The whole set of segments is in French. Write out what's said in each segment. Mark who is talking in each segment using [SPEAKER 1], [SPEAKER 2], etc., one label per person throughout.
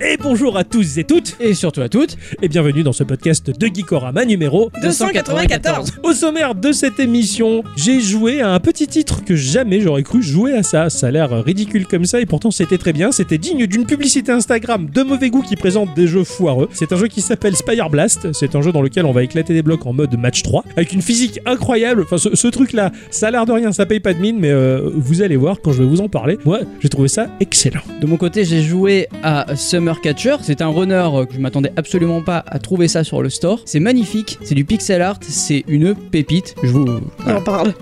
[SPEAKER 1] Et bonjour à tous et toutes,
[SPEAKER 2] Et surtout à toutes,
[SPEAKER 1] et bienvenue dans ce podcast de Geekorama numéro
[SPEAKER 2] 294.
[SPEAKER 1] Au sommaire de cette émission, j'ai joué à un petit titre que jamais j'aurais cru jouer à ça. Ça a l'air ridicule comme ça et pourtant c'était très bien. C'était digne d'une publicité Instagram de mauvais goût qui présente des jeux foireux. C'est un jeu qui s'appelle Spire Blast. C'est un jeu dans lequel on va éclater des blocs en mode match 3 avec une physique incroyable. Enfin, ce, ce truc-là, ça a l'air de rien, ça paye pas de mine, mais euh, vous allez voir quand je vais vous en parler. Moi, j'ai trouvé ça excellent.
[SPEAKER 2] De mon côté, j'ai joué à Summer Catcher. C'est un runner euh, que je m'attendais absolument pas à trouver ça sur le store. C'est magnifique, c'est du pixel art, c'est une pépite. Je vous.
[SPEAKER 3] On
[SPEAKER 2] voilà,
[SPEAKER 3] en parle.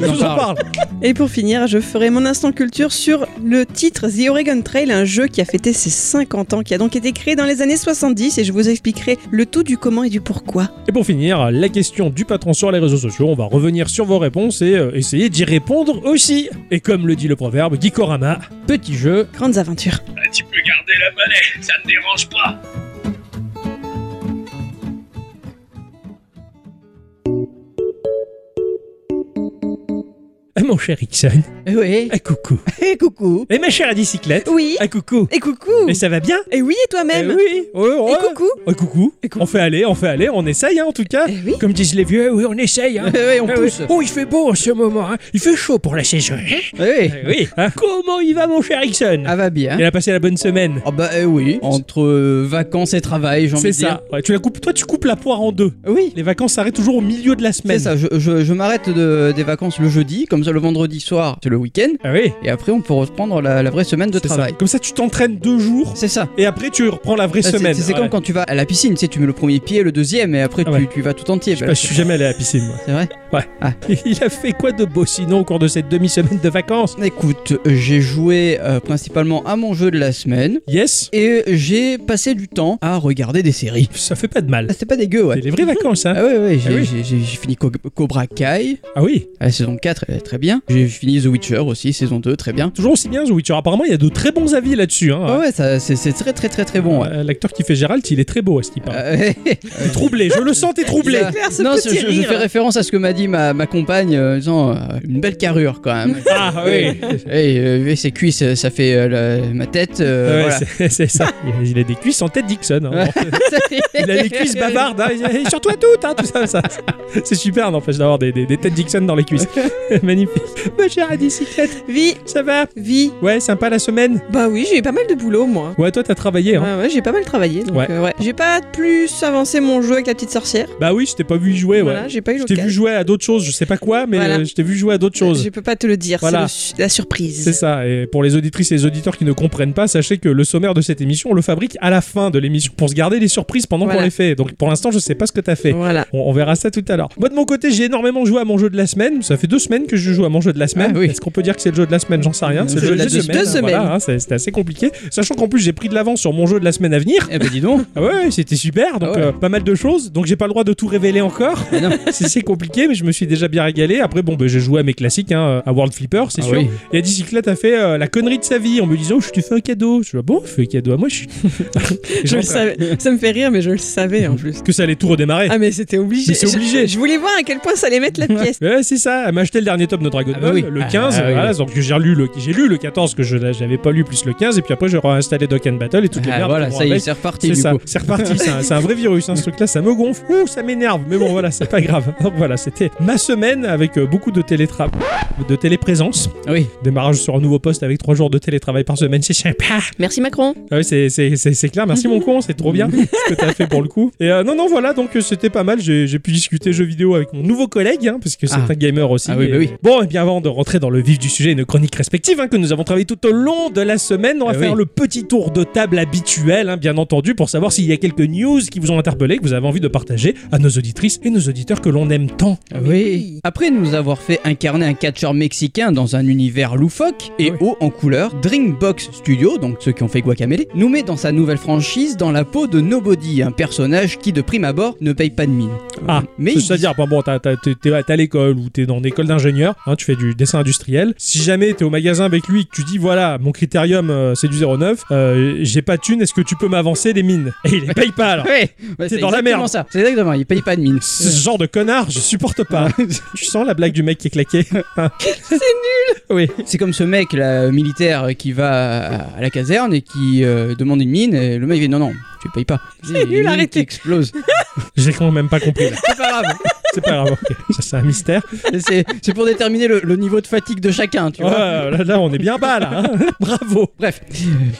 [SPEAKER 1] Je
[SPEAKER 2] j'en
[SPEAKER 1] vous en
[SPEAKER 2] parle.
[SPEAKER 1] parle.
[SPEAKER 3] Et pour finir, je ferai mon instant culture sur le titre The Oregon Trail, un jeu qui a fêté ses 50 ans, qui a donc été créé dans les années 70 et je vous expliquerai le tout du comment et du pourquoi.
[SPEAKER 1] Et pour finir, la question du patron sur les réseaux sociaux. On va revenir sur vos réponses et euh, essayer d'y répondre aussi. Et comme le dit le proverbe, Gikorama.
[SPEAKER 2] Petit jeu.
[SPEAKER 3] Grandes aventures.
[SPEAKER 4] Tu peux garder la monnaie, ça ne dérange pas.
[SPEAKER 1] Et Ah, mon cher Ixon,
[SPEAKER 3] Oui.
[SPEAKER 1] à coucou.
[SPEAKER 3] Et coucou.
[SPEAKER 1] Et ma chère à bicyclette,
[SPEAKER 3] Oui.
[SPEAKER 1] à coucou.
[SPEAKER 3] Et coucou.
[SPEAKER 1] Et ça va bien
[SPEAKER 3] Et oui, et toi-même.
[SPEAKER 1] Eh oui, ouais, ouais.
[SPEAKER 3] Et coucou.
[SPEAKER 1] Eh, coucou.
[SPEAKER 3] Et coucou.
[SPEAKER 1] On fait aller, on fait aller, on essaye hein, en tout cas.
[SPEAKER 3] Eh oui.
[SPEAKER 1] Comme disent les vieux, oui, on essaye. Hein.
[SPEAKER 2] Ouais, eh on
[SPEAKER 1] Ah
[SPEAKER 2] pousse.
[SPEAKER 1] oui. Oh, il fait beau en ce moment. hein. Il fait chaud pour la saison. hein.
[SPEAKER 2] Ouais,
[SPEAKER 1] Eh oui. hein. bah, Comment il va, mon cher Ixon
[SPEAKER 2] ah va bien.
[SPEAKER 1] Il a passé la bonne semaine.
[SPEAKER 2] Ah bah eh oui, entre euh, vacances et travail, j'ai envie de
[SPEAKER 1] C'est
[SPEAKER 2] dire.
[SPEAKER 1] ça. Ouais, tu la coupes, toi, tu coupes la poire en deux.
[SPEAKER 2] Oui.
[SPEAKER 1] Les vacances s'arrêtent toujours au milieu de la semaine.
[SPEAKER 2] C'est ça, je, je- je m'arrête de- des vacances le jeudi, comme ça le vendredi soir, c'est le week-end,
[SPEAKER 1] Ah oui.
[SPEAKER 2] et après on peut reprendre la, la vraie semaine de
[SPEAKER 1] c'est ça. Ah,
[SPEAKER 2] travail.
[SPEAKER 1] Comme ça, tu t'entraînes deux jours
[SPEAKER 2] C'est ça.
[SPEAKER 1] et après tu reprends la vraie
[SPEAKER 2] C'est
[SPEAKER 1] semaine.
[SPEAKER 2] c'est- c'est comme
[SPEAKER 1] Ouais.
[SPEAKER 2] quand tu vas à la piscine, tu sais, tu mets le premier pied, le deuxième, et après
[SPEAKER 1] Ah ouais.
[SPEAKER 2] tu, tu y vas tout entier. Bah,
[SPEAKER 1] Ah, je suis jamais allé à la piscine, moi.
[SPEAKER 2] C'est vrai
[SPEAKER 1] Il a fait quoi de beau sinon au cours de cette demi-semaine de vacances
[SPEAKER 2] Écoute, j'ai joué euh, principalement à mon jeu de la semaine
[SPEAKER 1] Yes,
[SPEAKER 2] et j'ai passé du temps à regarder des séries.
[SPEAKER 1] ça fait pas de mal.
[SPEAKER 2] Ah, C'était pas dégueu,
[SPEAKER 1] C'est
[SPEAKER 2] ouais.
[SPEAKER 1] les vraies vacances, hein
[SPEAKER 2] Ah ouais, ouais, j'ai
[SPEAKER 1] Ah oui.
[SPEAKER 2] j'ai- j'ai- j'ai fini Co- Cobra Kai,
[SPEAKER 1] Ah oui,
[SPEAKER 2] la saison 4, elle est très bien. J'ai fini The Witcher aussi, saison 2, très bien.
[SPEAKER 1] toujours aussi bien The Witcher. Apparemment, il y a de très bons avis là-dessus.
[SPEAKER 2] Ah
[SPEAKER 1] Hein.
[SPEAKER 2] ouais, ça- c'est c'est très très très très bon, ouais.
[SPEAKER 1] Euh, L'acteur qui fait Gérald, il est très beau à ce qu'il parle.
[SPEAKER 2] Euh,
[SPEAKER 1] T'es troublé, je le sens, t'es troublé.
[SPEAKER 2] ça-
[SPEAKER 3] clair, ce
[SPEAKER 2] non,
[SPEAKER 3] petit
[SPEAKER 2] je, je- je
[SPEAKER 3] rire.
[SPEAKER 2] fais référence à ce que m'a dit ma, ma compagne, euh, en disant euh, une belle carrure quand même.
[SPEAKER 1] Ah oui,
[SPEAKER 2] Et, euh, et ses cuisses, ça fait euh, la- ma tête. euh,
[SPEAKER 1] Ouais,
[SPEAKER 2] voilà.
[SPEAKER 1] c'est- c'est ça. Il- Il a des cuisses en tête Dixon. hein. Il a des cuisses bavardes, hein. et surtout à toutes, hein, tout ça, ça. C'est super, n'empêche d'avoir des, des, des têtes Dixon dans les cuisses. Magnifique. Ma chère à bicyclette,
[SPEAKER 3] Vie,
[SPEAKER 1] ça va
[SPEAKER 3] vie.
[SPEAKER 1] Ouais, sympa la semaine.
[SPEAKER 3] Bah oui, j'ai eu pas mal de boulot, moi.
[SPEAKER 1] Ouais, toi, t'as travaillé. Hein.
[SPEAKER 3] Ouais, ouais, j'ai pas mal travaillé. Donc,
[SPEAKER 1] Ouais.
[SPEAKER 3] euh, ouais. J'ai pas plus avancé mon jeu avec la petite sorcière.
[SPEAKER 1] Bah oui, je t'ai pas vu y jouer, ouais.
[SPEAKER 3] Voilà, j'ai pas eu
[SPEAKER 1] je t'ai vu
[SPEAKER 3] l'occasion.
[SPEAKER 1] jouer à d'autres choses, je sais pas quoi, mais
[SPEAKER 3] Voilà.
[SPEAKER 1] euh, je t'ai vu jouer à d'autres choses.
[SPEAKER 3] Je peux pas te le dire,
[SPEAKER 1] Voilà.
[SPEAKER 3] c'est le su- la surprise.
[SPEAKER 1] C'est ça, et pour les auditrices et les auditeurs qui ne comprennent pas, sachez que le sommaire de cette émission, on le fabrique à la fin de l'émission pour se garder les surprises pendant qu'on
[SPEAKER 3] Voilà.
[SPEAKER 1] les fait. Donc pour l'instant, je sais pas ce que t'as fait.
[SPEAKER 3] Voilà.
[SPEAKER 1] On, on verra ça tout à l'heure. Moi de mon côté, j'ai énormément joué à mon jeu de la semaine. Ça fait deux semaines que je joue à mon jeu de la semaine.
[SPEAKER 2] Ah oui.
[SPEAKER 1] Est-ce qu'on peut dire que c'est le jeu de la semaine J'en sais rien. C'est le jeu de la
[SPEAKER 2] deux
[SPEAKER 1] semaine.
[SPEAKER 3] semaines.
[SPEAKER 1] Voilà, hein, c'est- C'était assez compliqué. Sachant qu'en plus, j'ai pris de l'avance sur mon jeu de la semaine à venir.
[SPEAKER 2] Eh ben dis donc.
[SPEAKER 1] Ah ouais, ouais, c'était super. Donc
[SPEAKER 2] Ah ouais.
[SPEAKER 1] euh, pas mal de choses. Donc j'ai pas le droit de tout révéler encore.
[SPEAKER 2] Ah non.
[SPEAKER 1] c'est c'est compliqué, mais je me suis déjà bien régalé. Après, bon, ben, j'ai joué à mes classiques, hein, à World Flipper, c'est
[SPEAKER 2] Ah
[SPEAKER 1] sûr.
[SPEAKER 2] oui.
[SPEAKER 1] Et Adicyclette a fait euh, la connerie de sa vie en me disant oh, Je te fais un cadeau. Je suis ah bon, fais un cadeau à moi. Je, suis...
[SPEAKER 3] Je
[SPEAKER 1] J'en-
[SPEAKER 3] le savais. Ça me fait rire, mais je le savais en plus.
[SPEAKER 1] Que ça allait tout redémarrer.
[SPEAKER 3] Ah, mais c'était obligé.
[SPEAKER 1] Mais c'est
[SPEAKER 3] Je-
[SPEAKER 1] obligé.
[SPEAKER 3] Je, voulais voir à quel point ça allait mettre la pièce.
[SPEAKER 1] Ouais, c'est ça. Elle m'a acheté le dernier tome de Dragon
[SPEAKER 2] Ah bah
[SPEAKER 1] Ball,
[SPEAKER 2] oui.
[SPEAKER 1] le
[SPEAKER 2] Ah,
[SPEAKER 1] 15.
[SPEAKER 2] ah oui,
[SPEAKER 1] voilà,
[SPEAKER 2] oui.
[SPEAKER 1] donc j'ai lu, le- j'ai lu le 14 que je n'avais pas lu, plus le 15. Et puis après, j'ai réinstallé Dokkan Battle et toutes les
[SPEAKER 2] Ah,
[SPEAKER 1] merdes.
[SPEAKER 2] voilà,
[SPEAKER 1] qui vont
[SPEAKER 2] ça y est,
[SPEAKER 1] avec.
[SPEAKER 2] c'est reparti
[SPEAKER 1] C'est
[SPEAKER 2] du
[SPEAKER 1] ça,
[SPEAKER 2] coup.
[SPEAKER 1] c'est reparti, c'est un, c'est un vrai virus, hein, ce truc-là, ça me gonfle, ouh, ça m'énerve, mais bon voilà, c'est pas grave. Donc voilà, c'était ma semaine avec euh, beaucoup de télétra... de téléprésence.
[SPEAKER 2] Oui.
[SPEAKER 1] Démarrage sur un nouveau poste avec trois jours de télétravail par semaine, c'est sympa.
[SPEAKER 3] Merci Macron.
[SPEAKER 1] Ah oui, c'est- c'est c'est- c'est clair, merci mon con, c'est trop bien ce que t'as fait pour le coup. Et euh, non, non, voilà, donc euh, c'était pas mal, j'ai j'ai pu discuter jeux vidéo avec mon nouveau collègue, hein, parce que c'est
[SPEAKER 2] Ah.
[SPEAKER 1] un gamer aussi.
[SPEAKER 2] Ah oui,
[SPEAKER 1] Et-
[SPEAKER 2] bah oui.
[SPEAKER 1] Bon, et bien avant de rentrer dans le vif du sujet, nos chroniques respectives hein, que nous avons travaillé tout au long de la semaine, on va
[SPEAKER 2] Ah
[SPEAKER 1] faire
[SPEAKER 2] oui.
[SPEAKER 1] le petit tour de table habituel, hein, bien entendu, pour savoir s'il y a quelques news qui vous ont interpellé, que vous avez envie de partager à nos auditrices et nos auditeurs que l'on aime tant.
[SPEAKER 2] Ah Oui. Après nous avoir fait incarner un catcheur mexicain dans un univers loufoque et
[SPEAKER 1] Ah Oui.
[SPEAKER 2] haut en couleur, Dreambox Studio, donc ceux qui ont fait Guacamele, nous met dans sa nouvelle franchise dans la peau de Nobody, un personnage qui de prime abord ne paye pas de mine.
[SPEAKER 1] Ah,
[SPEAKER 2] mais il-
[SPEAKER 1] c'est-à-dire, bon, bon, t'as- t'as- t'es t'es à t'es à l'école ou t'es dans l'école d'ingénieur, designer, hein, tu fais du dessin industriel. Si jamais t'es au magasin avec lui et que tu dis voilà, mon critérium euh, c'est du 09, euh, j'ai pas de thune, est-ce que tu peux m'avancer les mines Et il les paye pas alors.
[SPEAKER 2] Ouais, ouais,
[SPEAKER 1] dans la
[SPEAKER 2] exactement
[SPEAKER 1] merde.
[SPEAKER 2] ça. C'est exactement, il paye pas de mine.
[SPEAKER 1] Ce genre de connard, je supporte pas. tu sens la blague du mec qui est claqué
[SPEAKER 2] Oui. C'est comme ce mec, là, militaire, qui va à la caserne et qui euh, demande une mine. Et le mec, il dit non, non, tu payes pas. C'est
[SPEAKER 3] nul, arrêtez.
[SPEAKER 2] explose.
[SPEAKER 1] J'ai quand même pas compris là.
[SPEAKER 2] C'est pas grave.
[SPEAKER 1] C'est pas grave, ok. ça c'est un mystère.
[SPEAKER 2] C'est c'est pour déterminer le, le niveau de fatigue de chacun, tu vois.
[SPEAKER 1] Ouais, là, là, on est bien bas là. hein. Bravo.
[SPEAKER 2] Bref.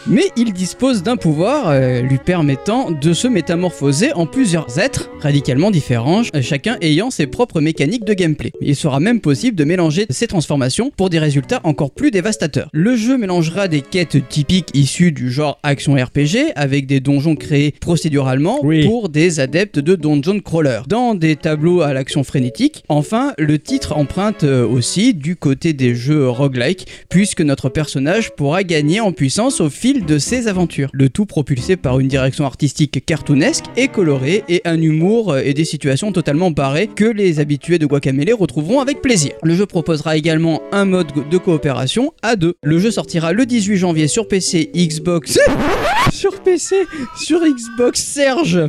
[SPEAKER 2] Mais il dispose d'un pouvoir euh, lui permettant de se métamorphoser en plusieurs êtres radicalement différents, ch- chacun ayant ses propres mécaniques de gameplay. Il sera même possible de mélanger ces transformations pour des résultats encore plus dévastateurs. Le jeu mélangera des quêtes typiques issues du genre action RPG avec des donjons créés procéduralement
[SPEAKER 1] Oui.
[SPEAKER 2] pour des adeptes de dungeon crawler. Dans des tableaux à l'action frénétique, enfin, le titre emprunte euh, aussi du côté des jeux roguelike puisque notre personnage pourra gagner en puissance au fil de ses aventures. Le tout propulsé par une direction artistique cartoonesque et colorée et un humour euh, et des situations totalement barrées que les habitués de Guacamele retrouveront avec plaisir. Le jeu proposera également un mode de coopération à deux. Le jeu sortira le 18 janvier sur PC, Xbox... sur PC, sur Xbox Serge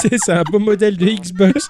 [SPEAKER 1] c'est c'est un beau modèle de Xbox.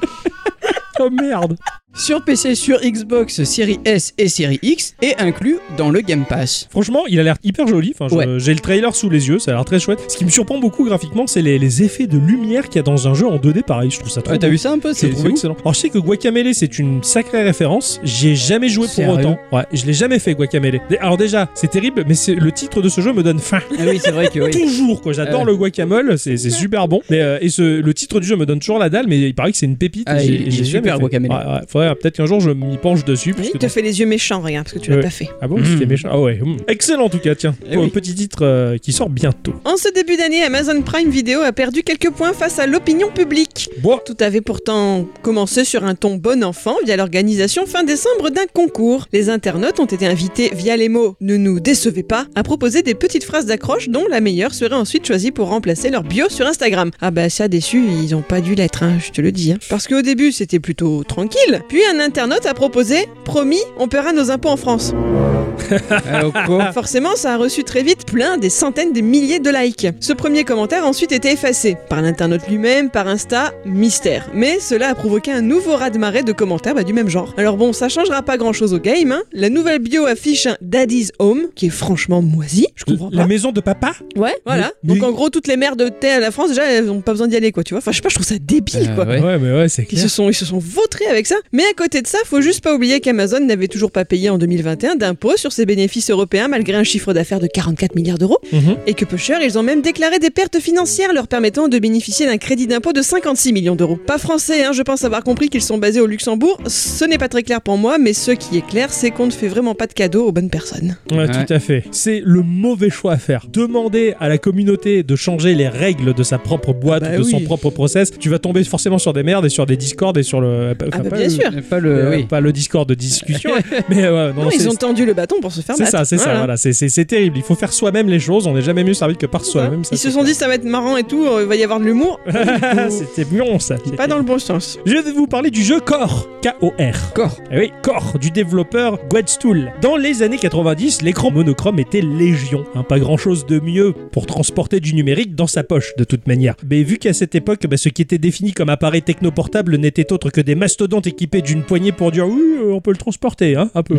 [SPEAKER 1] Oh merde.
[SPEAKER 2] Sur PC, sur Xbox Series S et Series X et inclus dans le Game Pass.
[SPEAKER 1] Franchement, il a l'air hyper joli. Enfin, je-
[SPEAKER 2] Ouais.
[SPEAKER 1] J'ai le trailer sous les yeux, ça a l'air très chouette. Ce qui me surprend beaucoup graphiquement, c'est les, les effets de lumière qu'il y a dans un jeu en 2D pareil. Je trouve ça trop
[SPEAKER 2] Ouais, Ah, T'as
[SPEAKER 1] beau.
[SPEAKER 2] vu ça un peu
[SPEAKER 1] Je le trouve
[SPEAKER 2] ouf.
[SPEAKER 1] excellent. Alors je sais que Guacamele c'est une sacrée référence. J'y ai jamais joué pour
[SPEAKER 2] Sérieux
[SPEAKER 1] autant. Ouais, je l'ai jamais fait Guacamele. Dé- Alors déjà, c'est terrible, mais c'est- le titre de ce jeu me donne faim.
[SPEAKER 2] Ah oui, c'est vrai que oui. Euh.
[SPEAKER 1] Toujours quoi. J'adore
[SPEAKER 2] Ouais.
[SPEAKER 1] le guacamole, c'est c'est super bon. Mais, euh, et ce, le titre du jeu me donne toujours la dalle, mais il paraît que c'est une pépite.
[SPEAKER 2] Ah,
[SPEAKER 1] et j'ai-
[SPEAKER 2] il-
[SPEAKER 1] et
[SPEAKER 2] il
[SPEAKER 1] j'ai
[SPEAKER 2] est
[SPEAKER 1] jamais
[SPEAKER 2] super,
[SPEAKER 1] fait.
[SPEAKER 2] Guacamele.
[SPEAKER 1] Ouais, ouais. Faudrait euh, peut-être qu'un jour je m'y penche dessus. parce
[SPEAKER 3] Il
[SPEAKER 1] que
[SPEAKER 3] te fait les yeux méchants, regarde, parce que tu l'as
[SPEAKER 1] Ouais.
[SPEAKER 3] pas fait.
[SPEAKER 1] Ah bon, c'était méchant. Ah ouais. hum. Excellent en tout cas, tiens.
[SPEAKER 2] Eh
[SPEAKER 1] Pour
[SPEAKER 2] oui.
[SPEAKER 1] un petit titre euh, qui sort bientôt.
[SPEAKER 3] En ce début d'année, Amazon Prime Video a perdu quelques points face à l'opinion publique.
[SPEAKER 1] Bon.
[SPEAKER 3] Tout avait pourtant commencé sur un ton bon enfant via l'organisation fin décembre d'un concours. Les internautes ont été invités via les mots Ne nous décevez pas à proposer des petites phrases d'accroche dont la meilleure serait ensuite choisie pour remplacer leur bio sur Instagram. Ah bah ça déçu, ils ont pas dû l'être, hein, je te le dis. hein. Parce qu'au début c'était plutôt tranquille. Puis un internaute a proposé Promis, on paiera nos impôts en France.
[SPEAKER 2] Alors, quoi
[SPEAKER 3] Forcément, ça a reçu très vite plein des centaines des milliers de likes. Ce premier commentaire a ensuite été effacé par l'internaute lui-même, par Insta, mystère. Mais cela a provoqué un nouveau raz-de-marée de commentaires bah, du même genre. Alors bon, ça changera pas grand-chose au game. hein. La nouvelle bio affiche un Daddy's Home qui est franchement moisi. Je comprends
[SPEAKER 1] La
[SPEAKER 3] pas.
[SPEAKER 1] maison de papa
[SPEAKER 3] Ouais, voilà.
[SPEAKER 1] mais-
[SPEAKER 3] Donc en gros, toutes les mères de thé à la France déjà, elles ont pas besoin d'y aller quoi, tu vois. Enfin, je sais pas, je trouve ça débile
[SPEAKER 2] Euh,
[SPEAKER 3] quoi.
[SPEAKER 2] ouais.
[SPEAKER 1] mais ouais, c'est
[SPEAKER 3] Ils se, sont, ils se sont vautrés avec ça. Mais à côté de ça, faut juste pas oublier qu'Amazon n'avait toujours pas payé en 2021 d'impôts sur ses bénéfices européens malgré un chiffre d'affaires de 44 milliards d'euros.
[SPEAKER 1] Mhm.
[SPEAKER 3] Et que peu cher, ils ont même déclaré des pertes financières leur permettant de bénéficier d'un crédit d'impôt de 56 millions d'euros. Pas français, hein, je pense avoir compris qu'ils sont basés au Luxembourg. Ce n'est pas très clair pour moi, mais ce qui est clair, c'est qu'on ne fait vraiment pas de cadeaux aux bonnes personnes.
[SPEAKER 1] Ouais,
[SPEAKER 2] Ouais.
[SPEAKER 1] tout à fait. C'est le mauvais choix à faire. Demander à la communauté de changer les règles de sa propre boîte,
[SPEAKER 2] Ah bah
[SPEAKER 1] de son
[SPEAKER 2] oui.
[SPEAKER 1] propre process, tu vas tomber forcément sur des merdes et sur des discords et sur le. euh, enfin,
[SPEAKER 3] bah,
[SPEAKER 1] pas
[SPEAKER 3] bien
[SPEAKER 1] le-
[SPEAKER 3] sûr.
[SPEAKER 2] Pas le.
[SPEAKER 1] euh,
[SPEAKER 2] oui.
[SPEAKER 1] Pas le discord de discussion, mais euh, non,
[SPEAKER 3] Non,
[SPEAKER 1] c'est-
[SPEAKER 3] ils ont tendu le bâton pour se faire
[SPEAKER 1] c'est
[SPEAKER 3] battre.
[SPEAKER 1] ça, c'est ça,
[SPEAKER 3] Voilà.
[SPEAKER 1] voilà, c'est- c'est c'est terrible. Il faut faire soi-même les choses, on n'est jamais mieux servi que par soi-même. ça,
[SPEAKER 3] Hein Ils se
[SPEAKER 1] c'est
[SPEAKER 3] sont dit ça va être marrant et tout, euh, il va y avoir de l'humour.
[SPEAKER 1] clair. C'était bon ça.
[SPEAKER 3] pas dans le bon sens.
[SPEAKER 1] Je vais vous parler du jeu Core, K-O-R.
[SPEAKER 2] Corps.
[SPEAKER 1] Eh oui, Core, du développeur Gwedstool. Dans les années 90, l'écran monochrome était légion. hein, pas grand chose de mieux pour transporter du numérique dans sa poche, de toute manière. Mais vu qu'à cette époque, bah, ce qui était défini comme appareil technoportable n'était autre que des mastodontes équipés d'une poignée pour dire oui, euh, on peut le transporter, hein, un peu.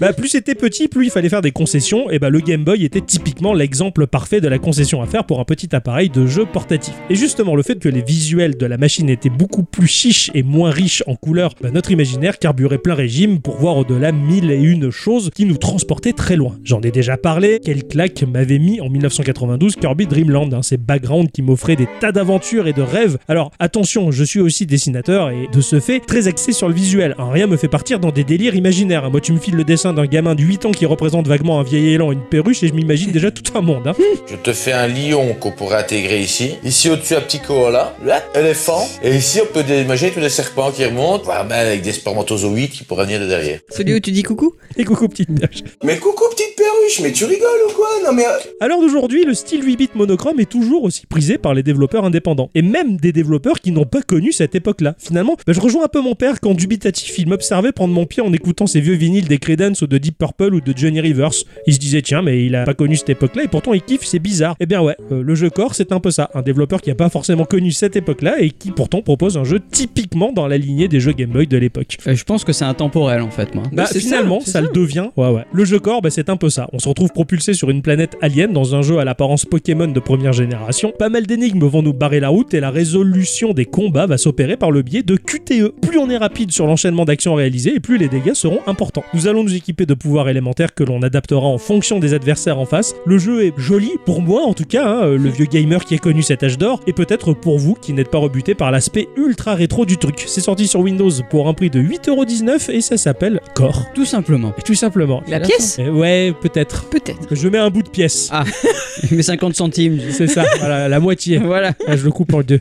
[SPEAKER 1] bah, plus c'était petit, plus il fallait faire des concessions, et bah, le Game Boy était typiquement l'exemple parfait de la concession à faire pour un petit appareil de jeu portatif. Et justement, le fait que les visuels de la machine étaient beaucoup plus chiches et moins riches en couleurs, bah, notre imaginaire carburait plein régime pour voir au-delà mille et une choses qui nous transportaient très loin. J'en ai déjà parlé, quelle claque m'avait mis en 1992 Kirby Dreamland, hein, ces backgrounds qui m'offraient des tas d'aventures et de rêves. Alors attention, je suis aussi dessinateur et de ce fait très axé sur le visuel. hein, rien me fait partir dans des délires imaginaires. hein. Moi, tu me files le dessin d'un gamin de 8 ans qui représente vaguement un vieil élan et une perruche et je m'imagine déjà tout un monde. hein.
[SPEAKER 5] Je te fais un lion qu'on pourrait intégrer ici. Ici au-dessus un petit koala, là, éléphant. Et ici on peut imaginer tous les serpents qui remontent, voire même avec des spermatozoïdes qui pourraient venir de derrière.
[SPEAKER 3] Celui où tu dis coucou
[SPEAKER 1] Et coucou petite tâche.
[SPEAKER 5] Mais coucou petite super riche, mais tu rigoles ou quoi Non mais euh,
[SPEAKER 1] À l'heure d'aujourd'hui, le style 8 bits monochrome est toujours aussi prisé par les développeurs indépendants, et même des développeurs qui n'ont pas connu cette époque-là. Finalement, bah, je rejoins un peu mon père quand dubitatif il m'observait prendre mon pied en écoutant ces vieux vinyles des Credence ou de Deep Purple ou de Johnny Rivers. Il se disait tiens mais il a pas connu cette époque-là et pourtant il kiffe, c'est bizarre. Eh bien ouais, euh, le jeu corps c'est un peu ça, un développeur qui a pas forcément connu cette époque-là et qui pourtant propose un jeu typiquement dans la lignée des jeux Game Boy de l'époque.
[SPEAKER 2] Euh, Je pense que c'est intemporel en fait, moi.
[SPEAKER 1] Bah,
[SPEAKER 3] c'est ça,
[SPEAKER 1] finalement,
[SPEAKER 3] c'est
[SPEAKER 1] ça, le devient. Ouais, ouais. Le jeu corps, bah, c'est un peu ça. On se retrouve propulsé sur une planète alien dans un jeu à l'apparence Pokémon de première génération. Pas mal d'énigmes vont nous barrer la route et la résolution des combats va s'opérer par le biais de QTE. Plus on est rapide sur l'enchaînement d'actions réalisées et plus les dégâts seront importants. Nous allons nous équiper de pouvoirs élémentaires que l'on adaptera en fonction des adversaires en face. Le jeu est joli, pour moi en tout cas, hein, euh, le vieux gamer qui a connu cet âge d'or, et peut-être pour vous qui n'êtes pas rebuté par l'aspect ultra rétro du truc. C'est sorti sur Windows pour un prix de 8,19€ et ça s'appelle Core.
[SPEAKER 2] Tout simplement.
[SPEAKER 1] Et tout simplement.
[SPEAKER 3] La pièce
[SPEAKER 1] Eh ouais, peut-être.
[SPEAKER 3] Peut-être.
[SPEAKER 1] Je mets un bout de pièce.
[SPEAKER 2] Ah. Mais 50 centimes.
[SPEAKER 1] C'est ça, voilà, la moitié.
[SPEAKER 2] Voilà.
[SPEAKER 1] Ah, je le coupe en deux.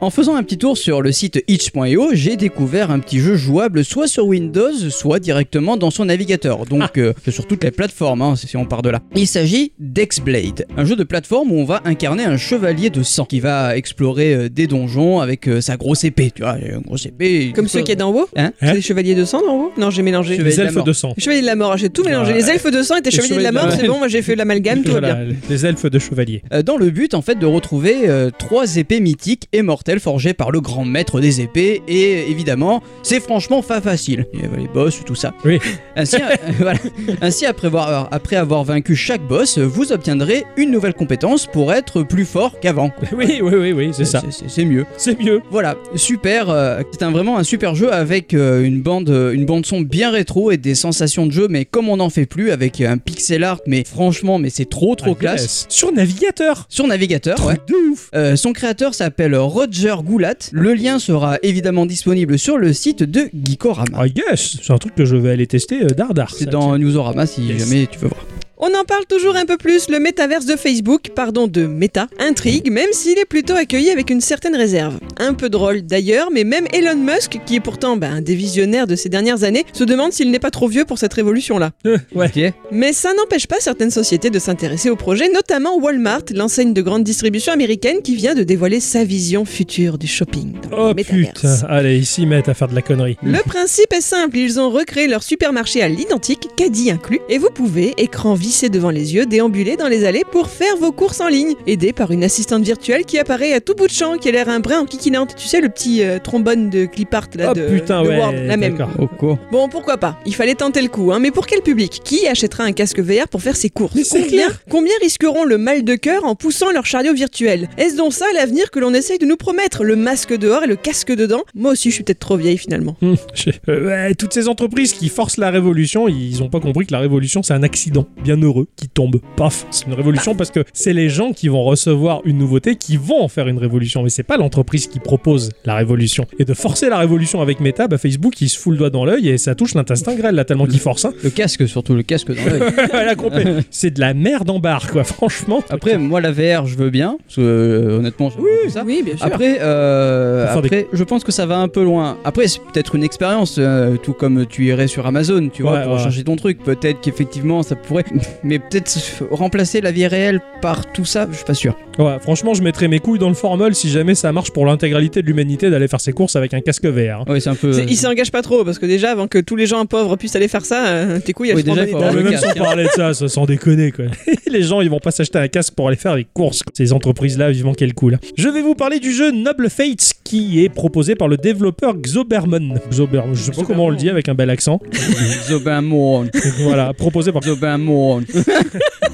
[SPEAKER 2] En faisant un petit tour sur le site itch.io, j'ai découvert un petit jeu jouable soit sur Windows, soit directement dans son navigateur. Donc
[SPEAKER 3] Ah.
[SPEAKER 2] euh, c'est sur toutes les plateformes, hein, si on part de là. Il s'agit d'Exblade, un jeu de plateforme où on va incarner un chevalier de sang qui va explorer euh, des donjons avec euh, sa grosse épée. Tu vois, une grosse épée.
[SPEAKER 3] Comme ceux qui est
[SPEAKER 2] dans
[SPEAKER 3] d'en haut
[SPEAKER 2] Hein
[SPEAKER 3] C'est les chevaliers de sang d'en haut Non, j'ai mélangé.
[SPEAKER 2] Chevalier-
[SPEAKER 1] Les
[SPEAKER 2] de la
[SPEAKER 1] elfes
[SPEAKER 2] mort.
[SPEAKER 1] de sang.
[SPEAKER 3] Les chevaliers de la mort, j'ai tout mélangé. Les elfes de sang et les chevaliers de la mort, c'est bon, moi j'ai fait l'amalgame, tout va
[SPEAKER 1] Voilà,
[SPEAKER 3] bien.
[SPEAKER 1] les elfes de chevalier.
[SPEAKER 2] Euh, dans le but en fait de retrouver euh, trois épées mythiques et mortelles forgées par le grand maître des épées et euh, évidemment c'est franchement pas facile il y avait les boss tout ça
[SPEAKER 1] Oui.
[SPEAKER 2] ainsi, euh, voilà. Ainsi, après, avoir, après avoir vaincu chaque boss vous obtiendrez une nouvelle compétence pour être plus fort qu'avant quoi.
[SPEAKER 1] Oui, oui, oui, oui, c'est ça.
[SPEAKER 2] c'est Ah, c'est mieux
[SPEAKER 1] C'est mieux.
[SPEAKER 2] voilà, super. euh, c'est un, vraiment un super jeu avec euh, une bande, euh, une bande son bien rétro et des sensations de jeu, mais comme on n'en fait plus, avec un pixel art. Mais franchement, mais c'est trop trop
[SPEAKER 1] Ah,
[SPEAKER 2] classe.
[SPEAKER 1] yes. Sur navigateur.
[SPEAKER 2] Sur navigateur, ouais.
[SPEAKER 1] Truc de ouf.
[SPEAKER 2] Euh, son créateur s'appelle Roger Goulat. Le lien sera évidemment disponible sur le site de Geekorama.
[SPEAKER 1] Ah yes, c'est un truc que je vais aller tester euh, dardard.
[SPEAKER 2] C'est
[SPEAKER 1] ça.
[SPEAKER 2] dans Newsorama si
[SPEAKER 1] Yes.
[SPEAKER 2] jamais tu veux voir.
[SPEAKER 3] On en parle toujours un peu plus, le métaverse de Facebook, pardon de méta, intrigue, même s'il est plutôt accueilli avec une certaine réserve. Un peu drôle d'ailleurs, mais même Elon Musk, qui est pourtant ben, un des visionnaires de ces dernières années, se demande s'il n'est pas trop vieux pour cette révolution-là.
[SPEAKER 1] Euh, ouais.
[SPEAKER 2] Ok.
[SPEAKER 3] Mais ça n'empêche pas certaines sociétés de s'intéresser au projet, notamment Walmart, l'enseigne de grande distribution américaine qui vient de dévoiler sa vision future du shopping dans
[SPEAKER 1] Oh
[SPEAKER 3] le métaverse.
[SPEAKER 1] putain, allez, ils s'y mettent à faire de la connerie.
[SPEAKER 3] Le principe est simple, ils ont recréé leur supermarché à l'identique, caddie inclus, et vous pouvez, écran vissé devant les yeux, déambuler dans les allées pour faire vos courses en ligne, aidé par une assistante virtuelle qui apparaît à tout bout de champ, qui a l'air un brin en kikinante. Tu sais, le petit euh, trombone de Clipart là,
[SPEAKER 1] oh
[SPEAKER 3] de,
[SPEAKER 1] putain,
[SPEAKER 3] de
[SPEAKER 1] ouais.
[SPEAKER 3] Word, la même.
[SPEAKER 1] d'accord.
[SPEAKER 2] Oh, quoi.
[SPEAKER 3] Bon, pourquoi pas Il fallait tenter le coup, hein, mais pour quel public Qui achètera un casque VR pour faire ses courses
[SPEAKER 1] Mais c'est
[SPEAKER 3] combien,
[SPEAKER 1] clair.
[SPEAKER 3] combien risqueront le mal de cœur en poussant leur chariot virtuel Est-ce donc ça l'avenir que l'on essaye de nous promettre Le masque dehors et le casque dedans Moi aussi, je suis peut-être trop vieille finalement.
[SPEAKER 1] Hum, je- euh, ouais, toutes ces entreprises qui forcent la révolution, ils ont pas compris que la révolution c'est un accident bien heureux qui tombe. Paf, c'est une révolution parce que c'est les gens qui vont recevoir une nouveauté qui vont en faire une révolution, mais c'est pas l'entreprise qui propose la révolution. Et de forcer la révolution avec Meta, bah Facebook il se fout le doigt dans l'œil et ça touche l'intestin grêle là tellement qu'il force. Hein.
[SPEAKER 2] Le casque, surtout le casque dans l'œil.
[SPEAKER 1] La compé- c'est de la merde en barre quoi, franchement.
[SPEAKER 2] Après, moi, la VR, je veux bien. Parce que euh, honnêtement, j'aime beaucoup ça.
[SPEAKER 3] Oui, bien sûr.
[SPEAKER 2] Après, euh,
[SPEAKER 1] Faut faire des-
[SPEAKER 2] après je pense que ça va un peu loin. Après, c'est peut-être une expérience, euh, tout comme tu irais sur Amazon, tu vois,
[SPEAKER 1] Ouais,
[SPEAKER 2] pour
[SPEAKER 1] ouais.
[SPEAKER 2] changer ton truc. Peut-être qu'effectivement, ça pourrait. Mais peut-être remplacer la vie réelle par tout ça, je suis pas sûr.
[SPEAKER 1] Ouais, franchement, je mettrais mes couilles dans le formol si jamais ça marche pour l'intégralité de l'humanité d'aller faire ses courses avec un casque VR. hein.
[SPEAKER 2] Ouais, c'est un peu.
[SPEAKER 3] C'est- Ils s'engagent pas trop parce que déjà avant que tous les gens pauvres puissent aller faire ça, euh, tes couilles elles
[SPEAKER 2] Oui,
[SPEAKER 3] sont en
[SPEAKER 2] déjà,
[SPEAKER 3] bon
[SPEAKER 2] il faut
[SPEAKER 3] état.
[SPEAKER 2] avoir
[SPEAKER 1] Mais
[SPEAKER 2] le
[SPEAKER 1] même
[SPEAKER 2] casque,
[SPEAKER 1] sans parler de ça, ça sans déconner quoi. les gens ils vont pas s'acheter un casque pour aller faire les courses. quoi. Ces entreprises là, vivement quel coup là. Je vais vous parler du jeu Noble Fates qui est proposé par le développeur Xobermon. Xobermon, je sais pas comment on le dit avec un bel accent.
[SPEAKER 2] Zobamon.
[SPEAKER 1] voilà, proposé par
[SPEAKER 2] Zobamon.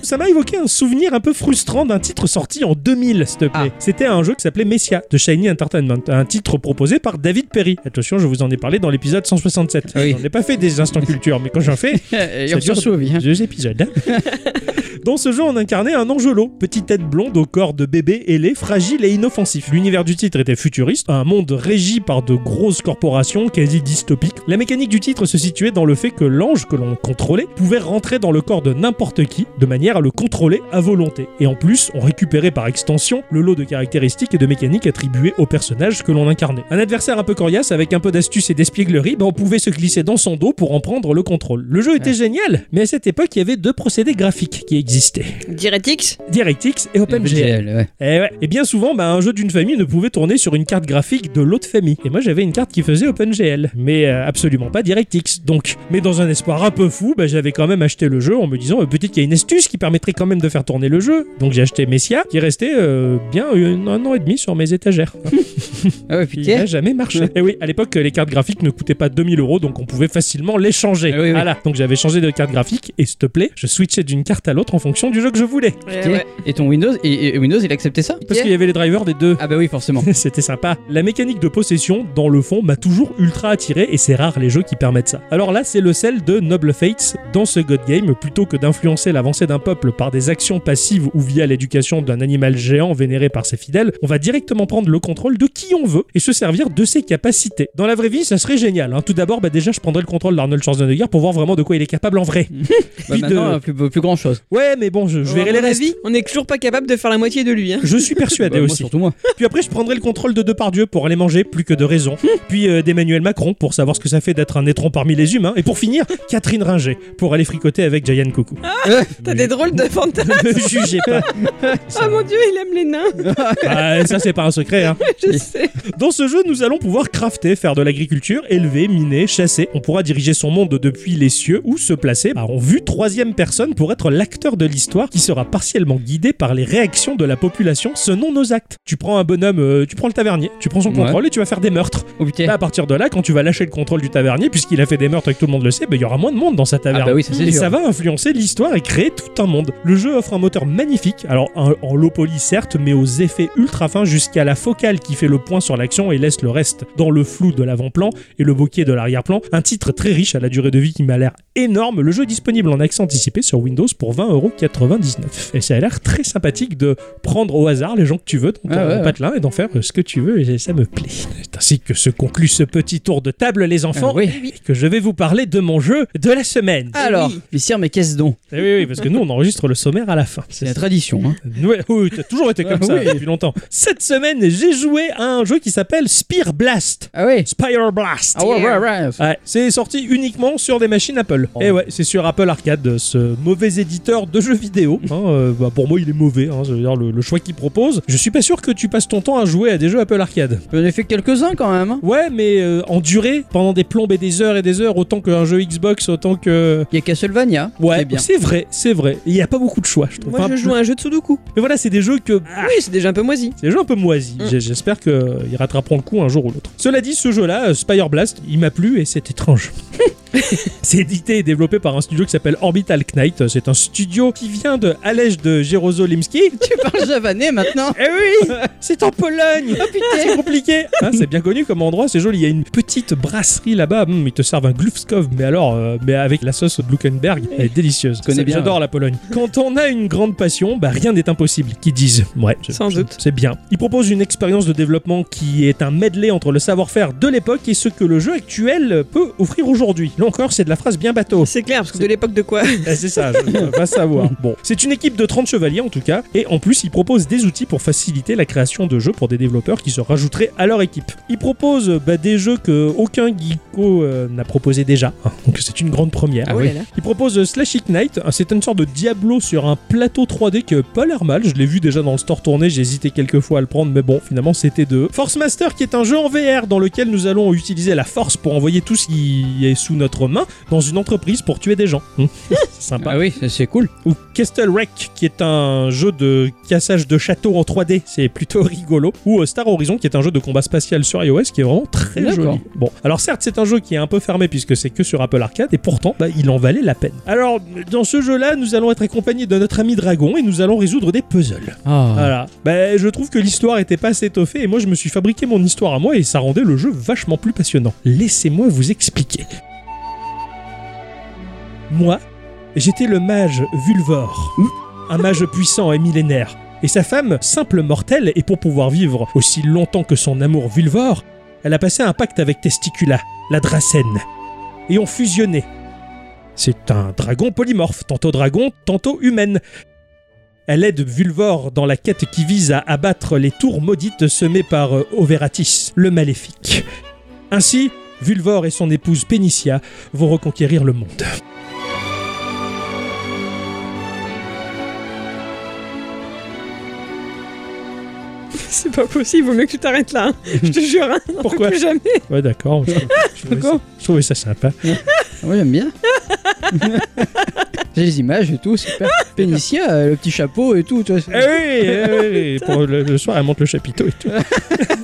[SPEAKER 1] Ça m'a évoqué un souvenir un peu frustrant d'un titre sorti en 2000, s'il te plaît.
[SPEAKER 2] Ah.
[SPEAKER 1] C'était un jeu qui s'appelait Messia de Shiny Entertainment, un titre proposé par David Perry. Attention, je vous en ai parlé dans l'épisode 167.
[SPEAKER 2] Oui.
[SPEAKER 1] J'en ai pas fait des instants culture, mais quand j'en fais,
[SPEAKER 2] Et on
[SPEAKER 1] dure
[SPEAKER 2] se souvient.
[SPEAKER 1] deux épisodes. hein. Dans ce jeu, on incarnait un Angelo, petite tête blonde au corps de bébé ailé, fragile et inoffensif. L'univers du titre était futuriste, un monde régi par de grosses corporations quasi dystopiques. La mécanique du titre se situait dans le fait que l'ange que l'on contrôlait pouvait rentrer dans le corps de n'importe qui de manière à le contrôler à volonté. Et en plus, on récupérait par extension le lot de caractéristiques et de mécaniques attribuées au personnage que l'on incarnait. Un adversaire un peu coriace avec un peu d'astuce et d'espièglerie, ben, on pouvait se glisser dans son dos pour en prendre le contrôle. Le jeu était
[SPEAKER 2] Ouais.
[SPEAKER 1] génial, mais à cette époque, il y avait deux procédés graphiques qui existaient.
[SPEAKER 3] DirectX
[SPEAKER 1] DirectX et OpenGL.
[SPEAKER 2] OpenGL, ouais.
[SPEAKER 1] Et, ouais. et bien souvent, bah, un jeu d'une famille ne pouvait tourner sur une carte graphique de l'autre famille. Et moi, j'avais une carte qui faisait OpenGL, mais euh, absolument pas DirectX. Donc, mais dans un espoir un peu fou, bah, j'avais quand même acheté le jeu en me disant euh, peut-être qu'il y a une astuce qui permettrait quand même de faire tourner le jeu. Donc j'ai acheté Messia, qui restait euh, bien une- un an et demi sur mes étagères.
[SPEAKER 2] Ah ouais,
[SPEAKER 1] Il n'a
[SPEAKER 2] putain.
[SPEAKER 1] jamais marché.
[SPEAKER 2] Ouais.
[SPEAKER 1] Et oui, à l'époque, les cartes graphiques ne coûtaient pas 2000 euros, donc on pouvait facilement les changer.
[SPEAKER 2] Ah oui, oui.
[SPEAKER 1] Voilà. Donc j'avais changé de carte graphique, et s'il te plaît, je switchais d'une carte à l'autre en fonction du jeu que je voulais.
[SPEAKER 3] Ouais,
[SPEAKER 2] Ok.
[SPEAKER 3] ouais.
[SPEAKER 2] Et ton Windows, et, et Windows, il acceptait ça
[SPEAKER 1] Parce qu'il y avait les drivers des deux.
[SPEAKER 2] Ah bah oui, forcément.
[SPEAKER 1] C'était sympa. La mécanique de possession, dans le fond, m'a toujours ultra attiré et c'est rare les jeux qui permettent ça. Alors là, c'est le sel de Noble Fates. Dans ce God Game, plutôt que d'influencer l'avancée d'un peuple par des actions passives ou via l'éducation d'un animal géant vénéré par ses fidèles, on va directement prendre le contrôle de qui on veut et se servir de ses capacités. Dans la vraie vie, ça serait génial. hein. Tout d'abord, bah déjà, je prendrais le contrôle d'Arnold Schwarzenegger pour voir vraiment de quoi il est capable en vrai.
[SPEAKER 2] Bah
[SPEAKER 1] Puis de-
[SPEAKER 2] maintenant, plus, plus grand chose.
[SPEAKER 1] Ouais, mais bon, je, je
[SPEAKER 3] Bon,
[SPEAKER 1] verrai
[SPEAKER 3] à
[SPEAKER 1] les
[SPEAKER 3] mon
[SPEAKER 1] restes.
[SPEAKER 3] avis, on est toujours pas capable de faire la moitié de lui. Hein.
[SPEAKER 1] Je suis persuadé
[SPEAKER 2] Bah, moi,
[SPEAKER 1] aussi.
[SPEAKER 2] surtout moi.
[SPEAKER 1] Puis après, je prendrai le contrôle de Depardieu pour aller manger, plus que de raison. Puis euh, d'Emmanuel Macron pour savoir ce que ça fait d'être un étron parmi les humains. Et pour finir, Catherine Ringer pour aller fricoter avec Jayan Coucou.
[SPEAKER 3] T'as des drôles de fantasmes.
[SPEAKER 1] Ne me jugez pas.
[SPEAKER 3] Oh mon dieu, il aime les nains.
[SPEAKER 1] Ah, ça, c'est pas un secret. Hein.
[SPEAKER 3] Je sais.
[SPEAKER 1] Dans ce jeu, nous allons pouvoir crafter, faire de l'agriculture, élever, miner, chasser. On pourra diriger son monde depuis les cieux ou se placer bah, en vue troisième personne pour être l'acteur de l'histoire qui sera partiellement guidé par les réactions de la population selon nos actes. Tu prends un bonhomme, euh, tu prends le tavernier, tu prends son
[SPEAKER 2] Ouais.
[SPEAKER 1] contrôle et tu vas faire des meurtres.
[SPEAKER 2] Oh putain.
[SPEAKER 1] Là, Bah, à partir de là, quand tu vas lâcher le contrôle du tavernier, puisqu'il a fait des meurtres et que tout le monde le sait, ben, il y aura moins de monde dans sa
[SPEAKER 2] ah
[SPEAKER 1] taverne.
[SPEAKER 2] bah oui, ça c'est
[SPEAKER 1] Et
[SPEAKER 2] sûr.
[SPEAKER 1] ça va influencer l'histoire et créer tout un monde. Le jeu offre un moteur magnifique, alors un- en low poly certes, mais aux effets ultra fins jusqu'à la focale qui fait le point sur l'action et laisse le reste dans le flou de l'avant-plan et le bokeh de l'arrière-plan. Un titre très riche à la durée de vie qui m'a l'air énorme. Le jeu est disponible en accès anticipé sur Windows pour 20,99€. Et ça a l'air très sympathique de prendre au hasard les gens que tu veux, ton
[SPEAKER 2] Ah ouais, ouais.
[SPEAKER 1] patelin, et d'en faire euh, ce que tu veux, et ça me plaît. C'est ainsi que se conclut ce petit tour de table, les enfants.
[SPEAKER 2] Ah oui. Ah.
[SPEAKER 1] et que je vais vous parler de mon jeu de la semaine.
[SPEAKER 2] Alors, Vissir, mais qu'est-ce donc
[SPEAKER 1] Eh oui, oui, parce que nous, on enregistre le sommaire à la fin.
[SPEAKER 2] C'est la tradition. Hein.
[SPEAKER 1] Ouais, oui, t'as toujours été comme
[SPEAKER 2] Ah
[SPEAKER 1] ça
[SPEAKER 2] oui.
[SPEAKER 1] depuis longtemps. Cette semaine, j'ai joué à un jeu qui s'appelle Spear Blast.
[SPEAKER 2] Ah ouais.
[SPEAKER 1] Spire Blast.
[SPEAKER 2] Ah ouais, ouais, ouais.
[SPEAKER 1] Ouais, c'est sorti uniquement sur des machines Apple.
[SPEAKER 2] Oh.
[SPEAKER 1] Et ouais, c'est sur Apple Arcade, ce mauvais éditeur de jeux vidéo. hein, euh, bah, pour moi, il est mauvais. Hein, ça veut dire le, le choix qu'il propose. Je suis pas sûr que tu passes ton temps à jouer à des jeux Apple Arcade.
[SPEAKER 2] J'en ai fait quelques-uns quand même. hein.
[SPEAKER 1] Ouais, mais euh, en durée, pendant des plombes et des heures et des heures, autant qu'un jeu Xbox, autant que.
[SPEAKER 2] Il y a Castlevania.
[SPEAKER 1] Ouais,
[SPEAKER 2] C'est bien.
[SPEAKER 1] c'est vrai, c'est vrai. Il y a pas beaucoup de choix, je trouve.
[SPEAKER 3] Moi,
[SPEAKER 1] Enfin,
[SPEAKER 3] je joue à un Ah. jeu de Sudoku.
[SPEAKER 1] Mais voilà, c'est des jeux que.
[SPEAKER 3] Oui, c'est déjà un peu moisi.
[SPEAKER 1] C'est des jeux un peu moisis.
[SPEAKER 3] Mm.
[SPEAKER 1] J'ai- J'espère qu'ils rattraperont le coup un jour ou l'autre. Cela dit, ce jeu-là, euh, Spire Blast, il m'a plu et c'est étrange. c'est édité et développé par un studio qui s'appelle Orbital Knight. C'est un studio qui vient de Alej de Jerozolimski.
[SPEAKER 2] Tu parles javanais maintenant
[SPEAKER 1] Eh oui C'est en Pologne
[SPEAKER 2] Oh putain
[SPEAKER 1] c'est compliqué Hein, C'est bien connu comme endroit, c'est joli. Il y a une petite brasserie là-bas. Hum, ils te servent un Glufskov, mais alors, euh, mais avec la sauce Blukenberg, elle est délicieuse.
[SPEAKER 2] connais
[SPEAKER 1] Ça,
[SPEAKER 2] bien,
[SPEAKER 1] J'adore la Pologne. Quand on a une grande passion, bah, rien n'est impossible, qu'ils disent. Ouais, c'est-
[SPEAKER 3] Sans
[SPEAKER 1] c'est-
[SPEAKER 3] doute.
[SPEAKER 1] C'est bien. Ils proposent une expérience de développement qui est un medley entre le savoir-faire de l'époque et ce que le jeu actuel peut offrir aujourd'hui. Là encore, c'est de la phrase bien bateau.
[SPEAKER 3] C'est clair, parce que de l'époque de quoi
[SPEAKER 1] Eh, c'est ça, je- va savoir. Bon, c'est une équipe de 30 chevaliers en tout cas, et en plus, ils proposent des outils pour faciliter la création de jeux pour des développeurs qui se rajouteraient à leur équipe. Ils proposent euh, bah, des jeux que aucun geeko euh, n'a proposé déjà, hein, donc c'est une grande première.
[SPEAKER 3] Ah oui. Oh là là.
[SPEAKER 1] Ils proposent euh, Slash Ignite, hein, c'est une sorte de Diablo sur un plateau 3D qui a pas l'air mal, je l'ai vu déjà dans le store tourné, j'ai hésité quelques fois à le prendre, mais bon, finalement c'était deux. Force Master qui est un jeu en VR dans lequel nous allons utiliser la force pour envoyer tout ce qui est sous notre main dans une entreprise pour tuer des gens. Hum, Sympa
[SPEAKER 2] Ah oui, c'est- c'est cool.
[SPEAKER 1] ou Castle Wreck qui est un jeu de cassage de châteaux en 3D, c'est plutôt rigolo, ou euh, Star Horizon qui est un jeu de combat spatial sur iOS qui est vraiment très
[SPEAKER 2] D'accord.
[SPEAKER 1] joli. Bon, alors certes c'est un jeu qui est un peu fermé puisque c'est que sur Apple Arcade et pourtant bah, il en valait la peine. Alors dans ce jeu-là, nous allons être accompagnés de notre ami Dragon et nous allons résoudre des puzzles.
[SPEAKER 2] Ah.
[SPEAKER 1] Voilà. Ben, je trouve que l'histoire était pas assez étoffée et moi je me suis fabriqué mon histoire à moi et ça rendait le jeu vachement plus passionnant. Laissez-moi vous expliquer. Moi, j'étais le mage Vulvor. un mage puissant et millénaire. Et sa femme, simple mortelle, et pour pouvoir vivre aussi longtemps que son amour vulvore, elle a passé un pacte avec Testicula, la Dracène, et ont fusionné. C'est un dragon polymorphe, tantôt dragon, tantôt humaine. Elle aide Vulvore dans la quête qui vise à abattre les tours maudites semées par euh, Overatis, le maléfique. Ainsi, Vulvore et son épouse Pénicia vont reconquérir le monde.
[SPEAKER 3] C'est pas possible, vaut mieux que tu t'arrêtes là. hein. Je te jure, hein, on
[SPEAKER 1] Pourquoi
[SPEAKER 3] peut plus jamais.
[SPEAKER 1] Ouais, d'accord. Je, je trouvais ça- je trouvais ça sympa.
[SPEAKER 2] Moi Ah j'aime bien. J'ai les images et tout, super. Pénicia, euh, le petit chapeau et tout. tu vois.
[SPEAKER 1] Eh oui, eh oui, pour le, le soir, elle monte le chapiteau et tout.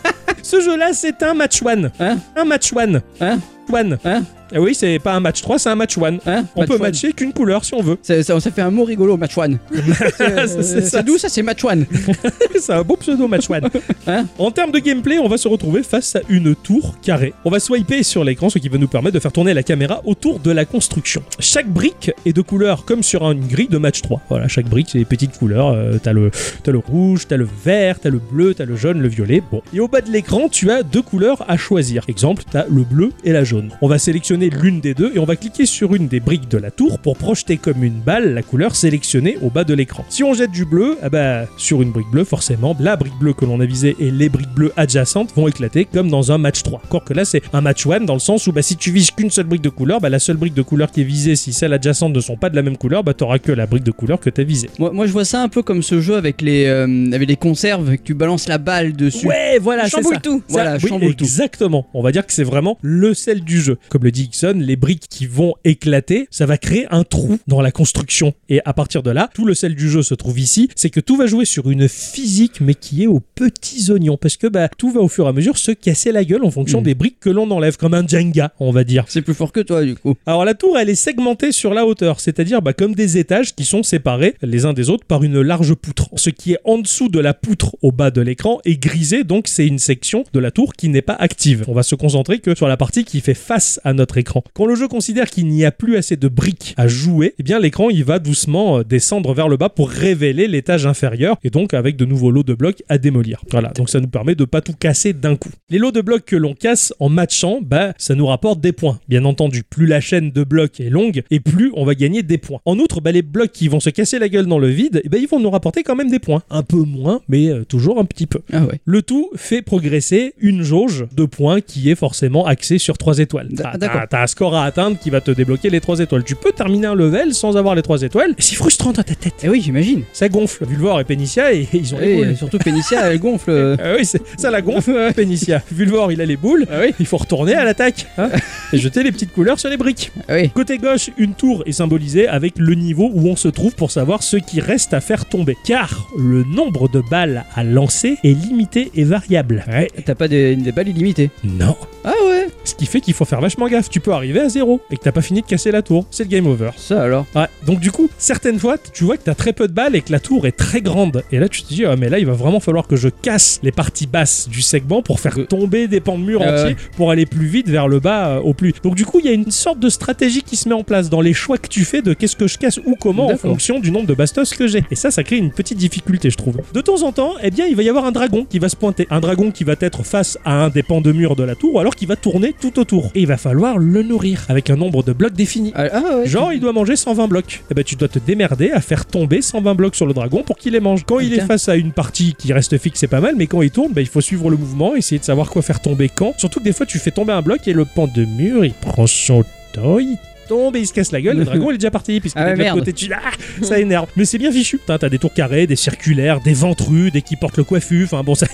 [SPEAKER 1] Ce jeu-là, c'est un match one.
[SPEAKER 2] Hein
[SPEAKER 1] un match one.
[SPEAKER 2] Hein
[SPEAKER 1] One.
[SPEAKER 2] Hein
[SPEAKER 1] Eh oui, c'est pas un match 3, c'est un match one.
[SPEAKER 2] Hein,
[SPEAKER 1] On
[SPEAKER 2] match
[SPEAKER 1] peut
[SPEAKER 2] one.
[SPEAKER 1] matcher qu'une couleur si on veut.
[SPEAKER 2] Ça, ça, ça fait un mot rigolo, match one. C'est, euh,
[SPEAKER 1] C'est- c'est ça.
[SPEAKER 2] c'est d'où ça, c'est match one.
[SPEAKER 1] c'est un beau pseudo match one.
[SPEAKER 2] Hein
[SPEAKER 1] en termes de gameplay, on va se retrouver face à une tour carrée. On va swiper sur l'écran, ce qui va nous permettre de faire tourner la caméra autour de la construction. Chaque brique est de couleur comme sur une grille de match 3. Voilà, chaque brique, c'est des petites couleurs. Euh, t'as le, t'as le rouge, t'as le vert, t'as le bleu, t'as le jaune, le violet. Bon. Et au bas de l'écran, tu as deux couleurs à choisir. Exemple, t'as le bleu et la jaune. On va sélectionner l'une des deux et on va cliquer sur une des briques de la tour pour projeter comme une balle la couleur sélectionnée au bas de l'écran. Si on jette du bleu, ah bah, sur une brique bleue, forcément, la brique bleue que l'on a visée et les briques bleues adjacentes vont éclater comme dans un match 3. Encore que là, c'est un match 1 dans le sens où bah, si tu vises qu'une seule brique de couleur, bah, la seule brique de couleur qui est visée, si celles adjacentes ne sont pas de la même couleur, bah, t'auras que la brique de couleur que t'as visée.
[SPEAKER 2] Moi, moi, je vois ça un peu comme ce jeu avec les, euh, avec les conserves et que tu balances la balle dessus.
[SPEAKER 1] Ouais, voilà, c'est
[SPEAKER 3] Chamboule
[SPEAKER 1] ça.
[SPEAKER 3] tout.
[SPEAKER 1] Ça,
[SPEAKER 2] Voilà,
[SPEAKER 1] oui,
[SPEAKER 2] chamboule tout.
[SPEAKER 1] exactement. On va dire que c'est vraiment le sel du jeu. Comme le dit Ixon, les briques qui vont éclater, ça va créer un trou dans la construction. Et à partir de là, tout le sel du jeu se trouve ici, c'est que tout va jouer sur une physique, mais qui est aux petits oignons, parce que bah, tout va au fur et à mesure se casser la gueule en fonction
[SPEAKER 2] Mm.
[SPEAKER 1] des briques que l'on enlève, comme un Jenga, on va dire.
[SPEAKER 2] C'est plus fort que toi, du coup.
[SPEAKER 1] Alors la tour, elle est segmentée sur la hauteur, c'est-à-dire bah, comme des étages qui sont séparés les uns des autres par une large poutre. Ce qui est en dessous de la poutre au bas de l'écran est grisé, donc c'est une section de la tour qui n'est pas active. On va se concentrer que sur la partie qui fait face à notre écran. Quand le jeu considère qu'il n'y a plus assez de briques à jouer, eh bien l'écran il va doucement euh, descendre vers le bas pour révéler l'étage inférieur et donc avec de nouveaux lots de blocs à démolir. Voilà, donc ça nous permet de pas tout casser d'un coup. Les lots de blocs que l'on casse en matchant, bah ça nous rapporte des points. Bien entendu, plus la chaîne de blocs est longue et plus on va gagner des points. En outre, bah, les blocs qui vont se casser la gueule dans le vide, eh ben, ils vont nous rapporter quand même des points. Un peu moins, mais euh, toujours un petit peu.
[SPEAKER 2] Ah ouais.
[SPEAKER 1] Le tout fait progresser une jauge de points qui est forcément axée sur 3 étoiles.
[SPEAKER 2] D-
[SPEAKER 1] T'as-
[SPEAKER 2] d'accord.
[SPEAKER 1] T'as t'as un score à atteindre qui va te débloquer les 3 étoiles. Tu peux terminer un level sans avoir les 3 étoiles. et C'est frustrant dans ta tête.
[SPEAKER 2] Eh oui, j'imagine. Eh
[SPEAKER 1] Ça gonfle. Vulvor et Pénicia, et, et ils ont les
[SPEAKER 2] Et
[SPEAKER 1] boules.
[SPEAKER 2] euh, surtout Pénicia, elle gonfle. euh.
[SPEAKER 1] Ah oui, c'est- ça la gonfle, Pénicia. Vulvor, il a les boules.
[SPEAKER 2] Ah oui
[SPEAKER 1] Il faut retourner à l'attaque hein, et jeter les petites couleurs sur les briques.
[SPEAKER 2] Ah oui.
[SPEAKER 1] Côté gauche, une tour est symbolisée avec le niveau où on se trouve pour savoir ce qui reste à faire tomber. Car le nombre de balles à lancer est limité et variable. Ouais.
[SPEAKER 2] T'as pas des, des balles illimitées.
[SPEAKER 1] Non.
[SPEAKER 2] Ah ouais
[SPEAKER 1] Ce qui fait qu'il faut faire vachement gaffe. Tu peux arriver à zéro et que t'as pas fini de casser la tour. C'est le game over.
[SPEAKER 2] Ça alors.
[SPEAKER 1] Ouais, donc du coup, certaines fois, tu vois que t'as très peu de balles et que la tour est très grande. Et là, tu te dis, ah, mais là, il va vraiment falloir que je casse les parties basses du segment pour faire
[SPEAKER 2] Euh.
[SPEAKER 1] tomber des pans de mur
[SPEAKER 2] Euh.
[SPEAKER 1] entiers pour aller plus vite vers le bas euh, au plus. Donc du coup, il y a une sorte de stratégie qui se met en place dans les choix que tu fais de qu'est-ce que je casse ou comment en
[SPEAKER 2] D'accord.
[SPEAKER 1] fonction du nombre de bastos que j'ai. Et ça, ça crée une petite difficulté, je trouve. De temps en temps, eh bien, il va y avoir un dragon qui va se pointer. Un dragon qui va être face à un des pans de mur de la tour, ou alors qui va tourner tout autour. Et il va falloir le nourrir avec un nombre de blocs défini.
[SPEAKER 2] Ah, ah ouais.
[SPEAKER 1] Genre, il doit manger 120 blocs. Et ben, tu dois te démerder à faire tomber 120 blocs sur le dragon pour qu'il les mange. Quand il
[SPEAKER 2] Putain.
[SPEAKER 1] est face à une partie qui reste fixe, c'est pas mal, mais quand il tourne, ben, il faut suivre le mouvement, essayer de savoir quoi faire tomber quand. Surtout que des fois, tu fais tomber un bloc et le pan de mur, il prend son temps, il tombe et il se casse la gueule. Le dragon, il est déjà parti, puisqu'il
[SPEAKER 2] Ah ouais,
[SPEAKER 1] est de l'autre
[SPEAKER 2] merde.
[SPEAKER 1] côté. Tu... Ah, ça énerve. Mais c'est bien fichu. Putain, T'as des tours carrés, des circulaires, des ventrus, des qui portent le coiffu. Enfin, bon, ça.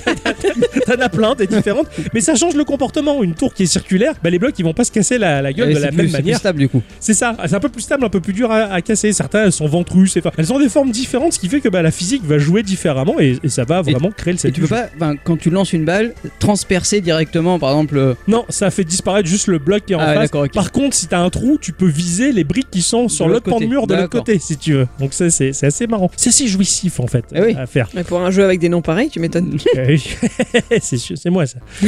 [SPEAKER 1] T'en as plein, des différentes. Mais ça change le comportement. Une tour qui est circulaire, ben, les blocs, ils vont pas se casser la, la gueule
[SPEAKER 2] Eh,
[SPEAKER 1] de
[SPEAKER 2] c'est
[SPEAKER 1] la
[SPEAKER 2] plus-
[SPEAKER 1] même
[SPEAKER 2] c'est plus
[SPEAKER 1] manière.
[SPEAKER 2] stable du coup.
[SPEAKER 1] C'est ça, c'est un peu plus stable, un peu plus dur à, à casser. Certains sont ventrues, c'est- enfin, elles ont des formes différentes, ce qui fait que bah, la physique va jouer différemment et, et ça va vraiment créer le
[SPEAKER 2] Et
[SPEAKER 1] set
[SPEAKER 2] tu
[SPEAKER 1] du
[SPEAKER 2] peux
[SPEAKER 1] jeu.
[SPEAKER 2] pas, ben, quand tu lances une balle, transpercer directement, par exemple. euh,
[SPEAKER 1] Non, ça fait disparaître juste le bloc qui est en
[SPEAKER 2] Ah ouais,
[SPEAKER 1] face.
[SPEAKER 2] d'accord, ok.
[SPEAKER 1] Par contre, si t'as un trou, tu peux viser les briques qui sont sur
[SPEAKER 2] De
[SPEAKER 1] l'autre
[SPEAKER 2] l'autre
[SPEAKER 1] pan de
[SPEAKER 2] côté.
[SPEAKER 1] mur de l'autre
[SPEAKER 2] D'accord.
[SPEAKER 1] côté, si tu veux. Donc ça, c'est c'est assez marrant. C'est assez jouissif, en fait,
[SPEAKER 2] Eh oui.
[SPEAKER 1] à faire.
[SPEAKER 3] Mais pour un jeu avec des noms pareils, tu m'étonnes.
[SPEAKER 1] Euh, oui. c'est sûr, c'est moi ça.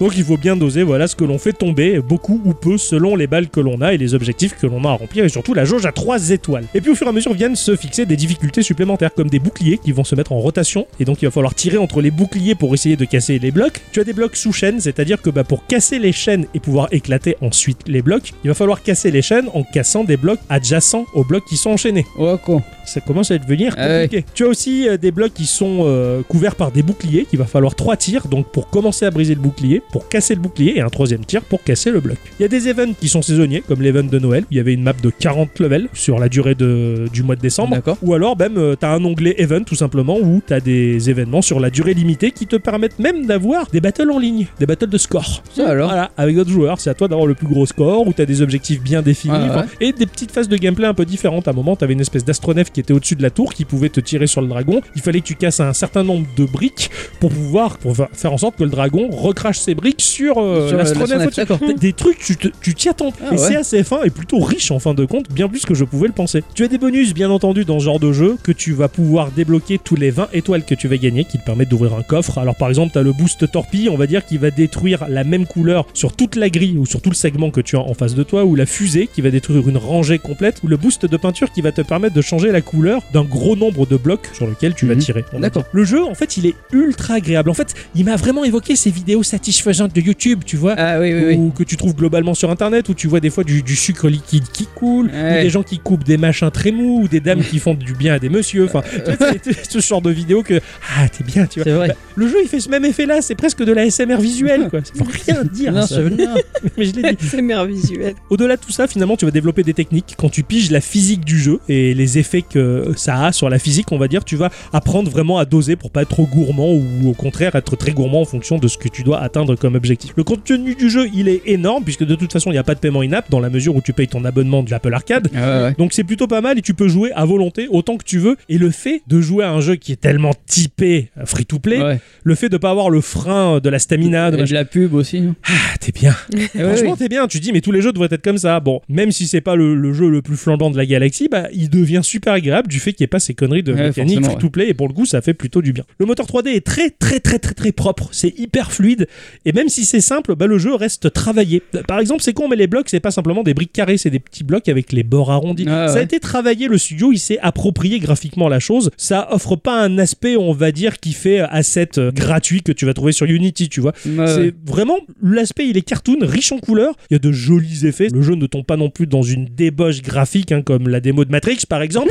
[SPEAKER 1] Donc il faut bien doser voilà ce que l'on fait tomber, beaucoup ou peu, selon les balles que l'on a et les objectifs que l'on a à remplir, et surtout la jauge à 3 étoiles. Et puis au fur et à mesure viennent se fixer des difficultés supplémentaires, comme des boucliers qui vont se mettre en rotation, et donc il va falloir tirer entre les boucliers pour essayer de casser les blocs. Tu as des blocs sous chaîne, c'est-à-dire que bah, pour casser les chaînes et pouvoir éclater ensuite les blocs, il va falloir casser les chaînes en cassant des blocs adjacents aux blocs qui sont enchaînés
[SPEAKER 2] Oh, con.
[SPEAKER 1] ça commence à devenir
[SPEAKER 2] Ah ouais.
[SPEAKER 1] compliqué. Tu as aussi euh, des blocs qui sont euh, couverts par des boucliers, qu'il va falloir trois tirs, donc pour commencer à briser le bouclier, pour casser le bouclier, et un troisième tir pour casser le bloc. Il y a des events qui sont saisonniers, comme l'event de Noël, où il y avait une map de 40 levels sur la durée de- du mois de décembre.
[SPEAKER 2] D'accord.
[SPEAKER 1] Ou alors même, euh, t'as un onglet event tout simplement où t'as des événements sur la durée limitée qui te permettent même d'avoir des battles en ligne, des battles de score.
[SPEAKER 2] Ça alors
[SPEAKER 1] Voilà, avec d'autres joueurs, c'est à toi d'avoir le plus gros score, où t'as des objectifs bien définis,
[SPEAKER 2] Ouais, ouais.
[SPEAKER 1] enfin, et des petites phases de gameplay un peu différentes. À un moment, t'avais une espèce d'astronef qui était au-dessus de la tour, qui pouvait te tirer sur le dragon. Il fallait que tu casses un certain nombre de briques pour pouvoir pour fa- faire en sorte que le dragon recrache ses briques sur, euh,
[SPEAKER 2] Sur, euh,
[SPEAKER 1] l'astronef
[SPEAKER 2] l'astronef,
[SPEAKER 1] au-dessus.
[SPEAKER 2] d'accord.
[SPEAKER 1] T'as Des trucs, tu te- tu t'y attends.
[SPEAKER 2] Mm. Ah
[SPEAKER 1] et
[SPEAKER 2] ouais.
[SPEAKER 1] c'est assez fin et plutôt riche en fin de compte, bien plus que je pouvais le penser. Tu as des bonus, bien entendu, dans ce genre de jeu, que tu vas pouvoir débloquer tous les 20 étoiles que tu vas gagner, qui te permettent d'ouvrir un coffre. Alors par exemple, tu as le boost torpille, on va dire, qui va détruire la même couleur sur toute la grille ou sur tout le segment que tu as en face de toi, ou la fusée qui va détruire une rangée complète, ou le boost de peinture qui va te permettre de changer la couleur d'un gros nombre de blocs sur lequel tu vas
[SPEAKER 2] Mhm.
[SPEAKER 1] tirer. On a
[SPEAKER 2] D'accord.
[SPEAKER 1] le jeu, en fait, il est ultra agréable. En fait, il m'a vraiment évoqué ces vidéos satisfaisantes de YouTube, tu vois,
[SPEAKER 2] Ah oui, oui, oui.
[SPEAKER 1] ou que tu trouves globalement sur Internet, où tu vois des fois du, du sucre liquide qui coule,
[SPEAKER 2] Ouais.
[SPEAKER 1] ou des gens qui coupent des machins très mous, ou des dames qui font du bien à des messieurs. Enfin, tu vois, c'est- c'est ce genre de vidéo que ah t'es bien, tu vois.
[SPEAKER 2] C'est vrai.
[SPEAKER 1] Bah, le jeu, il fait ce même effet-là. C'est presque de la SMR visuelle, quoi. Ça veut rien dire.
[SPEAKER 2] Non,
[SPEAKER 1] ça.
[SPEAKER 2] c'est- non.
[SPEAKER 1] Mais je l'ai dit.
[SPEAKER 3] C'est merveilleux.
[SPEAKER 1] Au-delà de tout ça, finalement, tu vas développer des techniques. Quand tu piges la physique du jeu et les effets que ça a sur la physique, on va dire, tu vas apprendre vraiment à doser pour pas être trop gourmand ou au contraire être très gourmand en fonction de ce que tu dois atteindre comme objectif. Le contenu du jeu, il est énorme puisque de toute façon, il n'y a pas de paiement in-app dans la mesure où tu payes ton abonnement de l'Apple Arcade.
[SPEAKER 2] Ah ouais, ouais.
[SPEAKER 1] Donc c'est plutôt pas mal et tu peux jouer à volonté autant que tu veux. Et le fait de jouer à un jeu qui est tellement typé euh, free to play,
[SPEAKER 2] Ouais.
[SPEAKER 1] le fait de pas avoir le frein de la stamina, de
[SPEAKER 2] Et de
[SPEAKER 1] machin,
[SPEAKER 2] la pub aussi. hein. non
[SPEAKER 1] ah, t'es bien.
[SPEAKER 2] Eh ouais,
[SPEAKER 1] Franchement,
[SPEAKER 2] oui.
[SPEAKER 1] t'es bien. Tu dis, mais tous les jeux devraient être comme ça. Bon, même si c'est pas le, le jeu le plus flambant de la galaxie, bah, il devient super agréable du fait qu'il n'y ait pas ces conneries de
[SPEAKER 2] Ouais,
[SPEAKER 1] mécanique
[SPEAKER 2] forcément,
[SPEAKER 1] free to play. Et pour le coup, ça fait plutôt du bien. Le moteur 3D est très, très, très, très, très propre. C'est hyper fluide. Et même si c'est simple, bah, le jeu reste travaillé. Par exemple, c'est con, mais les blocs, c'est pas simplement des briques carrées, c'est des petits blocs avec les bords arrondis.
[SPEAKER 2] Ah,
[SPEAKER 1] ça a
[SPEAKER 2] ouais.
[SPEAKER 1] été travaillé. Le studio, il s'est approprié graphiquement la chose. Ça offre pas un aspect, on va dire, qui fait asset euh, gratuit que tu vas trouver sur Unity, tu vois.
[SPEAKER 2] Ouais, ouais.
[SPEAKER 1] C'est vraiment l'aspect, il est cartoon, riche en couleurs. Il y a de jolis effets. Le jeu ne tombe pas non plus dans une débauche graphique, hein, comme la démo de Matrix, par exemple.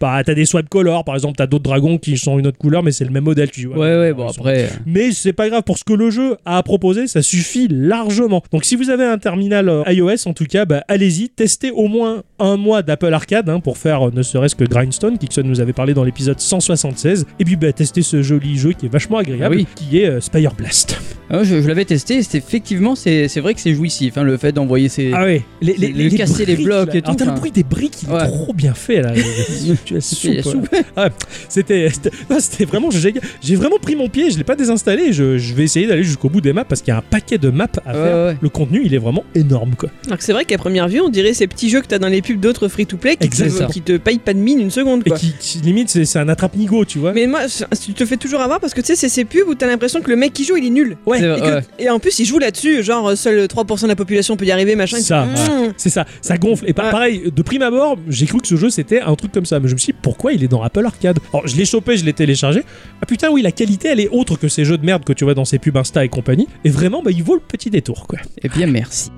[SPEAKER 1] bah, t'as des swap colors, par exemple, t'as d'autres dragons qui sont une autre couleur, mais c'est le même modèle. Tu dis, ouais,
[SPEAKER 2] Ouais, ouais, bon
[SPEAKER 1] ils sont-
[SPEAKER 2] après. euh,
[SPEAKER 1] Mais c'est pas grave, pour ce que le jeu a à proposer, ça suffit largement. Donc si vous avez un terminal euh, iOS, en tout cas, bah, allez-y, testez au moins un mois d'Apple Arcade hein, pour faire euh, ne serait-ce que Grindstone, Kixon nous avait parlé dans l'épisode 176. Et puis bah, testez ce joli jeu qui est vachement agréable,
[SPEAKER 2] Ah oui.
[SPEAKER 1] qui est euh, Spire Blast.
[SPEAKER 2] Ah, je je l'avais testé, c'est effectivement, c'est c'est vrai que c'est jouissif, hein, le fait d'envoyer ses.
[SPEAKER 1] Ah ouais, les, les,
[SPEAKER 2] les- les casser les
[SPEAKER 1] briques,
[SPEAKER 2] blocs
[SPEAKER 1] là.
[SPEAKER 2] et tout,
[SPEAKER 1] Ah, t'as le
[SPEAKER 2] enfin.
[SPEAKER 1] bruit des briques, il est
[SPEAKER 2] Ouais.
[SPEAKER 1] trop bien fait là. tu as
[SPEAKER 2] C'est la
[SPEAKER 1] soupe,
[SPEAKER 2] soupe.
[SPEAKER 1] Ah, c'était, c'était- non, c'était vraiment génial. J'ai vraiment pris mon pied, je l'ai pas désinstallé. Je, je vais essayer d'aller jusqu'au bout des maps parce qu'il y a un paquet de maps à
[SPEAKER 2] Ouais,
[SPEAKER 1] faire.
[SPEAKER 2] ouais.
[SPEAKER 1] Le contenu, il est vraiment énorme quoi.
[SPEAKER 3] Alors que c'est vrai qu'à première vue, on dirait ces petits jeux que t'as dans les pubs d'autres free-to-play qui,
[SPEAKER 1] Exact.
[SPEAKER 3] te- qui te payent pas de mine une seconde.
[SPEAKER 1] Et
[SPEAKER 3] Quoi.
[SPEAKER 1] qui, qui, limite, c'est, c'est un attrape-nigo, tu vois.
[SPEAKER 3] Mais moi, c- tu te fais toujours avoir parce que tu sais, c'est ces pubs où t'as l'impression que le mec qui joue, il est nul.
[SPEAKER 1] Ouais,
[SPEAKER 2] C'est
[SPEAKER 3] Et,
[SPEAKER 2] vrai,
[SPEAKER 3] que-
[SPEAKER 2] ouais.
[SPEAKER 3] et en plus, il joue là-dessus, genre euh, seul 3% de la population peut y arriver, machin.
[SPEAKER 1] Ça,
[SPEAKER 3] Mmh.
[SPEAKER 1] ouais. C'est ça, ça gonfle. Et pas
[SPEAKER 3] Ouais.
[SPEAKER 1] pareil, de prime abord, j'ai cru que ce jeu c'était un truc comme ça, mais je me suis dit pourquoi il est dans Apple Arcade Alors je l'ai chopé, je l'ai téléchargé. Ah putain, oui, la qualité elle est autre que ces jeux de merde que tu vois dans ces pubs Insta et compagnie. Et vraiment, bah, il vaut le petit détour quoi.
[SPEAKER 2] Eh bien, merci.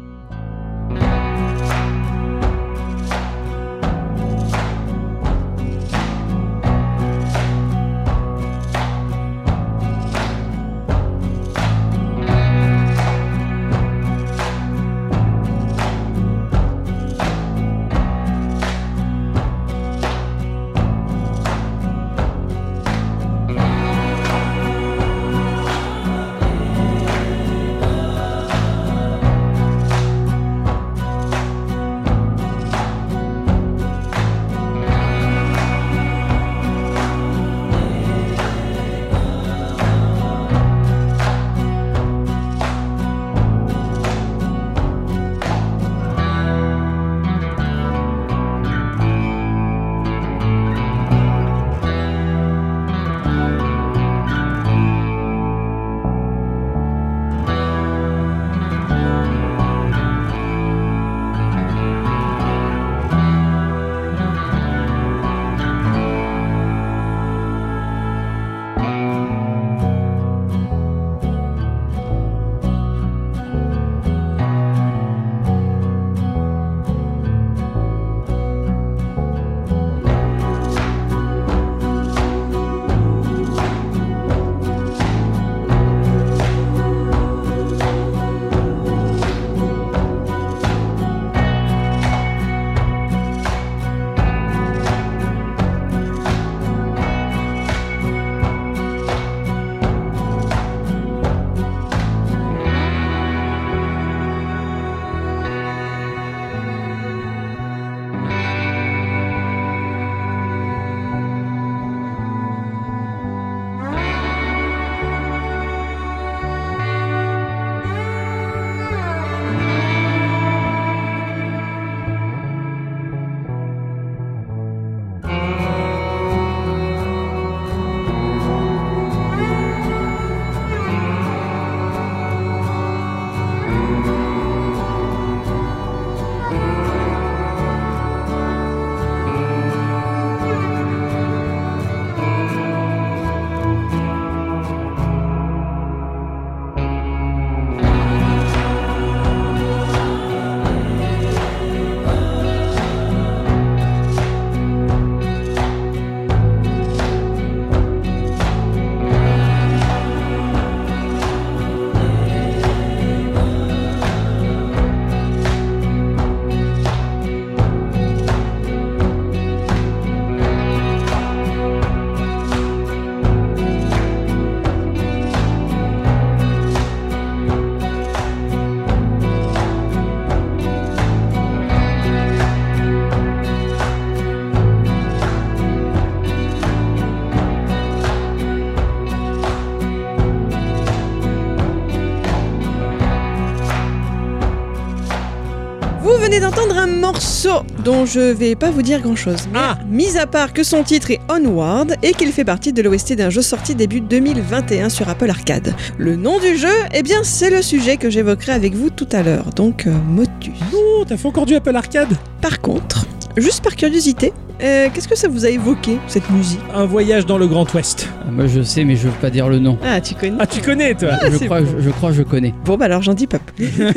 [SPEAKER 3] entendre un morceau dont je vais pas vous dire grand chose.
[SPEAKER 1] Ah.
[SPEAKER 3] Mis à part que son titre est Onward et qu'il fait partie de l'OST d'un jeu sorti début 2021 sur Apple Arcade. Le nom du jeu, eh bien, c'est le sujet que j'évoquerai avec vous tout à l'heure, donc euh, Motus.
[SPEAKER 1] Non, Oh, t'as fait encore du Apple Arcade
[SPEAKER 3] Par contre, juste par curiosité, euh, qu'est-ce que ça vous a évoqué, cette musique
[SPEAKER 1] Un voyage dans le Grand Ouest.
[SPEAKER 2] Ah, Moi je sais, mais je veux pas dire le nom.
[SPEAKER 3] Ah, tu connais
[SPEAKER 1] Ah, tu connais, toi
[SPEAKER 2] je,
[SPEAKER 3] c'est
[SPEAKER 2] crois, je, je crois que je connais.
[SPEAKER 3] Bon, bah alors j'en dis pas plus.
[SPEAKER 1] Mon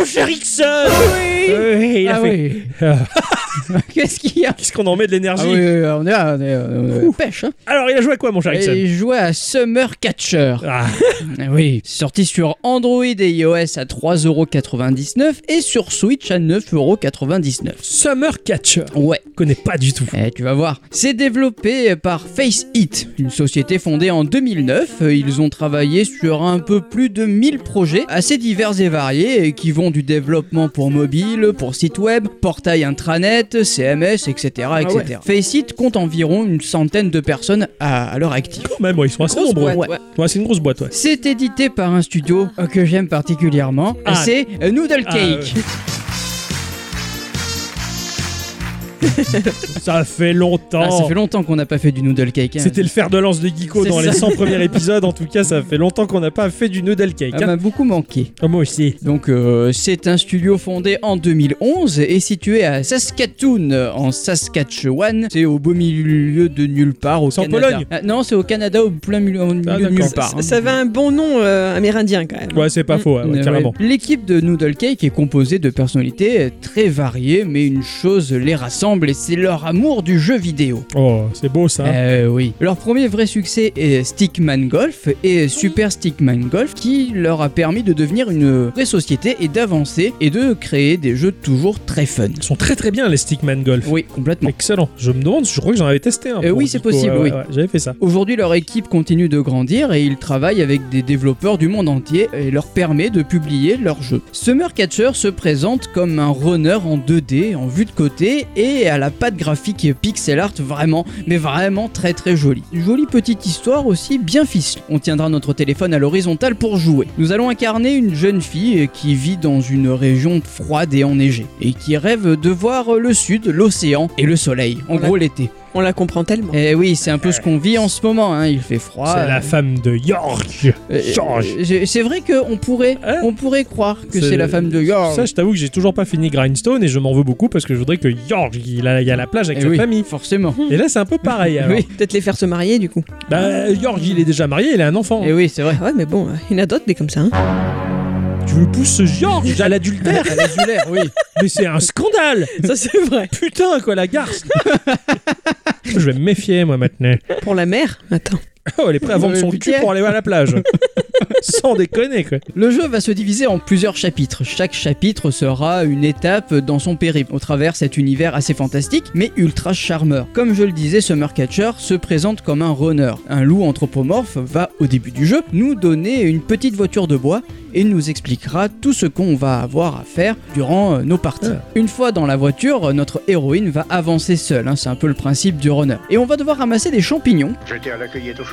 [SPEAKER 1] Oh, cher Ixon Ah Oui il a
[SPEAKER 2] ah
[SPEAKER 1] fait-
[SPEAKER 2] oui. Qu'est-ce qu'il y a
[SPEAKER 1] Qu'est-ce qu'on en met de l'énergie
[SPEAKER 2] Ah oui, oui, oui, on est à- on est à- on est à pêche. Hein.
[SPEAKER 1] Alors, il a joué à quoi, mon cher Ixon
[SPEAKER 2] Et il jouait à Summer Catcher.
[SPEAKER 1] Ah,
[SPEAKER 2] Ah Oui, sorti sur Android et iOS à 3,99€ et sur Switch à 9,99€.
[SPEAKER 1] Summer Catcher.
[SPEAKER 2] Ouais,
[SPEAKER 1] Je connais pas du tout.
[SPEAKER 2] eh, tu vas voir. C'est développé par FaceIt, une société fondée en 2009. Euh, Ils ont travaillé sur un peu plus de 1000 projets assez divers et variés et qui vont du développement pour mobile, pour site web, portail intranet, CMS, etc. etc.
[SPEAKER 1] Ah ouais.
[SPEAKER 2] FaceIt compte environ une centaine de personnes à, à leur actif.
[SPEAKER 1] Quand même, ouais, ils sont assez
[SPEAKER 3] Grosse
[SPEAKER 1] nombreux.
[SPEAKER 3] boîte, ouais.
[SPEAKER 1] Ouais, c'est une grosse boîte, ouais.
[SPEAKER 2] C'est édité par un studio euh, que j'aime particulièrement,
[SPEAKER 1] Ah.
[SPEAKER 2] c'est euh, Noodle
[SPEAKER 1] Ah,
[SPEAKER 2] Cake.
[SPEAKER 1] Ça fait longtemps.
[SPEAKER 2] Ah, ça fait longtemps qu'on n'a pas fait du Noodle Cake. hein.
[SPEAKER 1] C'était le fer de lance de Geeko
[SPEAKER 2] C'est
[SPEAKER 1] dans
[SPEAKER 2] ça.
[SPEAKER 1] les 100 premiers épisodes. En tout cas, ça fait longtemps qu'on n'a pas fait du noodle cake.
[SPEAKER 2] Ah,
[SPEAKER 1] hein.
[SPEAKER 2] m'a beaucoup manqué.
[SPEAKER 1] Ah, moi aussi.
[SPEAKER 2] Donc euh, c'est un studio fondé en 2011 et situé à Saskatoon euh, en Saskatchewan. C'est au beau milieu de nulle part au
[SPEAKER 1] C'est en
[SPEAKER 2] Canada.
[SPEAKER 1] Pologne Ah,
[SPEAKER 2] Ah, Non, c'est au Canada au plein milieu, au milieu de
[SPEAKER 1] d'accord.
[SPEAKER 2] nulle
[SPEAKER 1] Ça-
[SPEAKER 2] part. hein.
[SPEAKER 3] Ça avait un bon nom euh, amérindien quand même.
[SPEAKER 1] Ouais, c'est pas faux, ouais, ouais,
[SPEAKER 2] Euh,
[SPEAKER 1] carrément.
[SPEAKER 2] ouais. L'équipe de Noodle Cake est composée de personnalités euh, très variées, mais une chose les rassemble et c'est leur amour du jeu vidéo.
[SPEAKER 1] Oh, c'est beau ça.
[SPEAKER 2] Euh, oui. Leur premier vrai succès est Stickman Golf et Super Stickman Golf qui leur a permis de devenir une vraie société et d'avancer et de créer des jeux toujours très fun.
[SPEAKER 1] Ils sont très très bien les Stickman Golf.
[SPEAKER 2] Oui, complètement.
[SPEAKER 1] Excellent. Je me demande, je crois que j'en avais testé un.
[SPEAKER 2] Euh,
[SPEAKER 1] pour
[SPEAKER 2] oui, c'est
[SPEAKER 1] Geeko,
[SPEAKER 2] possible,
[SPEAKER 1] ouais,
[SPEAKER 2] oui.
[SPEAKER 1] ouais, ouais, J'avais fait ça.
[SPEAKER 2] Aujourd'hui, leur équipe continue de grandir et ils travaillent avec des développeurs du monde entier et leur permet de publier leurs jeux. Summer Catcher se présente comme un runner en 2D, en vue de côté et à la patte graphique et pixel art vraiment, mais vraiment très très jolie. Jolie petite histoire aussi bien ficelée. On tiendra notre téléphone à l'horizontale pour jouer. Nous allons incarner une jeune fille qui vit dans une région froide et enneigée et qui rêve de voir le sud, l'océan et le soleil. En
[SPEAKER 3] Voilà.
[SPEAKER 2] gros l'été.
[SPEAKER 3] On la comprend tellement.
[SPEAKER 2] Eh oui, c'est un peu ce qu'on vit en ce moment. Hein. Il fait froid.
[SPEAKER 1] c'est la
[SPEAKER 2] Euh,
[SPEAKER 1] femme de York.
[SPEAKER 2] euh,
[SPEAKER 1] Change.
[SPEAKER 2] j'ai- c'est vrai qu'on pourrait,
[SPEAKER 1] Hein
[SPEAKER 2] on pourrait croire que c'est la femme de York.
[SPEAKER 1] Ça, je t'avoue que j'ai toujours pas fini Grindstone et je m'en veux beaucoup parce que je voudrais que York, il a, il a la plage avec
[SPEAKER 2] Eh
[SPEAKER 1] sa
[SPEAKER 2] oui,
[SPEAKER 1] famille. Hmm.
[SPEAKER 2] forcément.
[SPEAKER 1] Et là, c'est un peu pareil. alors.
[SPEAKER 2] Oui.
[SPEAKER 3] Peut-être les faire se marier du coup.
[SPEAKER 1] Bah, York, il est déjà marié, il a un enfant.
[SPEAKER 2] Et Eh oui, c'est vrai.
[SPEAKER 3] Ah ouais, mais bon, euh, il y en a d'autres des comme ça. hein.
[SPEAKER 1] Tu veux pousser ce York à l'adultère
[SPEAKER 2] À l'azulaire, oui.
[SPEAKER 1] Mais c'est un scandale
[SPEAKER 3] Ça c'est vrai.
[SPEAKER 1] Putain, quoi, la garce Je vais me méfier, moi, maintenant.
[SPEAKER 3] Pour la mère Attends.
[SPEAKER 1] Oh, elle est prête à vendre
[SPEAKER 2] Ouais,
[SPEAKER 1] son
[SPEAKER 2] putain.
[SPEAKER 1] cul pour aller à la plage. Sans déconner, quoi.
[SPEAKER 2] Le jeu va se diviser en plusieurs chapitres. Chaque chapitre sera une étape dans son périple, au travers cet univers assez fantastique, mais ultra charmeur. Comme je le disais, Summer Catcher se présente comme un runner. Un loup anthropomorphe va, au début du jeu, nous donner une petite voiture de bois et nous expliquera tout ce qu'on va avoir à faire durant euh, nos parties.
[SPEAKER 1] Ah.
[SPEAKER 2] Une fois dans la voiture, euh, notre héroïne va avancer seule, hein, c'est un peu le principe du runner. Et on va devoir ramasser des champignons,
[SPEAKER 4] J'étais à la cueillette aux champignons.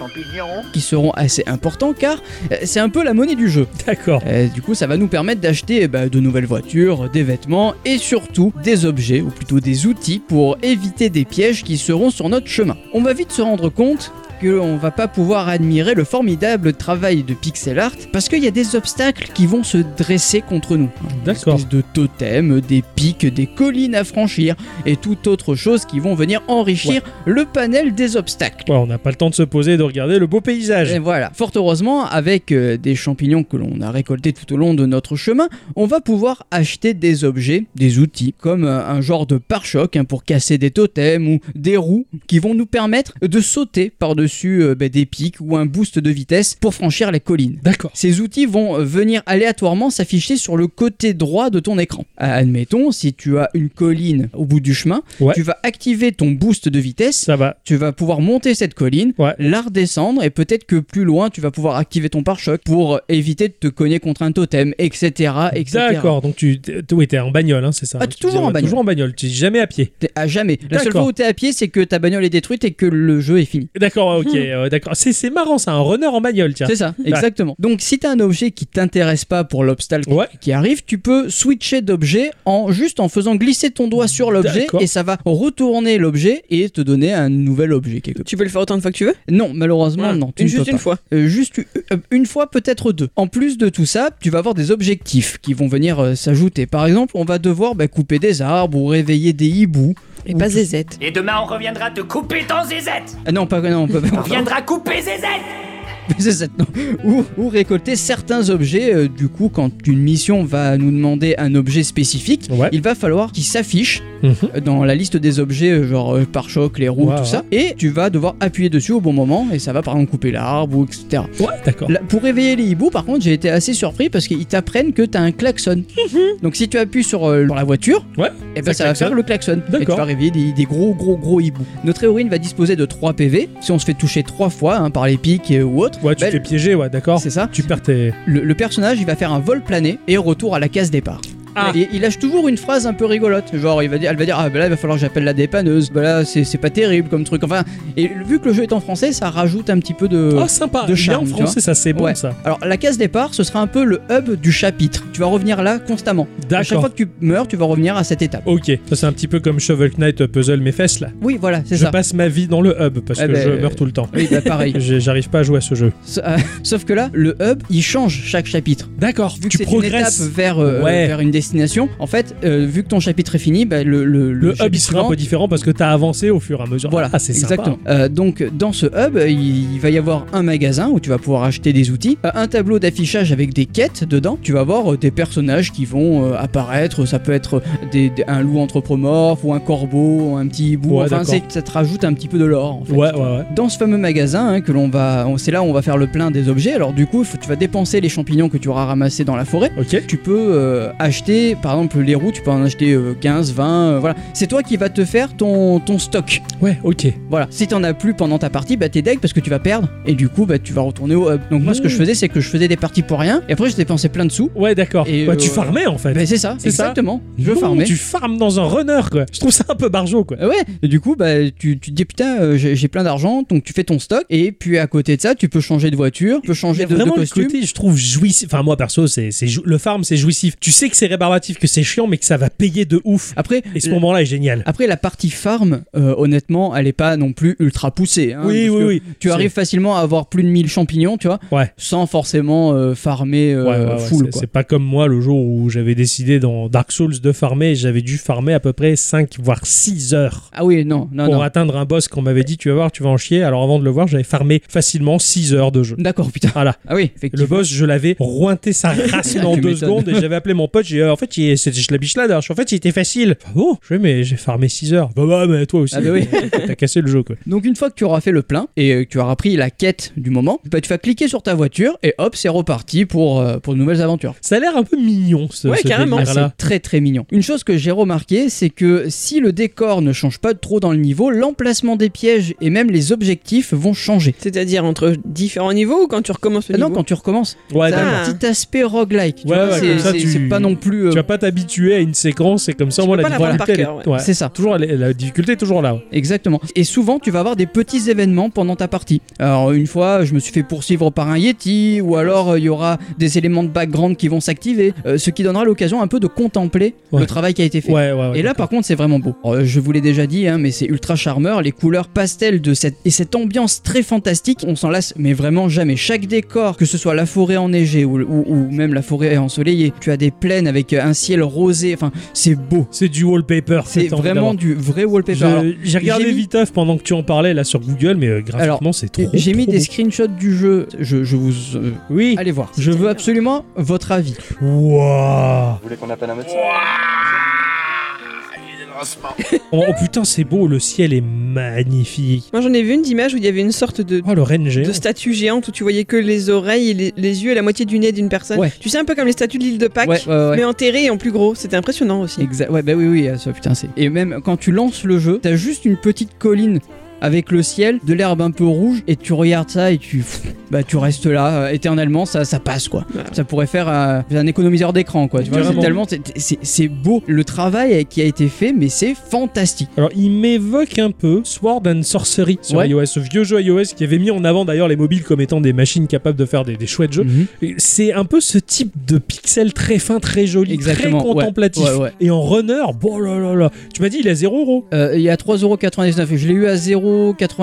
[SPEAKER 2] qui seront assez importants car euh, c'est un peu la monnaie du jeu.
[SPEAKER 1] D'accord.
[SPEAKER 2] Euh, du coup, ça va nous permettre d'acheter eh ben, de nouvelles voitures, des vêtements et surtout des objets, ou plutôt des outils, pour éviter des pièges qui seront sur notre chemin. On va vite se rendre compte qu'on va pas pouvoir admirer le formidable travail de pixel art parce qu'il y a des obstacles qui vont se dresser contre nous.
[SPEAKER 1] D'accord.
[SPEAKER 2] Espèce de totems, des pics, des collines à franchir et toute autre chose qui vont venir enrichir le panel des obstacles.
[SPEAKER 1] Ouais, on n'a pas le temps de se poser et de regarder le beau paysage.
[SPEAKER 2] Et voilà. Fort heureusement, avec euh, des champignons que l'on a récoltés tout au long de notre chemin, on va pouvoir acheter des objets, des outils, comme euh, un genre de pare-choc hein, pour casser des totems ou des roues qui vont nous permettre de sauter par-dessus euh, bah, des pics ou un boost de vitesse pour franchir les collines.
[SPEAKER 1] D'accord.
[SPEAKER 2] Ces outils vont euh, venir aléatoirement s'afficher sur le côté droit de ton écran. Ah, Admettons, si tu as une colline au bout du chemin,
[SPEAKER 1] Ouais.
[SPEAKER 2] tu vas activer ton boost de vitesse
[SPEAKER 1] Ça va.
[SPEAKER 2] tu vas pouvoir monter cette colline,
[SPEAKER 1] Ouais.
[SPEAKER 2] la redescendre et peut-être que plus loin tu vas pouvoir activer ton pare-choc pour euh, éviter de te cogner contre un totem, etc. etc.
[SPEAKER 1] D'accord. Donc, tu t'es oui, t'es en bagnole, hein, c'est ça
[SPEAKER 2] Ah,
[SPEAKER 1] hein,
[SPEAKER 2] t'es
[SPEAKER 1] tu
[SPEAKER 2] toujours
[SPEAKER 1] disais,
[SPEAKER 2] en
[SPEAKER 1] ouais,
[SPEAKER 2] bagnole.
[SPEAKER 1] Toujours en bagnole. Tu es jamais à pied.
[SPEAKER 2] T'es à jamais. La seule
[SPEAKER 1] D'accord.
[SPEAKER 2] fois où t'es à pied, c'est que ta bagnole est détruite et que le jeu est fini.
[SPEAKER 1] D'accord, ok, euh, d'accord. C'est c'est marrant, ça, un runner en bagnole, tiens.
[SPEAKER 2] C'est ça, exactement. Donc si t'as un objet qui t'intéresse pas pour l'obstacle qui-
[SPEAKER 1] Ouais.
[SPEAKER 2] qui arrive, tu peux switcher d'objet en juste en faisant glisser ton doigt sur l'objet
[SPEAKER 1] D'accord.
[SPEAKER 2] et ça va retourner l'objet et te donner un nouvel objet quelque part.
[SPEAKER 3] Tu peux le faire autant de fois que tu veux
[SPEAKER 2] Non, malheureusement,
[SPEAKER 3] Voilà.
[SPEAKER 2] non. Tu
[SPEAKER 3] Une-
[SPEAKER 2] ne peux
[SPEAKER 3] Juste
[SPEAKER 2] pas.
[SPEAKER 3] une fois.
[SPEAKER 2] Euh, juste u- euh, une fois, peut-être deux. En plus de tout ça, tu vas avoir des objectifs qui vont venir euh, s'ajouter. Par exemple, on va devoir bah, couper des arbres ou réveiller des hiboux.
[SPEAKER 3] Et
[SPEAKER 2] Ou-
[SPEAKER 3] pas zézette.
[SPEAKER 6] Et demain, on reviendra te couper ton zézette
[SPEAKER 2] Ah non, pas non, on peut
[SPEAKER 6] On
[SPEAKER 2] pas.
[SPEAKER 6] reviendra couper zézette
[SPEAKER 2] C'est ça, non. Ou, ou récolter certains objets. euh, du coup, quand une mission va nous demander un objet spécifique,
[SPEAKER 1] Ouais.
[SPEAKER 2] il va falloir qu'il s'affiche
[SPEAKER 1] Mhm.
[SPEAKER 2] euh, dans la liste des objets, euh, genre euh, pare-choc, les roues,
[SPEAKER 1] Ouais,
[SPEAKER 2] tout
[SPEAKER 1] ouais.
[SPEAKER 2] ça. Et tu vas devoir appuyer dessus au bon moment, et ça va par exemple couper l'arbre, ou etc.
[SPEAKER 1] Ouais, d'accord.
[SPEAKER 2] Là, pour réveiller les hiboux, par contre, j'ai été assez surpris parce qu'ils t'apprennent que t'as un klaxon. Donc si tu appuies sur, euh, sur la voiture,
[SPEAKER 1] Mhm. Ouais,
[SPEAKER 2] et ben,
[SPEAKER 1] ça
[SPEAKER 2] ça, va
[SPEAKER 1] klaxonne.
[SPEAKER 2] faire le klaxon. Et tu
[SPEAKER 1] D'accord.
[SPEAKER 2] vas réveiller des, des gros, gros, gros hiboux. Notre héroïne va disposer de 3 PV. Si on se fait toucher 3 fois hein, par les pics et- ou autre,
[SPEAKER 1] Ouais, tu
[SPEAKER 2] ben,
[SPEAKER 1] t'es piégé, ouais, d'accord.
[SPEAKER 2] c'est ça.
[SPEAKER 1] Tu perds tes. euh,
[SPEAKER 2] Le, le personnage, il va faire un vol plané et retour à la case départ.
[SPEAKER 1] Ah.
[SPEAKER 2] Et il lâche toujours une phrase un peu rigolote. Genre, il va dire, elle va dire Ah, ben là, il va falloir que j'appelle la dépanneuse. Ben là, c'est c'est pas terrible comme truc. Enfin, et vu que le jeu est en français, ça rajoute un petit peu de.
[SPEAKER 1] Oh, sympa.
[SPEAKER 2] de
[SPEAKER 1] Il est
[SPEAKER 2] charme,
[SPEAKER 1] en
[SPEAKER 2] tu
[SPEAKER 1] français, ça, c'est bon,
[SPEAKER 2] Ouais.
[SPEAKER 1] ça.
[SPEAKER 2] Alors la case départ, ce sera un peu le hub du chapitre. Tu vas revenir là constamment. À chaque
[SPEAKER 1] D'accord.
[SPEAKER 2] fois que tu meurs, tu vas revenir à cette étape.
[SPEAKER 1] Ok, ça c'est un petit peu comme Shovel Knight euh, Puzzle mes fesses là.
[SPEAKER 2] Oui, voilà, c'est
[SPEAKER 1] Je
[SPEAKER 2] ça.
[SPEAKER 1] passe ma vie dans le hub parce
[SPEAKER 2] Eh
[SPEAKER 1] que
[SPEAKER 2] ben,
[SPEAKER 1] je
[SPEAKER 2] euh,
[SPEAKER 1] meurs tout le temps.
[SPEAKER 2] Oui, bah pareil.
[SPEAKER 1] J'ai- J'arrive pas à jouer à ce jeu.
[SPEAKER 2] S- euh, Sauf que là, le hub, il change chaque chapitre.
[SPEAKER 1] D'accord,
[SPEAKER 2] Vu
[SPEAKER 1] tu
[SPEAKER 2] que c'est une étape
[SPEAKER 1] progresses.
[SPEAKER 2] vers, euh,
[SPEAKER 1] Ouais.
[SPEAKER 2] vers une destination, en fait, euh, vu que ton chapitre est fini, bah, le, le,
[SPEAKER 1] Le hub
[SPEAKER 2] chapitre
[SPEAKER 1] il sera un
[SPEAKER 2] suivant-
[SPEAKER 1] peu différent parce que t'as avancé au fur et à mesure.
[SPEAKER 2] Voilà,
[SPEAKER 1] ah, c'est sympa.
[SPEAKER 2] exactement. Euh, donc dans ce hub, euh, il, il va y avoir un magasin où tu vas pouvoir acheter des outils, euh, un tableau d'affichage avec des quêtes dedans. Tu vas avoir euh, des personnages qui vont euh, apparaître. Ça peut être euh, des, des- un loup anthropomorphe ou un corbeau, ou un petit hibou.
[SPEAKER 1] Ouais,
[SPEAKER 2] enfin,
[SPEAKER 1] d'accord.
[SPEAKER 2] c'est- ça te rajoute un petit peu de l'or. En fait.
[SPEAKER 1] Ouais, ouais, ouais.
[SPEAKER 2] Dans ce fameux magasin, hein, que l'on va, on- c'est là où on va faire le plein des objets. Alors du coup, il faut- tu vas dépenser les champignons que tu auras ramassés dans la forêt
[SPEAKER 1] Ok.
[SPEAKER 2] tu peux euh, acheter, par exemple, les roues, tu peux en acheter euh, 15, 20, euh, voilà. C'est toi qui vas te faire ton, ton stock.
[SPEAKER 1] Ouais, ok.
[SPEAKER 2] Voilà. Si t'en as plus pendant ta partie, bah t'es deg parce que tu vas perdre et du coup, bah tu vas retourner au hub. Donc moi, ce que je
[SPEAKER 1] Mmh.
[SPEAKER 2] faisais, c'est que je faisais des parties pour rien et après, je dépensais plein de sous.
[SPEAKER 1] Ouais, d'accord.
[SPEAKER 2] Et,
[SPEAKER 1] Ouais, tu
[SPEAKER 2] euh,
[SPEAKER 1] farmais en fait.
[SPEAKER 2] Bah c'est ça,
[SPEAKER 1] C'est ça.
[SPEAKER 2] exactement. Je
[SPEAKER 1] Non,
[SPEAKER 2] farmais.
[SPEAKER 1] Tu farmes dans un runner quoi. Je trouve ça un peu barjot quoi.
[SPEAKER 2] Euh, Ouais, et du coup, bah, tu, tu te dis putain, euh, j'ai j'ai plein d'argent, donc tu fais ton stock, et puis à côté de ça, tu peux changer de voiture, tu peux
[SPEAKER 1] Il y
[SPEAKER 2] changer
[SPEAKER 1] a
[SPEAKER 2] de, de
[SPEAKER 1] vraiment le
[SPEAKER 2] costume.
[SPEAKER 1] côté, je trouve jouissif. Enfin, moi perso, c'est c'est jou- le farm, c'est jouissif. Tu sais que c'est rébarbatif, que c'est chiant, mais que ça va payer de ouf.
[SPEAKER 2] Après,
[SPEAKER 1] Et ce moment-là est génial.
[SPEAKER 2] après, la partie farm, euh, honnêtement, elle est pas non plus ultra poussée. hein,
[SPEAKER 1] oui,
[SPEAKER 2] parce
[SPEAKER 1] oui,
[SPEAKER 2] que
[SPEAKER 1] oui.
[SPEAKER 2] tu
[SPEAKER 1] C'est-
[SPEAKER 2] arrives facilement à avoir plus de 1000 champignons, tu vois,
[SPEAKER 1] Ouais.
[SPEAKER 2] sans forcément euh, farmer euh,
[SPEAKER 1] Ouais, ouais, ouais,
[SPEAKER 2] full.
[SPEAKER 1] c'est-
[SPEAKER 2] quoi.
[SPEAKER 1] C'est pas comme moi le jour où j'avais décidé dans Dark Souls de farmer, j'avais dû farmer à peu près 5 voire 6 heures
[SPEAKER 2] Ah oui, non, non,
[SPEAKER 1] pour
[SPEAKER 2] non.
[SPEAKER 1] atteindre un boss qu'on m'avait dit tu vas voir, tu vas en chier. Alors avant de le voir, j'avais farmé facilement 6 heures de jeu.
[SPEAKER 2] D'accord, putain.
[SPEAKER 1] Voilà.
[SPEAKER 2] Ah oui,
[SPEAKER 1] Le
[SPEAKER 2] effectivement.
[SPEAKER 1] boss, je l'avais rointé sa race
[SPEAKER 2] Ah,
[SPEAKER 1] en
[SPEAKER 2] tu
[SPEAKER 1] deux
[SPEAKER 2] m'étonnes.
[SPEAKER 1] secondes et j'avais appelé mon pote. J'ai dit, euh, en fait, il- c'était je la bichelade. En fait, il était facile. Ah bon Je fais, mais j'ai farmé 6 heures. Bah, bah, mais toi aussi.
[SPEAKER 2] Ah, bah oui.
[SPEAKER 1] T'as cassé le jeu, quoi.
[SPEAKER 2] Donc une fois que tu auras fait le plein et euh, que tu auras pris la quête du moment, bah, tu vas cliquer sur ta voiture et hop, c'est reparti pour, euh, pour de nouvelles aventures.
[SPEAKER 1] Ça a l'air un peu mignon, ce,
[SPEAKER 3] Ouais,
[SPEAKER 1] ce
[SPEAKER 3] carrément.
[SPEAKER 2] Ah,
[SPEAKER 1] délire-là.
[SPEAKER 2] c'est très très mignon. Une chose que j'ai remarqué, c'est que si le décor ne change pas trop dans le niveau, l'emplacement des pièges et même les objectifs vont changer.
[SPEAKER 3] C'est-à-dire entre différents niveaux ou quand tu recommences le
[SPEAKER 2] Ah non,
[SPEAKER 3] niveau
[SPEAKER 2] quand tu recommences,
[SPEAKER 1] Ouais,
[SPEAKER 2] t'as
[SPEAKER 1] Ah, d'accord.
[SPEAKER 2] un petit aspect roguelike. tu
[SPEAKER 1] Ouais,
[SPEAKER 2] vois,
[SPEAKER 1] ouais,
[SPEAKER 2] c'est-
[SPEAKER 1] comme ça,
[SPEAKER 2] c'est
[SPEAKER 1] tu-
[SPEAKER 2] c'est pas non plus. euh,
[SPEAKER 1] Tu vas pas t'habituer à une séquence et comme ça,
[SPEAKER 3] Tu
[SPEAKER 1] moi,
[SPEAKER 3] peux
[SPEAKER 1] la
[SPEAKER 3] pas l'avoir par
[SPEAKER 1] difficulté, elle est-
[SPEAKER 3] cœur, ouais.
[SPEAKER 1] ouais.
[SPEAKER 2] C'est ça.
[SPEAKER 1] Toujours, elle est- la difficulté est toujours là. ouais.
[SPEAKER 2] Exactement. Et souvent, tu vas avoir des petits événements pendant ta partie. Alors, une fois, je me suis fait poursuivre par un Yeti, ou alors euh, il y aura des éléments de background qui vont s'activer, euh, ce qui donnera l'occasion un peu de contempler
[SPEAKER 1] Ouais.
[SPEAKER 2] le travail qui a été fait.
[SPEAKER 1] Ouais, ouais, ouais.
[SPEAKER 2] Et là, par contre, c'est vraiment beau. Alors, euh, je vous l'ai déjà dit, hein, mais c'est ultra charmeur. Les couleurs pastel de cette et cette ambiance très fantastique, on s'en lasse, mais vraiment jamais. Chaque décor, que ce soit la forêt enneigée ou, ou- ou même la forêt ensoleillée, tu as des plaines avec euh, un ciel rosé. Enfin, c'est beau.
[SPEAKER 1] c'est du wallpaper.
[SPEAKER 2] C'est
[SPEAKER 1] t'as envie
[SPEAKER 2] vraiment
[SPEAKER 1] d'avoir.
[SPEAKER 2] du vrai wallpaper. Alors,
[SPEAKER 1] Je- J'ai regardé
[SPEAKER 2] j'ai mis-
[SPEAKER 1] Viteuf pendant que tu en parlais là sur Google, mais euh, graphiquement, c'est trop.
[SPEAKER 2] J'ai mis
[SPEAKER 1] trop
[SPEAKER 2] des
[SPEAKER 1] beau.
[SPEAKER 2] screenshots du jeu. Je, je vous. euh,
[SPEAKER 1] Oui.
[SPEAKER 2] allez voir. Je veux absolument votre avis.
[SPEAKER 1] Waouh.
[SPEAKER 7] Vous voulez qu'on appelle un médecin
[SPEAKER 1] Oh, oh, putain, c'est beau, le ciel est magnifique.
[SPEAKER 3] Moi j'en ai vu une d'image où il y avait une sorte de,
[SPEAKER 1] Oh, le RNG.
[SPEAKER 3] de statue géante où tu voyais que les oreilles, et les, les yeux et la moitié du nez d'une personne.
[SPEAKER 2] Ouais.
[SPEAKER 3] Tu sais un peu comme les statues de l'île de Pâques,
[SPEAKER 2] Ouais, ouais, ouais.
[SPEAKER 3] mais enterrées et en plus gros. C'était impressionnant aussi.
[SPEAKER 2] ah, Exact. Ouais, bah oui, oui, euh, ça, putain, c'est. Et même quand tu lances le jeu, t'as juste une petite colline avec le ciel, de l'herbe un peu rouge, et tu regardes ça et tu, pff, bah, tu restes là euh, éternellement, ça, ça passe quoi. Ça pourrait faire euh, un économiseur d'écran quoi. Tu vois,
[SPEAKER 1] Carrément.
[SPEAKER 2] c'est tellement c'est- c'est c'est beau le travail qui a été fait, mais c'est fantastique.
[SPEAKER 1] Alors, il m'évoque un peu Sword and Sorcery sur
[SPEAKER 2] Ouais.
[SPEAKER 1] iOS, ce vieux jeu iOS qui avait mis en avant d'ailleurs les mobiles comme étant des machines capables de faire des, des chouettes jeux.
[SPEAKER 2] Mhm.
[SPEAKER 1] Et C'est un peu ce type de pixel très fin, très joli,
[SPEAKER 2] Exactement,
[SPEAKER 1] très
[SPEAKER 2] ouais,
[SPEAKER 1] contemplatif.
[SPEAKER 2] ouais, ouais.
[SPEAKER 1] Et en runner, bon là là là, tu m'as dit il a 0 euros.
[SPEAKER 2] Euh, il y a 3,99€. Je l'ai eu à 0,99€
[SPEAKER 1] Ouais,
[SPEAKER 2] parce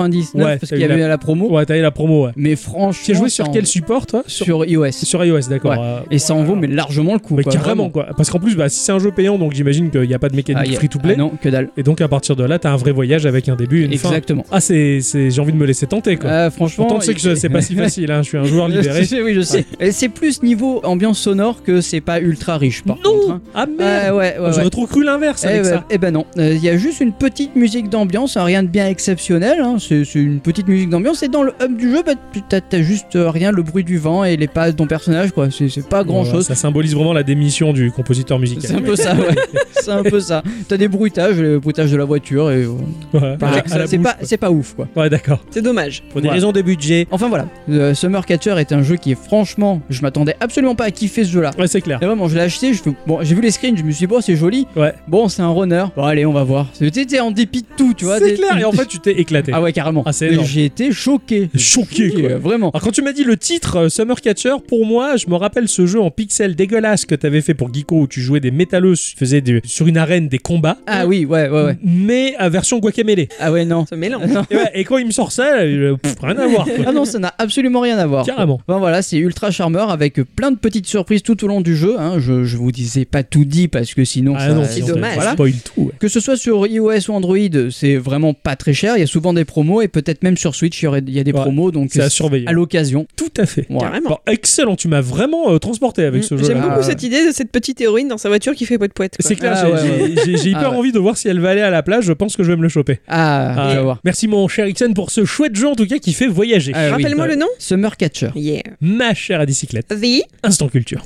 [SPEAKER 1] t'as
[SPEAKER 2] qu'il y
[SPEAKER 1] eu la-
[SPEAKER 2] avait la promo.
[SPEAKER 1] Ouais, t'as eu la promo, ouais.
[SPEAKER 2] Mais franchement.
[SPEAKER 1] Tu as joué
[SPEAKER 2] ça
[SPEAKER 1] sur
[SPEAKER 2] en-
[SPEAKER 1] quel support, toi
[SPEAKER 2] Sur iOS.
[SPEAKER 1] Sur iOS, d'accord.
[SPEAKER 2] Ouais.
[SPEAKER 1] euh,
[SPEAKER 2] Et ça en vaut, mais largement le coup.
[SPEAKER 1] Mais
[SPEAKER 2] quoi,
[SPEAKER 1] carrément,
[SPEAKER 2] vraiment.
[SPEAKER 1] quoi. Parce qu'en plus, bah, si c'est un jeu payant, donc j'imagine qu'il n'y a pas de
[SPEAKER 2] Ah,
[SPEAKER 1] mécanique
[SPEAKER 2] y a-
[SPEAKER 1] free-to-play.
[SPEAKER 2] ah non, que dalle.
[SPEAKER 1] et donc à partir de là, t'as un vrai voyage avec un début et une fin.
[SPEAKER 2] Exactement.
[SPEAKER 1] Ah, c'est, c'est- j'ai envie de me laisser tenter, quoi.
[SPEAKER 2] Ah, franchement.
[SPEAKER 1] Pourtant, tu sais que je- c'est pas si facile, hein. je suis un joueur libéré.
[SPEAKER 2] oui, je sais. Et c'est plus niveau ambiance sonore que c'est pas ultra riche, par contre.
[SPEAKER 1] non
[SPEAKER 2] hein.
[SPEAKER 1] Ah merde
[SPEAKER 2] Ouais, ouais, ouais, ouais.
[SPEAKER 1] J'aurais trop cru l'inverse
[SPEAKER 2] Eh
[SPEAKER 1] avec
[SPEAKER 2] ben,
[SPEAKER 1] ça.
[SPEAKER 2] eh ben non, Euh, il y a juste une petite musique d'ambiance, hein, rien de bien exceptionnel, hein, c'est c'est une petite musique d'ambiance et dans le hub du jeu, bah, tu- t'as t'as juste euh, rien, le bruit du vent et les pas de ton personnage, quoi, c'est c'est pas grand
[SPEAKER 1] Ouais,
[SPEAKER 2] chose.
[SPEAKER 1] Ça symbolise vraiment la démission du compositeur
[SPEAKER 2] C'est
[SPEAKER 1] musical.
[SPEAKER 2] un peu ça, ouais. c'est un peu ça. T'as des bruitages, le bruitage de la voiture et... euh,
[SPEAKER 1] Ouais, à la- à la
[SPEAKER 2] c'est
[SPEAKER 1] bouche,
[SPEAKER 2] pas,
[SPEAKER 1] quoi.
[SPEAKER 2] c'est pas ouf, quoi.
[SPEAKER 1] Ouais, d'accord.
[SPEAKER 3] C'est dommage.
[SPEAKER 1] Pour des
[SPEAKER 2] Voilà.
[SPEAKER 1] raisons de budget.
[SPEAKER 2] Enfin voilà, euh, Summer Catcher est un jeu qui est franchement, je m'attendais absolument pas à kiffer ce jeu-là.
[SPEAKER 1] Ouais, c'est clair.
[SPEAKER 2] Et vraiment, je l'ai acheté, je fais- bon, j'ai vu les screens, je me suis dit, bon, c'est joli.
[SPEAKER 1] Ouais.
[SPEAKER 2] Bon, c'est un runner. Bon, allez, on va voir. Tu sais, t'es en dépit de tout, tu vois.
[SPEAKER 1] c'est
[SPEAKER 2] t'es-
[SPEAKER 1] clair, et en fait, tu t'es éclaté.
[SPEAKER 2] Ah ouais, carrément.
[SPEAKER 1] Ah, c'est
[SPEAKER 2] Mais
[SPEAKER 1] énorme.
[SPEAKER 2] J'ai été choqué.
[SPEAKER 1] Choqué, quoi.
[SPEAKER 2] euh, Vraiment.
[SPEAKER 1] Alors quand tu m'as dit le titre euh, Summer Catcher, pour moi, je me rappelle ce jeu en pixel dégueulasse que t'avais fait pour Geeko où tu jouais des métallos, tu faisais des- sur une arène des combats,
[SPEAKER 2] Ah oui, ouais, ouais, ouais.
[SPEAKER 1] mais à version guacamélé.
[SPEAKER 2] Ah ouais, non.
[SPEAKER 3] Ça mélange.
[SPEAKER 1] et, ouais, et quand il me sort ça, euh, pff, rien à voir. quoi.
[SPEAKER 2] Ah non, ça n'a absolument rien à voir.
[SPEAKER 1] Carrément.
[SPEAKER 2] Bon voilà, c'est ultra charmeur avec plein de petites surprises tout au long du jeu. hein. Je, je vous disais pas tout dit parce que sinon,
[SPEAKER 1] Ah
[SPEAKER 2] ça-
[SPEAKER 1] non,
[SPEAKER 3] c'est
[SPEAKER 1] sinon,
[SPEAKER 3] dommage.
[SPEAKER 1] ça spoil tout. ouais.
[SPEAKER 2] Que ce soit sur iOS ou Android, c'est vraiment pas très cher. Il y a souvent des promos et peut-être même sur Switch, il y, aurait- il y a des
[SPEAKER 1] Ouais,
[SPEAKER 2] promos. Donc
[SPEAKER 1] C'est à surveiller.
[SPEAKER 2] à l'occasion.
[SPEAKER 1] Tout à fait.
[SPEAKER 2] Voilà.
[SPEAKER 3] Carrément.
[SPEAKER 1] Bon, excellent, tu m'as vraiment euh, transporté avec ce
[SPEAKER 3] Mm.
[SPEAKER 1] jeu.
[SPEAKER 3] J'aime
[SPEAKER 2] là,
[SPEAKER 3] beaucoup
[SPEAKER 2] euh,
[SPEAKER 3] cette idée de cette petite héroïne dans sa voiture qui fait poète-poète.
[SPEAKER 1] C'est clair,
[SPEAKER 2] Ah
[SPEAKER 1] j'ai-
[SPEAKER 2] ouais,
[SPEAKER 1] j'ai j'ai hyper
[SPEAKER 2] Ah ouais.
[SPEAKER 1] envie de voir si elle va aller à la plage. Je pense que je vais me le choper.
[SPEAKER 2] Ah,
[SPEAKER 1] Ah,
[SPEAKER 2] tu vas voir.
[SPEAKER 1] Merci mon cher Ixen pour ce chouette jeu en tout cas qui fait voyager.
[SPEAKER 2] Ah oui.
[SPEAKER 3] Rappelle-moi le nom
[SPEAKER 2] Summer Catcher.
[SPEAKER 3] Yeah.
[SPEAKER 1] Ma chère à bicyclette.
[SPEAKER 3] The
[SPEAKER 1] Instant Culture.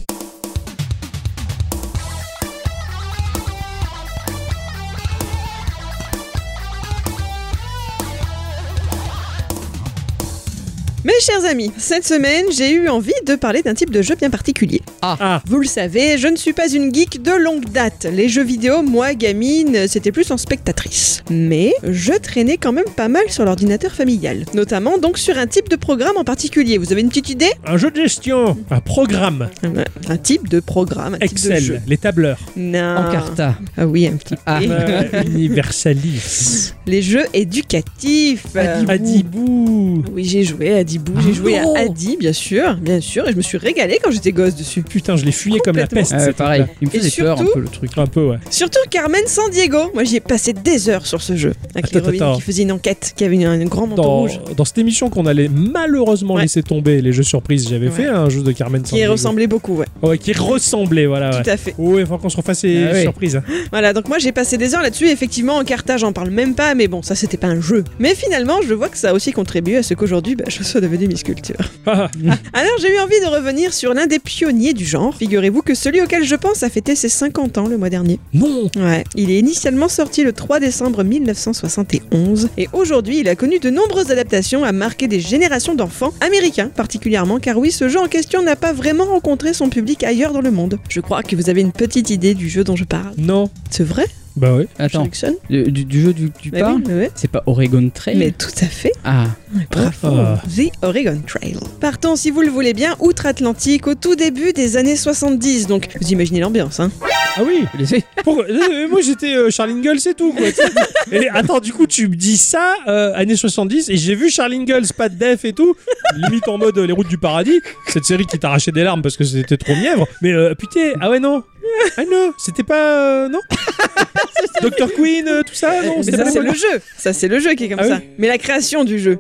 [SPEAKER 3] Mes chers amis, cette semaine, j'ai eu envie de parler d'un type de jeu bien particulier.
[SPEAKER 1] Ah,
[SPEAKER 3] Vous le savez, je ne suis pas une geek de longue date. Les jeux vidéo, moi, gamine, c'était plus en spectatrice. Mais je traînais quand même pas mal sur l'ordinateur familial. Notamment donc sur un type de programme en particulier. Vous avez une petite idée
[SPEAKER 1] un jeu de gestion, un programme,
[SPEAKER 3] Un- Un type de programme, un type de jeu.
[SPEAKER 1] Excel, les tableurs,
[SPEAKER 3] Non.
[SPEAKER 2] Encarta.
[SPEAKER 3] Ah oui, un petit.
[SPEAKER 2] Ah.
[SPEAKER 3] peu.
[SPEAKER 1] euh, Universalis,
[SPEAKER 3] Les jeux éducatifs. Euh,
[SPEAKER 1] Adibou.
[SPEAKER 3] Oui, j'ai joué à Adibou, j'ai joué à Adi, bien sûr, bien sûr, et je me suis régalée quand j'étais gosse dessus.
[SPEAKER 1] Putain, je l'ai fuyé comme la peste.
[SPEAKER 3] Complètement.
[SPEAKER 2] Ah ouais,
[SPEAKER 1] cette
[SPEAKER 2] pareil, il me
[SPEAKER 3] Et
[SPEAKER 2] faisait peur un
[SPEAKER 3] surtout-
[SPEAKER 2] peu le truc.
[SPEAKER 1] époque. Un peu, ouais.
[SPEAKER 3] Surtout Carmen San Diego, moi j'y ai passé des heures sur ce jeu, avec
[SPEAKER 1] Attends,
[SPEAKER 3] l'héroïne
[SPEAKER 1] attends.
[SPEAKER 3] qui faisait une enquête, qui avait une, un grand manteau
[SPEAKER 1] Dans,
[SPEAKER 3] rouge,
[SPEAKER 1] dans cette émission qu'on allait malheureusement
[SPEAKER 3] Ouais.
[SPEAKER 1] laisser tomber les jeux surprises, j'avais
[SPEAKER 3] Ouais.
[SPEAKER 1] fait hein, un jeu de Carmen
[SPEAKER 3] qui y
[SPEAKER 1] Sandiego.
[SPEAKER 3] ressemblait beaucoup, ouais,
[SPEAKER 1] Ouais, qui ressemblait, voilà. Ouais.
[SPEAKER 3] tout à fait.
[SPEAKER 1] Ouais, faut qu'on se refasse les
[SPEAKER 2] Ah ouais.
[SPEAKER 1] surprises. hein.
[SPEAKER 3] Voilà, donc moi j'ai passé des heures là-dessus, et effectivement en Carthage j'en parle même pas, mais bon, ça c'était pas un jeu. Mais finalement, je vois que ça a aussi contribué à ce qu'aujourd'hui, bah, je sois devenue Miss Culture.
[SPEAKER 1] Ah,
[SPEAKER 3] Alors j'ai eu envie de revenir sur l'un des pionniers du genre. Figurez-vous que celui auquel je pense a fêté ses 50 ans le mois dernier.
[SPEAKER 1] non
[SPEAKER 3] Ouais, il est initialement sorti le 3 décembre 1971 et aujourd'hui il a connu de nombreuses adaptations à marquer des générations d'enfants américains particulièrement car oui ce jeu en question n'a pas vraiment rencontré son public ailleurs dans le monde. Je crois que vous avez une petite idée du jeu dont je parle.
[SPEAKER 1] Non
[SPEAKER 3] C'est vrai
[SPEAKER 1] Bah ouais.
[SPEAKER 2] Attends,
[SPEAKER 3] Jackson
[SPEAKER 2] du, du- du jeu du tu
[SPEAKER 3] Mais
[SPEAKER 2] parles
[SPEAKER 3] oui, mais oui.
[SPEAKER 2] C'est pas Oregon Trail
[SPEAKER 3] Mais tout à fait.
[SPEAKER 2] Ah,
[SPEAKER 3] Bravo.
[SPEAKER 1] Ah.
[SPEAKER 3] The Oregon Trail. Partons, si vous le voulez bien, outre-Atlantique au tout début des années 70. Donc, vous imaginez l'ambiance, hein
[SPEAKER 1] Ah oui
[SPEAKER 2] laissez.
[SPEAKER 1] Pourquoi Euh, Moi j'étais euh, Charles Ingalls et tout quoi. et attends, du coup tu me dis ça, euh, années 70, et j'ai vu Charles Ingalls, pas de def et tout, limite en mode euh, Les Routes du Paradis, cette série qui t'arrachait des larmes parce que c'était trop mièvre. Mais euh, putain, ah ouais, non. Ah non, c'était pas. euh, non Dr. Queen, euh, tout ça, non
[SPEAKER 3] Mais
[SPEAKER 1] c'était
[SPEAKER 3] ça,
[SPEAKER 1] pas
[SPEAKER 3] c'est
[SPEAKER 1] les-
[SPEAKER 3] le jeu. Ça, c'est le jeu qui est comme
[SPEAKER 1] Ah
[SPEAKER 3] ça.
[SPEAKER 1] oui.
[SPEAKER 3] Mais la création du jeu.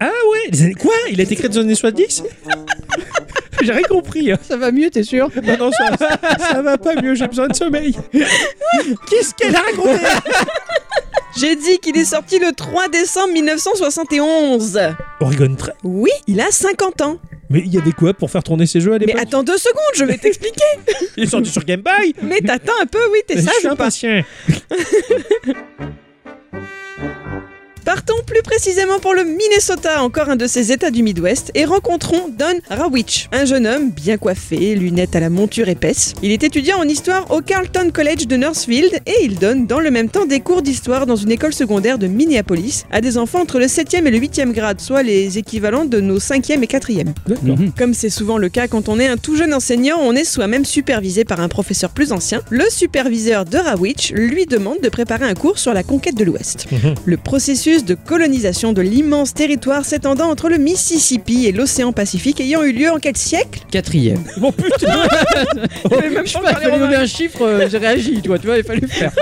[SPEAKER 1] Ah ouais les années- Quoi Il a été créé dans les années 70 J'ai rien compris. hein.
[SPEAKER 2] Ça va mieux, t'es sûr
[SPEAKER 1] Non, non, ça, ça va pas mieux, j'ai besoin de sommeil. Qu'est-ce qu'elle a raconté
[SPEAKER 3] J'ai dit qu'il est sorti le 3 décembre 1971.
[SPEAKER 1] Oregon Trail.
[SPEAKER 3] Oui, il a 50 ans.
[SPEAKER 1] Mais il y avait quoi pour faire tourner ces jeux à
[SPEAKER 3] Mais ah.
[SPEAKER 1] l'époque
[SPEAKER 3] attends deux secondes, je vais t'expliquer.
[SPEAKER 1] Il est sorti sur Game Boy
[SPEAKER 3] Mais t'attends un peu, oui, t'es
[SPEAKER 1] Je
[SPEAKER 3] sage
[SPEAKER 1] suis
[SPEAKER 3] ou pas
[SPEAKER 1] impatient.
[SPEAKER 3] Partons plus précisément pour le Minnesota, encore un de ces états du Midwest, et rencontrons Don Rawich, un jeune homme bien coiffé, lunettes à la monture épaisse. Il est étudiant en histoire au Carleton College de Northfield et il donne dans le même temps des cours d'histoire dans une école secondaire de Minneapolis à des enfants entre le 7e et le 8e grade, soit les équivalents de nos 5e et 4e.
[SPEAKER 1] D'accord.
[SPEAKER 2] Mhm.
[SPEAKER 3] Comme c'est souvent le cas quand on est un tout jeune enseignant, on est soi-même supervisé par un professeur plus ancien. Le superviseur de Rawich lui demande de préparer un cours sur la conquête de l'Ouest.
[SPEAKER 1] Mhm.
[SPEAKER 3] Le processus de colonisation de l'immense territoire s'étendant entre le Mississippi et l'océan Pacifique ayant eu lieu en quel siècle
[SPEAKER 2] Quatrième.
[SPEAKER 1] Oh putain
[SPEAKER 2] même je sais pas, il fallait donner un chiffre, euh, j'ai réagi, tu vois, tu vois, il fallait le faire.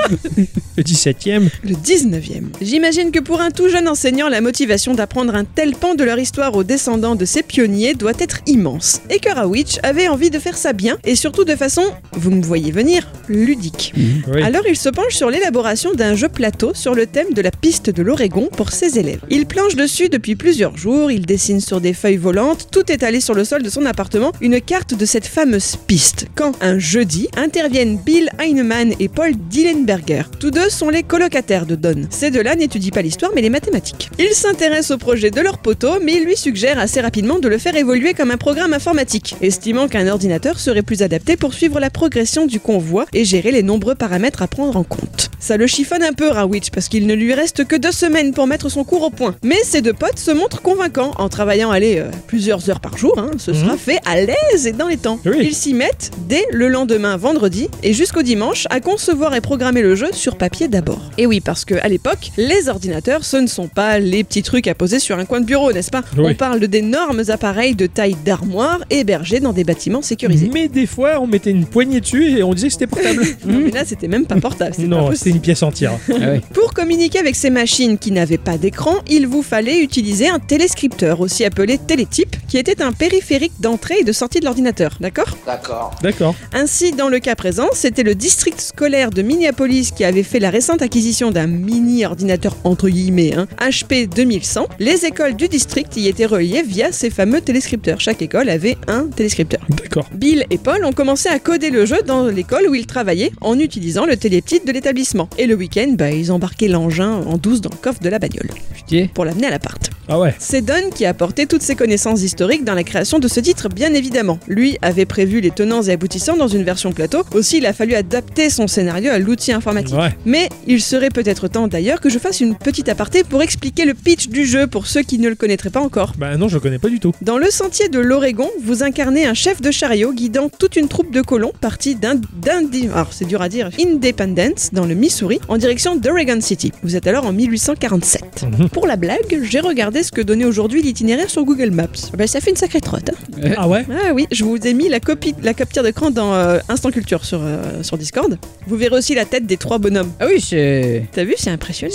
[SPEAKER 1] Le 17ème.
[SPEAKER 3] Le 19e. J'imagine que pour un tout jeune enseignant, la motivation d'apprendre un tel pan de leur histoire aux descendants de ces pionniers doit être immense. Et que Rawich avait envie de faire ça bien et surtout de façon, vous me voyez venir, ludique.
[SPEAKER 1] Oui.
[SPEAKER 3] Alors il se penche sur l'élaboration d'un jeu plateau sur le thème de la piste de l'Oregon pour ses élèves. Il planche dessus depuis plusieurs jours, il dessine sur des feuilles volantes, tout étalé sur le sol de son appartement, une carte de cette fameuse piste. Quand, un jeudi, interviennent Bill Heinemann et Paul Dillenberger. Tous deux sont les colocataires de Don. Ces deux-là n'étudient pas l'histoire mais les mathématiques. Ils s'intéressent au projet de leur poteau mais ils lui suggèrent assez rapidement de le faire évoluer comme un programme informatique, estimant qu'un ordinateur serait plus adapté pour suivre la progression du convoi et gérer les nombreux paramètres à prendre en compte. Ça le chiffonne un peu Rawitch parce qu'il ne lui reste que deux semaines pour mettre son cours au point. Mais ses deux potes se montrent convaincants en travaillant allez, euh, plusieurs heures par jour, hein, ce sera fait à l'aise et dans les temps.
[SPEAKER 1] Oui.
[SPEAKER 3] Ils s'y mettent dès le lendemain vendredi et jusqu'au dimanche à concevoir et programmer le jeu sur papier d'abord. Et oui, parce que à l'époque, les ordinateurs, ce ne sont pas les petits trucs à poser sur un coin de bureau, n'est-ce pas
[SPEAKER 1] Oui.
[SPEAKER 3] On parle de d'énormes appareils de taille d'armoire hébergés dans des bâtiments sécurisés.
[SPEAKER 1] Mais des fois, on mettait une poignée dessus et on disait que c'était portable.
[SPEAKER 3] Non, mais là, c'était même pas portable. c'est pas
[SPEAKER 1] Mmh. non,
[SPEAKER 3] possible.
[SPEAKER 1] c'était une pièce entière.
[SPEAKER 2] Ah
[SPEAKER 3] Pour communiquer avec ces machines qui n'avaient pas d'écran, il vous fallait utiliser un téléscripteur, aussi appelé télétype, qui était un périphérique d'entrée et de sortie de l'ordinateur, d'accord
[SPEAKER 5] D'accord.
[SPEAKER 1] D'accord.
[SPEAKER 3] Ainsi, dans le cas présent, c'était le district scolaire de Minneapolis qui avait fait la récente acquisition d'un mini-ordinateur entre guillemets, hein, HP 2100. Les écoles du district y étaient reliées via ces fameux téléscripteurs. Chaque école avait un téléscripteur.
[SPEAKER 1] D'accord.
[SPEAKER 3] Bill et Paul ont commencé à coder le jeu dans l'école où ils travaillaient en utilisant le téléptite de l'établissement. Et le week-end, bah, ils embarquaient l'engin en douce dans le coffre de la bagnole
[SPEAKER 2] Putain.
[SPEAKER 3] pour l'amener à l'appart.
[SPEAKER 1] Ah ouais.
[SPEAKER 3] C'est Don qui a apporté toutes ses connaissances historiques dans la création de ce titre, bien évidemment. Lui avait prévu les tenants et aboutissants dans une version plateau, aussi il a fallu adapter son scénario à l'outil informatique.
[SPEAKER 1] Ouais.
[SPEAKER 3] Mais il serait peut-être temps d'ailleurs que je fasse une petite aparté pour expliquer le pitch du jeu pour ceux qui ne le connaîtraient pas encore.
[SPEAKER 1] Bah non, je le connais pas du tout.
[SPEAKER 3] Dans le sentier de l'Oregon, vous incarnez un chef de chariot guidant toute une troupe de colons partis d'un d'Indi- alors c'est dur à dire Independence dans le Missouri en direction d'Oregon City. Vous êtes alors en 1847.
[SPEAKER 1] Mhm.
[SPEAKER 3] Pour la blague, j'ai regardé ce que donnait aujourd'hui l'itinéraire sur Google Maps. Ah bah, ça fait une sacrée trotte. hein.
[SPEAKER 1] Ah ouais
[SPEAKER 3] Ah oui, je vous ai mis la copie la capture d'écran dans euh, Instant Culture sur euh, sur Discord. Vous verrez aussi la tête des trois bonhommes.
[SPEAKER 2] Ah oui, c'est.
[SPEAKER 3] T'as vu, c'est impressionnant.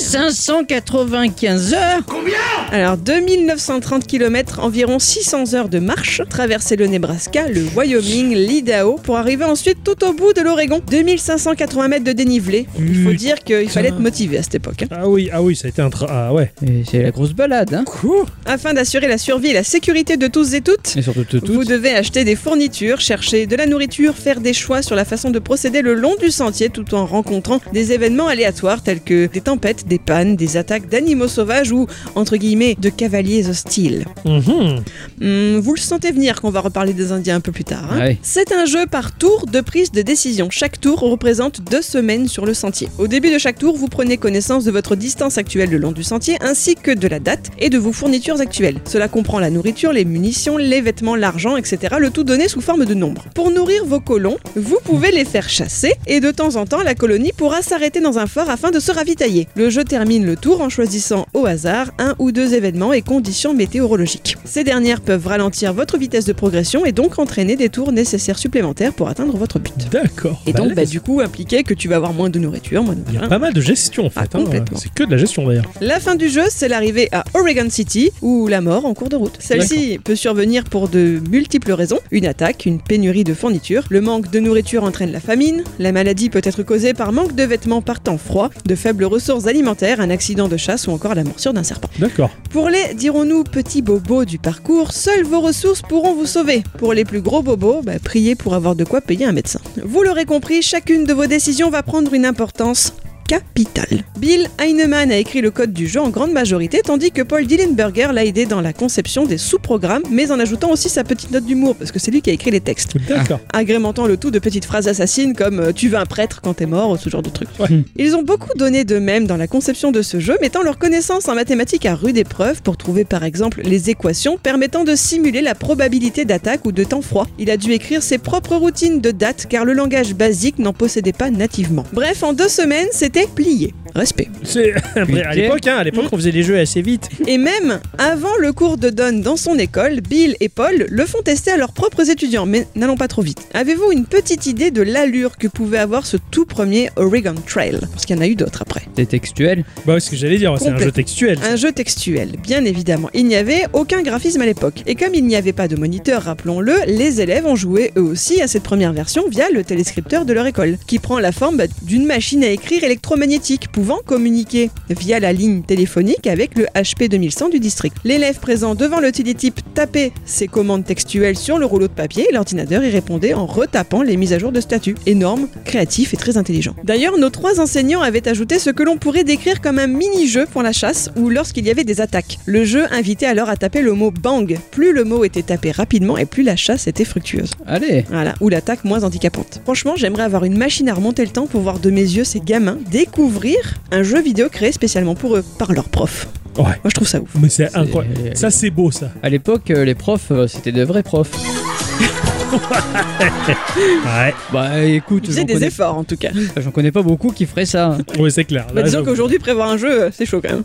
[SPEAKER 2] 595 heures
[SPEAKER 3] Alors, 2930 km, environ 600 heures de marche, traverser le Nebraska, le Wyoming, l'Idaho, pour arriver ensuite tout au bout de l'Oregon. 2580 mètres de dénivelé. Il
[SPEAKER 1] Mmh.
[SPEAKER 3] faut dire qu'il fallait être motivé à cette époque. hein.
[SPEAKER 1] Hum. Ah oui, ah oui, ça a été un tra... Ah ouais.
[SPEAKER 2] Et C'est la grosse balade, hein
[SPEAKER 1] Quoi
[SPEAKER 3] Afin d'assurer la survie et la sécurité de tous et toutes,
[SPEAKER 2] Et surtout tout.
[SPEAKER 3] Vous devez acheter des fournitures, chercher de la nourriture, faire des choix sur la façon de procéder le long du sentier tout en rencontrant des événements aléatoires tels que des tempêtes, des pannes, des attaques d'animaux sauvages ou, entre guillemets, de cavaliers hostiles.
[SPEAKER 1] Mhm.
[SPEAKER 3] Hmm, vous le sentez venir qu'on va reparler des Indiens un peu plus tard. hein.
[SPEAKER 2] Ah oui.
[SPEAKER 3] C'est un jeu par tour de prise de décision. Chaque tour représente deux semaines sur le sentier. Au début de chaque tour, vous prenez connaissance de votre distance actuelle le long du sentier ainsi que de la date et de vos fournitures actuelles. Cela comprend la nourriture, les munitions, les vêtements, l'argent, etc. Le tout donné sous forme de nombres. Pour nourrir vos colons, vous pouvez les faire chasser et de temps en temps, la colonie pourra s'arrêter dans un fort afin de se ravitailler. Le jeu termine le tour en choisissant au hasard un ou deux événements et conditions météorologiques. Ces dernières peuvent ralentir votre vitesse de progression et donc entraîner des tours nécessaires supplémentaires pour atteindre votre but.
[SPEAKER 1] D'accord.
[SPEAKER 3] Et donc,
[SPEAKER 1] Balèze.
[SPEAKER 3] bah, du coup, impliquer que tu vas avoir moins de nourriture, moins de
[SPEAKER 1] Il y a
[SPEAKER 3] machin.
[SPEAKER 1] pas mal de gestion en fait.
[SPEAKER 3] Ah,
[SPEAKER 1] hein.
[SPEAKER 3] complètement.
[SPEAKER 1] C'est que de la gestion d'ailleurs.
[SPEAKER 3] La fin du jeu, c'est l'arrivée à Oregon City ou la mort en cours de route. Celle-ci peut survenir pour de multiples raisons une attaque, une pénurie de fournitures, le manque de nourriture entraîne la famine, la maladie peut être causée par manque de vêtements par temps froid, de faibles ressources alimentaires, un accident de chasse ou encore la morsure d'un serpent.
[SPEAKER 1] D'accord.
[SPEAKER 3] Pour les, dirons-nous, petits bobos du parcours, seules vos ressources pourront vous sauver. Pour les plus gros bobos, bah, priez pour avoir de quoi payer un médecin. Vous l'aurez compris, chacune de vos décisions va prendre une importance capitale. Bill Heineman a écrit le code du jeu en grande majorité, tandis que Paul Dillenberger l'a aidé dans la conception des sous-programmes, mais en ajoutant aussi sa petite note d'humour, parce que c'est lui qui a écrit les textes
[SPEAKER 1] D'accord.
[SPEAKER 3] agrémentant le tout de petites phrases assassines comme euh, tu veux un prêtre quand t'es mort, ce genre de trucs.
[SPEAKER 1] Ouais.
[SPEAKER 3] Ils ont beaucoup donné d'eux-mêmes dans la conception de ce jeu, mettant leurs connaissances en mathématiques à rude épreuve pour trouver par exemple les équations permettant de simuler la probabilité d'attaque ou de temps froid. Il a dû écrire ses propres routines de date car le langage basique n'en possédait pas nativement. Bref, en deux semaines, c'était plié. Respect.
[SPEAKER 1] C'est à l'époque, hein, à
[SPEAKER 3] Hum.
[SPEAKER 1] l'époque, on faisait les jeux assez vite.
[SPEAKER 3] Et même avant le cours de Don dans son école, Bill et Paul le font tester à leurs propres étudiants, mais n'allons pas trop vite. Avez-vous une petite idée de l'allure que pouvait avoir ce tout premier Oregon Trail Parce qu'il y en a eu d'autres après.
[SPEAKER 2] C'est textuel.
[SPEAKER 1] Bah, ce que j'allais dire, c'est un
[SPEAKER 3] Complète.
[SPEAKER 1] jeu textuel.
[SPEAKER 3] Un jeu textuel, bien évidemment. Il n'y avait aucun graphisme à l'époque. Et comme il n'y avait pas de moniteur, rappelons-le, les élèves ont joué eux aussi à cette première version via le téléscripteur de leur école, qui prend la forme bah, d'une machine à écrire électromagnétique pouvant communiquer via la ligne téléphonique avec le HP 2100 du district. L'élève présent devant le télétype tapait ses commandes textuelles sur le rouleau de papier et l'ordinateur y répondait en retapant les mises à jour de statut. Énorme, créatif et très intelligent. D'ailleurs, nos trois enseignants avaient ajouté ce que l'on pourrait décrire comme un mini-jeu pour la chasse ou lorsqu'il y avait des attaques. Le jeu invitait alors à taper le mot bang. Plus le mot était tapé rapidement et plus la chasse était fructueuse.
[SPEAKER 2] Allez.
[SPEAKER 3] Voilà, ou l'attaque moins handicapante. Franchement, j'aimerais avoir une machine à remonter le temps pour voir de mes yeux ces gamins découvrir un jeu vidéo créé spécialement pour eux par leur prof.
[SPEAKER 1] Ouais.
[SPEAKER 3] Moi, je trouve ça ouf.
[SPEAKER 1] Mais c'est euh, incroyable. Ça, c'est beau, ça.
[SPEAKER 2] À l'époque, euh, les profs, euh, c'était de vrais profs.
[SPEAKER 1] Ouais,
[SPEAKER 2] Bah écoute,
[SPEAKER 3] Ils faisaient
[SPEAKER 2] j'en
[SPEAKER 3] des
[SPEAKER 2] connais,
[SPEAKER 3] efforts en tout cas.
[SPEAKER 2] j'en connais pas beaucoup qui feraient ça. hein.
[SPEAKER 1] ouais c'est clair.
[SPEAKER 3] Bah,
[SPEAKER 1] Là,
[SPEAKER 3] disons
[SPEAKER 1] je-
[SPEAKER 3] qu'aujourd'hui, prévoir un jeu, euh, c'est chaud quand même.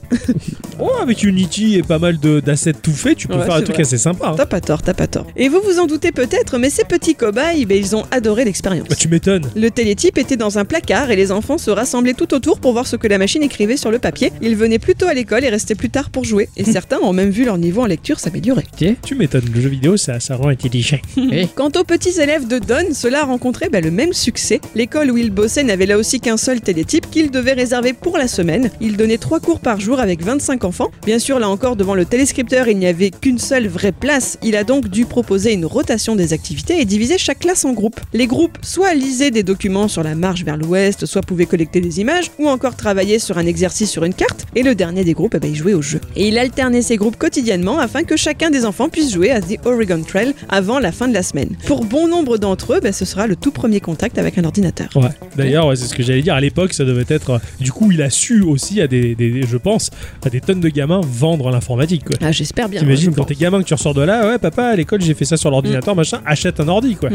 [SPEAKER 1] Oh, avec Unity et pas mal de- d'assets tout faits, tu peux
[SPEAKER 3] Ouais,
[SPEAKER 1] faire un
[SPEAKER 3] c'est
[SPEAKER 1] truc
[SPEAKER 3] vrai.
[SPEAKER 1] assez sympa. hein.
[SPEAKER 3] T'as pas tort, t'as pas tort. Et vous vous en doutez peut-être, mais ces petits cobayes, ben, ils ont adoré l'expérience.
[SPEAKER 1] Bah, tu m'étonnes.
[SPEAKER 3] Le télétype était dans un placard et les enfants se rassemblaient tout autour pour voir ce que la machine écrivait sur le papier. Ils venaient plus tôt à l'école et restaient plus tard pour jouer. Et certains ont même vu leur niveau en lecture s'améliorer.
[SPEAKER 1] Tu m'étonnes. Le jeu vidéo, ça, ça rend intelligent.
[SPEAKER 2] Eh,
[SPEAKER 3] Quant aux petits élèves de Don, cela a rencontré ben, le même succès. L'école où ils bossaient n'avait là aussi qu'un seul télétype qu'ils devaient réserver pour la semaine. Ils donnaient trois cours par jour avec 25 enfants. Bien sûr, là encore, devant le téléscripteur, il n'y avait qu'une seule vraie place. Il a donc dû proposer une rotation des activités et diviser chaque classe en groupes. Les groupes soit lisaient des documents sur la marche vers l'ouest, soit pouvaient collecter des images, ou encore travailler sur un exercice sur une carte. Et le dernier des groupes, eh ben, il jouait au jeu. Et il alternait ces groupes quotidiennement afin que chacun des enfants puisse jouer à The Oregon Trail avant la fin de la semaine. Pour bon nombre d'entre eux, ben, ce sera le tout premier contact avec un ordinateur.
[SPEAKER 1] Ouais. D'ailleurs, ouais, c'est ce que j'allais dire. À l'époque, ça devait être. euh, Du coup, il a su aussi à des, des- des- je pense, à des tonnes de gamins vendre l'informatique. quoi.
[SPEAKER 3] Ah, j'espère bien.
[SPEAKER 1] T'imagines
[SPEAKER 3] je
[SPEAKER 1] quand
[SPEAKER 3] pense.
[SPEAKER 1] t'es gamin que tu ressors de là, ouais papa à l'école j'ai fait ça sur l'ordinateur machin, achète un ordi quoi.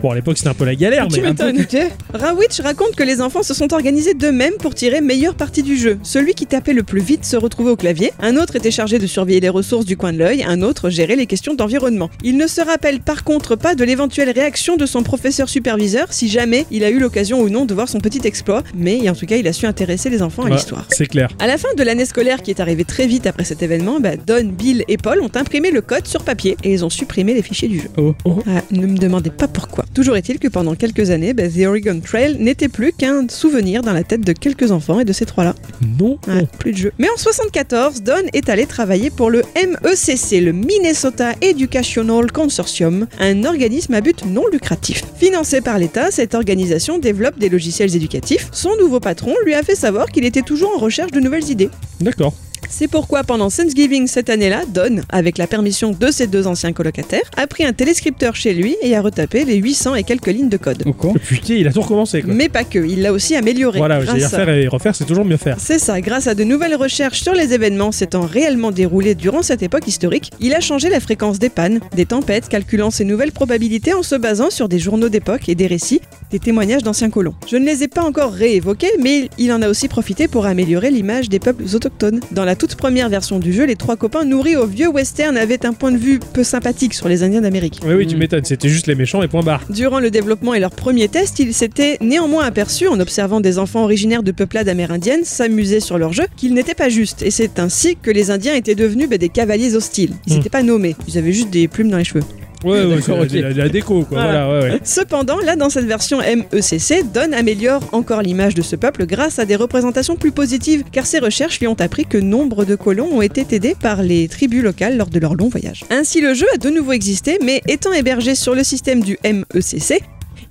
[SPEAKER 1] bon à l'époque c'était un peu la galère
[SPEAKER 3] Mm. Bah, Tu
[SPEAKER 1] mais un peu-
[SPEAKER 3] m'étonnes. Rawitch raconte que les enfants se sont organisés d'eux-mêmes pour tirer meilleure partie du jeu. Celui qui tapait le plus vite se retrouvait au clavier, un autre était chargé de surveiller les ressources du coin de l'œil, un autre gérait les questions d'environnement. Il ne se rappelle par contre pas de l'éventuelle réaction de son professeur superviseur si jamais il a eu l'occasion ou non de voir son petit exploit, mais en tout cas il a su intéresser les enfants à
[SPEAKER 1] Ouais,
[SPEAKER 3] l'histoire.
[SPEAKER 1] C'est clair.
[SPEAKER 3] À la fin de l'année scolaire qui est arrivée très vite après cet événement, bah, Don, Bill et Paul ont imprimé le code sur papier et ils ont supprimé les fichiers du jeu.
[SPEAKER 1] Oh, oh.
[SPEAKER 3] Ah, ne me demandez pas pourquoi. Toujours est-il que pendant quelques années, bah, The Oregon Trail n'était plus qu'un souvenir dans la tête de quelques enfants et de ces trois-là.
[SPEAKER 1] Non.
[SPEAKER 3] Ouais, Plus de jeu. Mais en 74, Don est allé travailler pour le MECC, le Minnesota Educational Consortium, un organisme à but non lucratif. Financé par l'État, cette organisation développe des logiciels éducatifs. Son nouveau patron lui a fait savoir qu'il était toujours en recherche de nouvelles idées.
[SPEAKER 1] Oh, D'accord.
[SPEAKER 3] C'est pourquoi pendant Thanksgiving cette année-là, Don, avec la permission de ses deux anciens colocataires, a pris un téléscripteur chez lui et a retapé les 800 et quelques lignes de code.
[SPEAKER 2] au con.
[SPEAKER 1] Oh, Putain il a tout recommencé quoi.
[SPEAKER 3] Mais pas que, il l'a aussi amélioré.
[SPEAKER 1] Voilà,
[SPEAKER 3] grâce
[SPEAKER 1] j'ai
[SPEAKER 3] à-
[SPEAKER 1] refaire et refaire, c'est toujours mieux faire.
[SPEAKER 3] c'est ça, grâce à de nouvelles recherches sur les événements s'étant réellement déroulés durant cette époque historique, il a changé la fréquence des pannes, des tempêtes, calculant ses nouvelles probabilités en se basant sur des journaux d'époque et des récits, des témoignages d'anciens colons. Je ne les ai pas encore réévoqués, mais il- il en a aussi profité pour améliorer l'image des peuples autochtones. Dans la toute première version du jeu, les trois copains nourris au vieux western avaient un point de vue peu sympathique sur les Indiens d'Amérique.
[SPEAKER 1] Oui, oui, tu
[SPEAKER 2] Mm.
[SPEAKER 1] m'étonnes, c'était juste les méchants et point barre.
[SPEAKER 3] Durant le développement et leur premier test, ils s'étaient néanmoins aperçus, en observant des enfants originaires de peuplades amérindiennes s'amuser sur leur jeu, qu'ils n'étaient pas justes. Et c'est ainsi que les Indiens étaient devenus bah, des cavaliers hostiles. Ils
[SPEAKER 1] Hmm.
[SPEAKER 3] n'étaient pas nommés, ils avaient juste des plumes dans les cheveux.
[SPEAKER 1] Ouais, ouais,
[SPEAKER 2] D'accord,
[SPEAKER 1] c'est
[SPEAKER 2] ok.
[SPEAKER 1] la, la- la déco quoi, voilà, ouais, ouais.
[SPEAKER 3] Cependant, là, dans cette version MECC, Don améliore encore l'image de ce peuple grâce à des représentations plus positives, car ses recherches lui ont appris que nombre de colons ont été aidés par les tribus locales lors de leur long voyage. Ainsi, le jeu a de nouveau existé, mais étant hébergé sur le système du E MECC,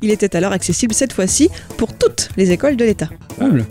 [SPEAKER 3] il était alors accessible cette fois-ci pour toutes les écoles de l'État.
[SPEAKER 2] Cool.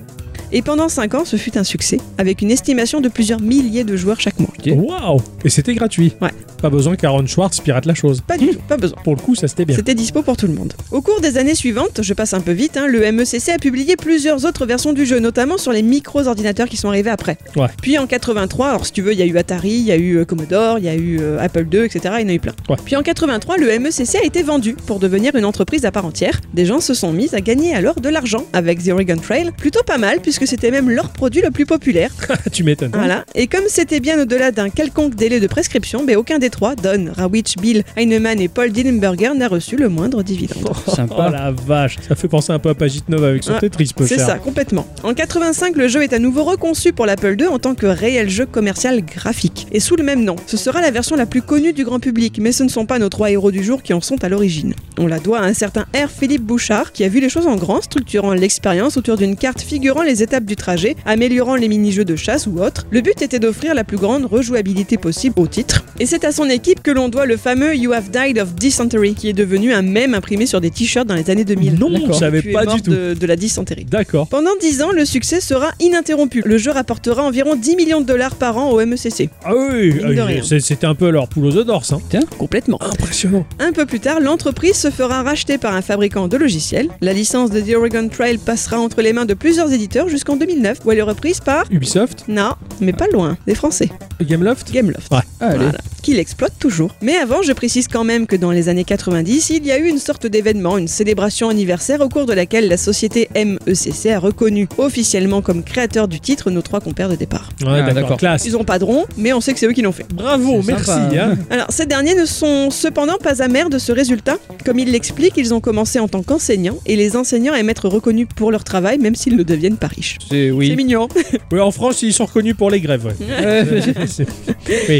[SPEAKER 3] Et pendant 5 ans, ce fut un succès, avec une estimation de plusieurs milliers de joueurs chaque mois.
[SPEAKER 1] Waouh Et c'était gratuit.
[SPEAKER 3] Ouais.
[SPEAKER 1] Pas besoin qu'Aaron Schwartz pirate la chose.
[SPEAKER 3] Pas du tout, pas besoin.
[SPEAKER 1] Pour le coup, ça c'était bien.
[SPEAKER 3] C'était dispo pour tout le monde. Au cours des années suivantes, je passe un peu vite, hein, le MECC a publié plusieurs autres versions du jeu, notamment sur les micro-ordinateurs qui sont arrivés après.
[SPEAKER 1] Ouais.
[SPEAKER 3] Puis en 83, alors si tu veux, il y a eu Atari, il y a eu euh, Commodore, il y a eu euh, Apple II, etc. Il y en a eu plein.
[SPEAKER 1] Ouais.
[SPEAKER 3] Puis en 83, le MECC a été vendu pour devenir une entreprise à part entière. Des gens se sont mis à gagner alors de l'argent avec The Oregon Trail, plutôt pas mal puisque c'était même leur produit le plus populaire.
[SPEAKER 1] tu m'étonnes.
[SPEAKER 3] Voilà. Et comme c'était bien au-delà d'un quelconque délai de prescription, ben aucun des trois, Don, Rawitch, Bill, Heinemann et Paul Dillenberger, n'a reçu le moindre dividende.
[SPEAKER 1] Oh
[SPEAKER 2] Sympa.
[SPEAKER 1] la vache, ça fait penser un peu à Pagitnov avec son
[SPEAKER 3] Ouais,
[SPEAKER 1] Tetris, peu
[SPEAKER 3] C'est
[SPEAKER 1] cher.
[SPEAKER 3] ça, complètement. En 85, le jeu est à nouveau reconçu pour l'Apple II en tant que réel jeu commercial graphique, et sous le même nom. Ce sera la version la plus connue du grand public, mais ce ne sont pas nos trois héros du jour qui en sont à l'origine. On la doit à un certain R. Philippe Bouchard, qui a vu les choses en grand, structurant l'expérience autour d'une carte figurant les étapes du trajet, améliorant les mini-jeux de chasse ou autres. Le but était d'offrir la plus grande rejouabilité possible au titre. Et c'est à son équipe que l'on doit le fameux You Have Died of Dysentery, qui est devenu un mème imprimé sur des t-shirts dans les années 2000.
[SPEAKER 1] Non, je savais
[SPEAKER 3] Tu es
[SPEAKER 1] pas
[SPEAKER 3] mort
[SPEAKER 1] du tout.
[SPEAKER 3] De, de la dysenterie.
[SPEAKER 1] D'accord.
[SPEAKER 3] Pendant 10 ans, le succès sera ininterrompu. Le jeu rapportera environ 10 millions de dollars par an au E MECC.
[SPEAKER 1] Ah oui,
[SPEAKER 3] Mine de
[SPEAKER 1] euh,
[SPEAKER 3] rien.
[SPEAKER 1] c'est- c'était un peu leur poule aux œufs d'or, ça.
[SPEAKER 3] Complètement.
[SPEAKER 1] Impressionnant.
[SPEAKER 3] Un peu plus tard, l'entreprise se fera racheter par un fabricant de logiciels. La licence de The Oregon Trail passera entre les mains de plusieurs éditeurs jusqu'en 2009, où elle est reprise par...
[SPEAKER 1] Ubisoft,
[SPEAKER 3] Non, mais pas loin, des Français,
[SPEAKER 1] Gameloft.
[SPEAKER 3] Gameloft.
[SPEAKER 2] Allez.
[SPEAKER 3] Voilà. Qu'il exploite toujours. Mais avant, je précise quand même que dans les années 90, il y a eu une sorte d'événement, une célébration anniversaire au cours de laquelle la société MECC a reconnu officiellement comme créateur du titre nos trois compères de départ.
[SPEAKER 1] Ouais,
[SPEAKER 2] Ah,
[SPEAKER 1] d'accord.
[SPEAKER 2] d'accord.
[SPEAKER 1] Classe.
[SPEAKER 3] Ils ont pas de rond, mais on sait que c'est eux qui l'ont fait.
[SPEAKER 1] Bravo,
[SPEAKER 2] C'est
[SPEAKER 1] merci.
[SPEAKER 2] sympa.
[SPEAKER 1] hein.
[SPEAKER 3] Alors, ces derniers ne sont cependant pas amers de ce résultat. Comme ils l'expliquent, ils ont commencé en tant qu'enseignants, et les enseignants aiment être reconnus pour leur travail, même s'ils ne deviennent pas riches.
[SPEAKER 2] C'est
[SPEAKER 3] C'est
[SPEAKER 2] oui.
[SPEAKER 3] mignon.
[SPEAKER 1] Oui, en France, ils sont reconnus pour les grèves. ouais. C'est-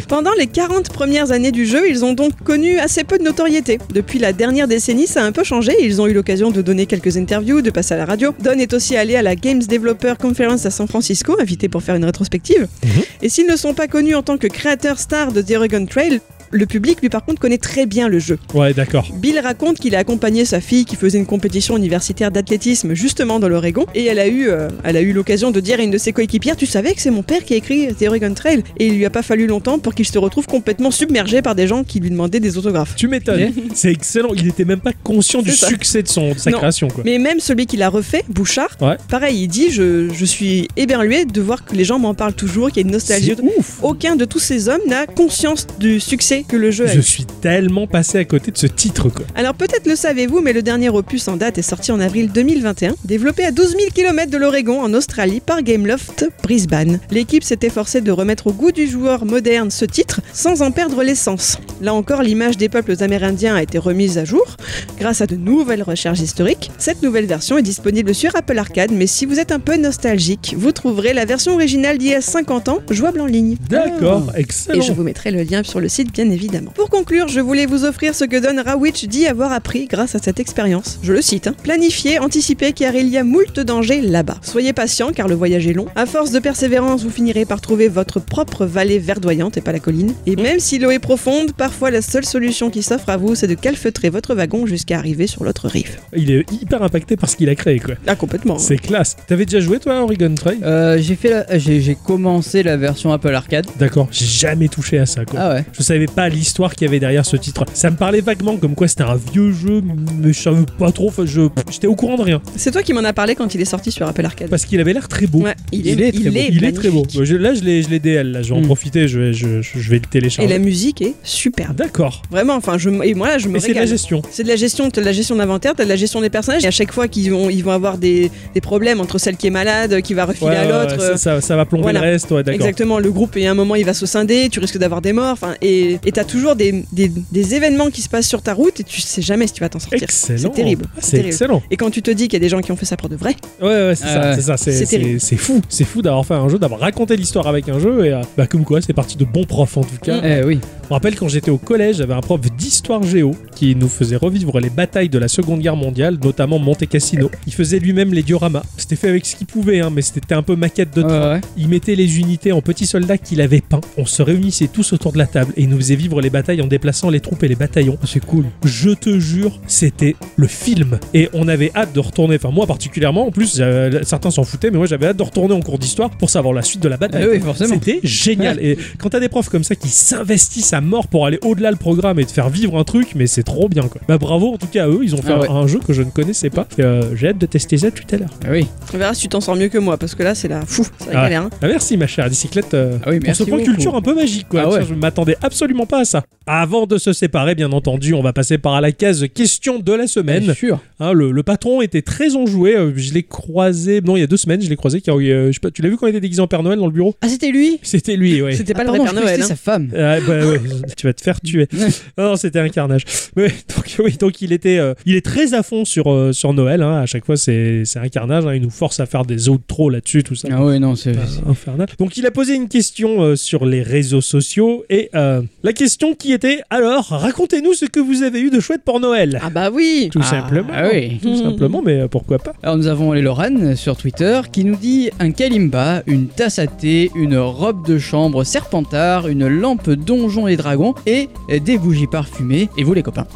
[SPEAKER 3] Pendant les 40 premières années du jeu, ils ont donc connu assez peu de notoriété. Depuis la dernière décennie, ça a un peu changé. Ils ont eu l'occasion de donner quelques interviews, de passer à la radio. Don est aussi allé à la Games Developer Conference à San Francisco, invité pour faire une rétrospective. Et s'ils ne sont pas connus en tant que créateurs stars de The Oregon Trail, le public, lui, par contre, connaît très bien le jeu.
[SPEAKER 1] ouais, d'accord.
[SPEAKER 3] Bill raconte qu'il a accompagné sa fille qui faisait une compétition universitaire d'athlétisme justement dans l'Oregon et elle a eu, euh, elle a eu l'occasion de dire à une de ses coéquipières Tu savais que c'est mon père qui a écrit The Oregon Trail Et il lui a pas fallu longtemps pour qu'il se retrouve complètement submergé par des gens qui lui demandaient des autographes.
[SPEAKER 1] Tu m'étonnes. C'est excellent. Il était même pas conscient du
[SPEAKER 3] C'est ça.
[SPEAKER 1] succès de, son, de sa
[SPEAKER 3] Non.
[SPEAKER 1] création, quoi.
[SPEAKER 3] Mais même celui qui l'a refait, Bouchard,
[SPEAKER 1] Ouais.
[SPEAKER 3] pareil, il dit je, je suis éberlué de voir que les gens m'en parlent toujours, qu'il y a une nostalgie.
[SPEAKER 1] C'est ouf.
[SPEAKER 3] Aucun de tous ces hommes n'a conscience du succès que le jeu a
[SPEAKER 1] Je
[SPEAKER 3] eu.
[SPEAKER 1] suis tellement passé à côté de ce titre, quoi.
[SPEAKER 3] Alors peut-être le savez-vous, mais le dernier opus en date est sorti en avril 2021, développé à 12 000 km de l'Oregon en Australie par Gameloft Brisbane. L'équipe s'est efforcée de remettre au goût du joueur moderne ce titre sans en perdre l'essence. Là encore, l'image des peuples amérindiens a été remise à jour grâce à de nouvelles recherches historiques. Cette nouvelle version est disponible sur Apple Arcade, mais si vous êtes un peu nostalgique, vous trouverez la version originale d'il y a 50 ans, jouable en ligne.
[SPEAKER 1] D'accord,
[SPEAKER 3] Ah. Et
[SPEAKER 1] excellent.
[SPEAKER 3] je vous mettrai le lien sur le site, bien évidemment. Pour conclure, je voulais vous offrir ce que Don Rawitch dit avoir appris grâce à cette expérience. Je le cite. hein. Planifiez, anticipez, car il y a moult dangers là-bas. Soyez patient, car le voyage est long. À force de persévérance, vous finirez par trouver votre propre vallée verdoyante et pas la colline. Et
[SPEAKER 1] Mmh.
[SPEAKER 3] même si l'eau est profonde, parfois la seule solution qui s'offre à vous, c'est de calfeutrer votre wagon jusqu'à arriver sur l'autre rive.
[SPEAKER 1] Il est hyper impacté par ce qu'il a créé, quoi.
[SPEAKER 3] Ah, complètement.
[SPEAKER 1] C'est classe. T'avais déjà joué, toi, à Oregon Trail
[SPEAKER 2] Euh, j'ai fait la- j'ai j'ai commencé la version Apple Arcade.
[SPEAKER 1] D'accord, j'ai jamais touché à ça, quoi.
[SPEAKER 2] Ah ouais.
[SPEAKER 1] Je savais pas l'histoire qu'il y avait derrière ce titre. Ça me parlait vaguement comme quoi c'était un vieux jeu, mais je savais pas trop. Enfin, je- j'étais au courant de rien.
[SPEAKER 3] C'est toi qui m'en as parlé quand il est sorti sur Apple Arcade.
[SPEAKER 1] Parce qu'il avait l'air très beau.
[SPEAKER 3] Ouais, il,
[SPEAKER 2] Il
[SPEAKER 3] est,
[SPEAKER 2] est très beau.
[SPEAKER 1] Il est très beau.
[SPEAKER 3] magnifique.
[SPEAKER 1] Je- là, je l'ai je l'ai DL, là, je vais en
[SPEAKER 2] Mm.
[SPEAKER 1] profiter, je vais, je, je- je vais le
[SPEAKER 3] Et la
[SPEAKER 1] télécharger.
[SPEAKER 3] musique est superbe.
[SPEAKER 1] D'accord.
[SPEAKER 3] Vraiment, enfin, je, m- et moi là, je me
[SPEAKER 1] Mais c'est de la
[SPEAKER 3] régale.
[SPEAKER 1] gestion.
[SPEAKER 3] C'est de la gestion, t'as de la gestion d'inventaire, t'as de la gestion des personnages. Et à chaque fois qu'ils vont, ils vont avoir des, des problèmes entre celle qui est malade, qui va refiler
[SPEAKER 1] Ouais,
[SPEAKER 3] à
[SPEAKER 1] ouais,
[SPEAKER 3] l'autre.
[SPEAKER 1] ouais, ça, ça- ça va plomber
[SPEAKER 3] voilà.
[SPEAKER 1] le reste, ouais, d'accord.
[SPEAKER 3] Exactement, le groupe, et à un moment, il va se scinder, tu risques d'avoir des morts. Enfin, et et t'as toujours des, des, des événements qui se passent sur ta route et tu sais jamais si tu vas t'en sortir.
[SPEAKER 1] Excellent.
[SPEAKER 3] C'est terrible.
[SPEAKER 1] Ah,
[SPEAKER 3] C'est
[SPEAKER 1] C'est
[SPEAKER 3] terrible.
[SPEAKER 1] excellent.
[SPEAKER 3] Et quand tu te dis qu'il y a des gens qui ont fait ça pour de vrai,
[SPEAKER 1] Ouais, ouais, c'est
[SPEAKER 2] Ah
[SPEAKER 1] ça.
[SPEAKER 2] ouais.
[SPEAKER 1] C'est ça. C'est,
[SPEAKER 3] C'est
[SPEAKER 1] c'est-
[SPEAKER 3] terrible.
[SPEAKER 1] c'est fou. C'est fou d'avoir fait un jeu, d'avoir raconté l'histoire avec un jeu. Et euh, bah, comme quoi, c'est parti de bons profs en tout cas.
[SPEAKER 3] Mm.
[SPEAKER 2] Eh oui.
[SPEAKER 1] Je me rappelle quand j'étais au collège, j'avais un prof d'histoire géo qui nous faisait revivre les batailles de la Seconde Guerre mondiale, notamment Monte Cassino. Il faisait lui-même les dioramas. C'était fait avec ce qu'il pouvait, hein, mais c'était un peu maquette de
[SPEAKER 2] Ouais,
[SPEAKER 1] train.
[SPEAKER 2] ouais.
[SPEAKER 1] Il mettait les unités en petits soldats qu'il avait peints. On se réunissait tous autour de la table et il nous faisait vivre les batailles en déplaçant les troupes et les bataillons.
[SPEAKER 2] Ah, C'est cool.
[SPEAKER 1] Je te jure, c'était le film. Et on avait hâte de retourner, enfin moi particulièrement, en plus j'avais- certains s'en foutaient, mais moi j'avais hâte de retourner en cours d'histoire pour savoir la suite de la bataille.
[SPEAKER 2] Ah oui, forcément.
[SPEAKER 1] C'était génial. Et quand t'as des profs comme ça qui s'investissent à mort pour aller au-delà le programme et te faire vivre un truc, mais c'est trop bien quoi. Bah bravo en tout cas à eux, ils ont fait
[SPEAKER 2] Ah ouais.
[SPEAKER 1] un jeu que je ne connaissais pas. Et, euh, J'ai hâte de tester ça tout à l'heure.
[SPEAKER 2] Ah oui.
[SPEAKER 3] On verra si tu t'en sors mieux que moi, parce que là, c'est la fou, c'est la
[SPEAKER 1] Ah ouais.
[SPEAKER 3] galère. hein.
[SPEAKER 1] Ah, merci ma chère bicyclette euh,
[SPEAKER 2] Ah oui,
[SPEAKER 1] pour
[SPEAKER 2] merci
[SPEAKER 1] ce point
[SPEAKER 2] beaucoup.
[SPEAKER 1] culture un peu magique quoi.
[SPEAKER 2] Ah ouais.
[SPEAKER 1] Tiens, Je m'attendais absolument pas à ça. Avant de se séparer bien entendu, on va passer par la case question de la
[SPEAKER 3] Ben.
[SPEAKER 1] semaine.
[SPEAKER 2] Bien sûr.
[SPEAKER 1] Hein, le, le patron était très enjoué. euh, Je l'ai croisé. Non, il y a deux semaines, je l'ai croisé. Car, euh, je sais pas, tu l'as vu quand il était déguisé en Père Noël dans le bureau
[SPEAKER 2] Ah, c'était lui
[SPEAKER 1] C'était lui, ouais.
[SPEAKER 3] C'était pas
[SPEAKER 2] Ah,
[SPEAKER 3] le
[SPEAKER 2] pardon,
[SPEAKER 3] vrai
[SPEAKER 2] je croyais
[SPEAKER 3] Père
[SPEAKER 2] que
[SPEAKER 3] Noël.
[SPEAKER 2] c'était sa
[SPEAKER 3] hein.
[SPEAKER 2] femme.
[SPEAKER 1] Ah, bah, ouais, tu vas te faire tuer. Non, non, c'était un carnage. Mais ouais, donc oui, donc il était, euh, il est très à fond sur euh, sur Noël. hein. À chaque fois, c'est c'est un carnage. hein. Il nous force à faire des outros là-dessus, tout ça.
[SPEAKER 2] Ah ouais, non, c'est.
[SPEAKER 1] Euh, infernal. Donc il a posé une question euh, sur les réseaux sociaux et euh, la question qui était alors racontez-nous ce que vous avez eu de chouette pour Noël.
[SPEAKER 3] Ah bah oui
[SPEAKER 1] Tout simplement.
[SPEAKER 2] Ah oui.
[SPEAKER 1] Tout simplement, mais euh, pourquoi pas
[SPEAKER 2] Alors nous avons les Lorraine sur Twitter qui nous dit un kalimba, une tasse à thé, une robe de chambre serpentard, une lampe donjon et dragon et des bougies parfumées. Et vous les copains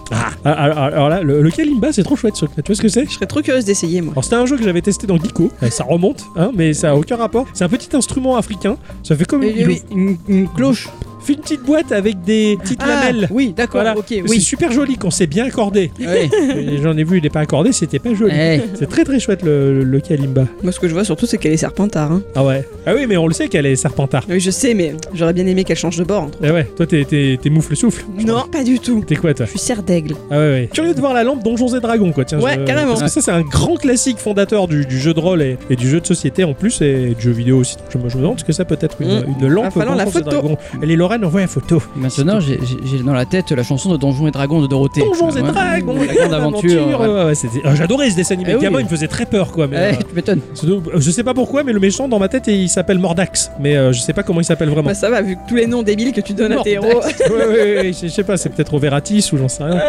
[SPEAKER 1] Ah, Alors, alors là, le, le Kalimba, c'est trop chouette ce truc-là. Tu vois ce que c'est
[SPEAKER 3] Je serais trop curieuse d'essayer, moi.
[SPEAKER 1] alors c'était un jeu que j'avais testé dans Geeko, Euh, ça remonte, hein, mais ça a aucun rapport. C'est un petit instrument africain, ça fait comme une,
[SPEAKER 2] Et oui, Eh, une, une cloche.
[SPEAKER 1] fait une petite boîte avec des petites
[SPEAKER 2] Ah,
[SPEAKER 1] lamelles.
[SPEAKER 2] Oui, d'accord,
[SPEAKER 1] Voilà.
[SPEAKER 2] ok,
[SPEAKER 1] C'est
[SPEAKER 2] oui.
[SPEAKER 1] super joli quand c'est bien accordé.
[SPEAKER 2] Ouais.
[SPEAKER 1] Et J'en ai vu, il n'est pas accordé, c'était pas joli.
[SPEAKER 2] Ouais. Eh.
[SPEAKER 1] C'est très très chouette le, le Kalimba.
[SPEAKER 3] Moi, ce que je vois surtout, c'est qu'elle est serpentard. hein.
[SPEAKER 1] Ah ouais. Ah oui, mais on le sait qu'elle est serpentard.
[SPEAKER 3] Oui, je sais, mais j'aurais bien aimé qu'elle change de bord. entre-
[SPEAKER 1] Eh ouais, toi t'es, t'es, t'es moufle souffle.
[SPEAKER 3] Non, pas du tout.
[SPEAKER 1] T'es quoi toi
[SPEAKER 3] Je suis serre d'aigle.
[SPEAKER 1] Ah ouais, ouais. Curieux de voir la lampe Donjons et Dragons, quoi. Tiens,
[SPEAKER 3] Ouais,
[SPEAKER 1] je-
[SPEAKER 3] carrément.
[SPEAKER 1] Parce que ça, c'est un grand classique fondateur du, du jeu de rôle et, et du jeu de société en plus, et du jeu vidéo aussi. Je me, je me demande ce que ça peut être une,
[SPEAKER 3] Mm.
[SPEAKER 1] une lampe
[SPEAKER 3] Va falloir la
[SPEAKER 1] Donjons et
[SPEAKER 3] photo.
[SPEAKER 1] Dragons. Et les Lorraine envoient la photo.
[SPEAKER 2] Et Maintenant, j'ai- j'ai j'ai dans la tête la chanson de Donjons et Dragons de Dorothée.
[SPEAKER 1] Donjons et
[SPEAKER 2] Ouais.
[SPEAKER 1] Dragons,
[SPEAKER 2] la grande aventure.
[SPEAKER 1] ouais,
[SPEAKER 2] voilà.
[SPEAKER 1] ouais, c'était- ah, J'adorais ce dessin animé.
[SPEAKER 2] Eh
[SPEAKER 1] Le
[SPEAKER 2] oui.
[SPEAKER 1] Gamin, il me faisait très peur, quoi. Mais,
[SPEAKER 2] Eh, tu m'étonnes.
[SPEAKER 1] euh, surtout, euh, je sais pas pourquoi, mais le méchant dans ma tête, il s'appelle Mordax. Mais euh, je sais pas comment il s'appelle vraiment.
[SPEAKER 3] Bah, ça va, vu que tous les noms débiles que tu donnes à tes
[SPEAKER 2] Mordax.
[SPEAKER 3] héros.
[SPEAKER 1] ouais, ouais, ouais, ouais, je je sais pas, c'est peut-être au Veratis ou j'en sais rien.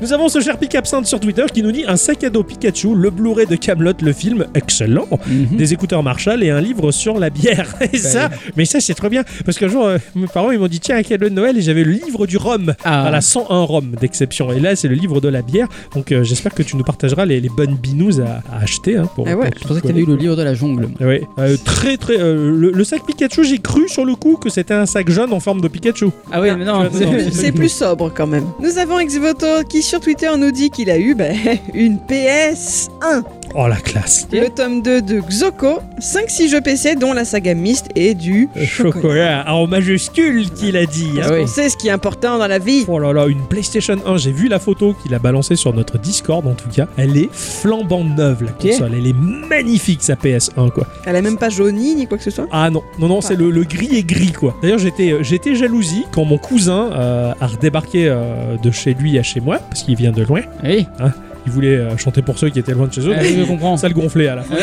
[SPEAKER 1] Nous avons ce cher Pic Absinthe sur Twitter qui nous dit un sac à dos Pikachu, le Blu-ray de Camelot, le film, excellent,
[SPEAKER 2] Mhm.
[SPEAKER 1] des écouteurs Marshall et un livre sur la bière. Et
[SPEAKER 2] Ben
[SPEAKER 1] ça, mais ça c'est trop bien parce qu'un jour euh, mes parents ils m'ont dit tiens un cadeau de Noël et j'avais le livre du rhum.
[SPEAKER 2] Ah.
[SPEAKER 1] Voilà, 101 rhum d'exception. Et là, c'est le livre de la bière. Donc, euh, j'espère que tu nous partageras les, les bonnes binous à, à acheter. hein, pour,
[SPEAKER 3] Ah
[SPEAKER 1] pour
[SPEAKER 3] ouais,
[SPEAKER 2] Je pensais que
[SPEAKER 1] picoler.
[SPEAKER 2] t'avais eu le livre de la jungle.
[SPEAKER 1] Ah Ouais, Euh, très très. euh, le, le sac Pikachu, j'ai cru sur le coup que c'était un sac jaune en forme de Pikachu.
[SPEAKER 2] Ah oui, mais non.
[SPEAKER 1] tu vois, non, non.
[SPEAKER 3] C'est plus sobre quand même. Nous avons Exvoto qui sur Twitter nous dit qu'il a eu bah, une PS1,
[SPEAKER 1] Oh la classe!
[SPEAKER 3] le tome 2 de Xoko, 5-6 jeux PC dont la saga Myst et du
[SPEAKER 1] chocolat en majuscule qu'il a dit. hein.
[SPEAKER 2] Euh, Ah oui.
[SPEAKER 3] On sait ce qui est important dans la vie.
[SPEAKER 1] Oh là là, une PlayStation 1, j'ai vu la photo qu'il a balancée sur notre Discord en tout cas. Elle est flambant neuve la console, elle est magnifique sa PS1 quoi.
[SPEAKER 3] Elle a même pas jauni ni quoi que ce soit.
[SPEAKER 1] Ah non, non, non, c'est le, le gris et gris quoi. D'ailleurs j'étais euh, j'étais jalousie quand mon cousin euh, a redébarqué euh, de chez lui à chez moi, parce qu'il vient de loin,
[SPEAKER 2] Oui,
[SPEAKER 1] il voulait euh, chanter pour ceux qui étaient loin de chez eux.
[SPEAKER 2] Ah oui, je comprends.
[SPEAKER 1] Ça le gonflait à la fin.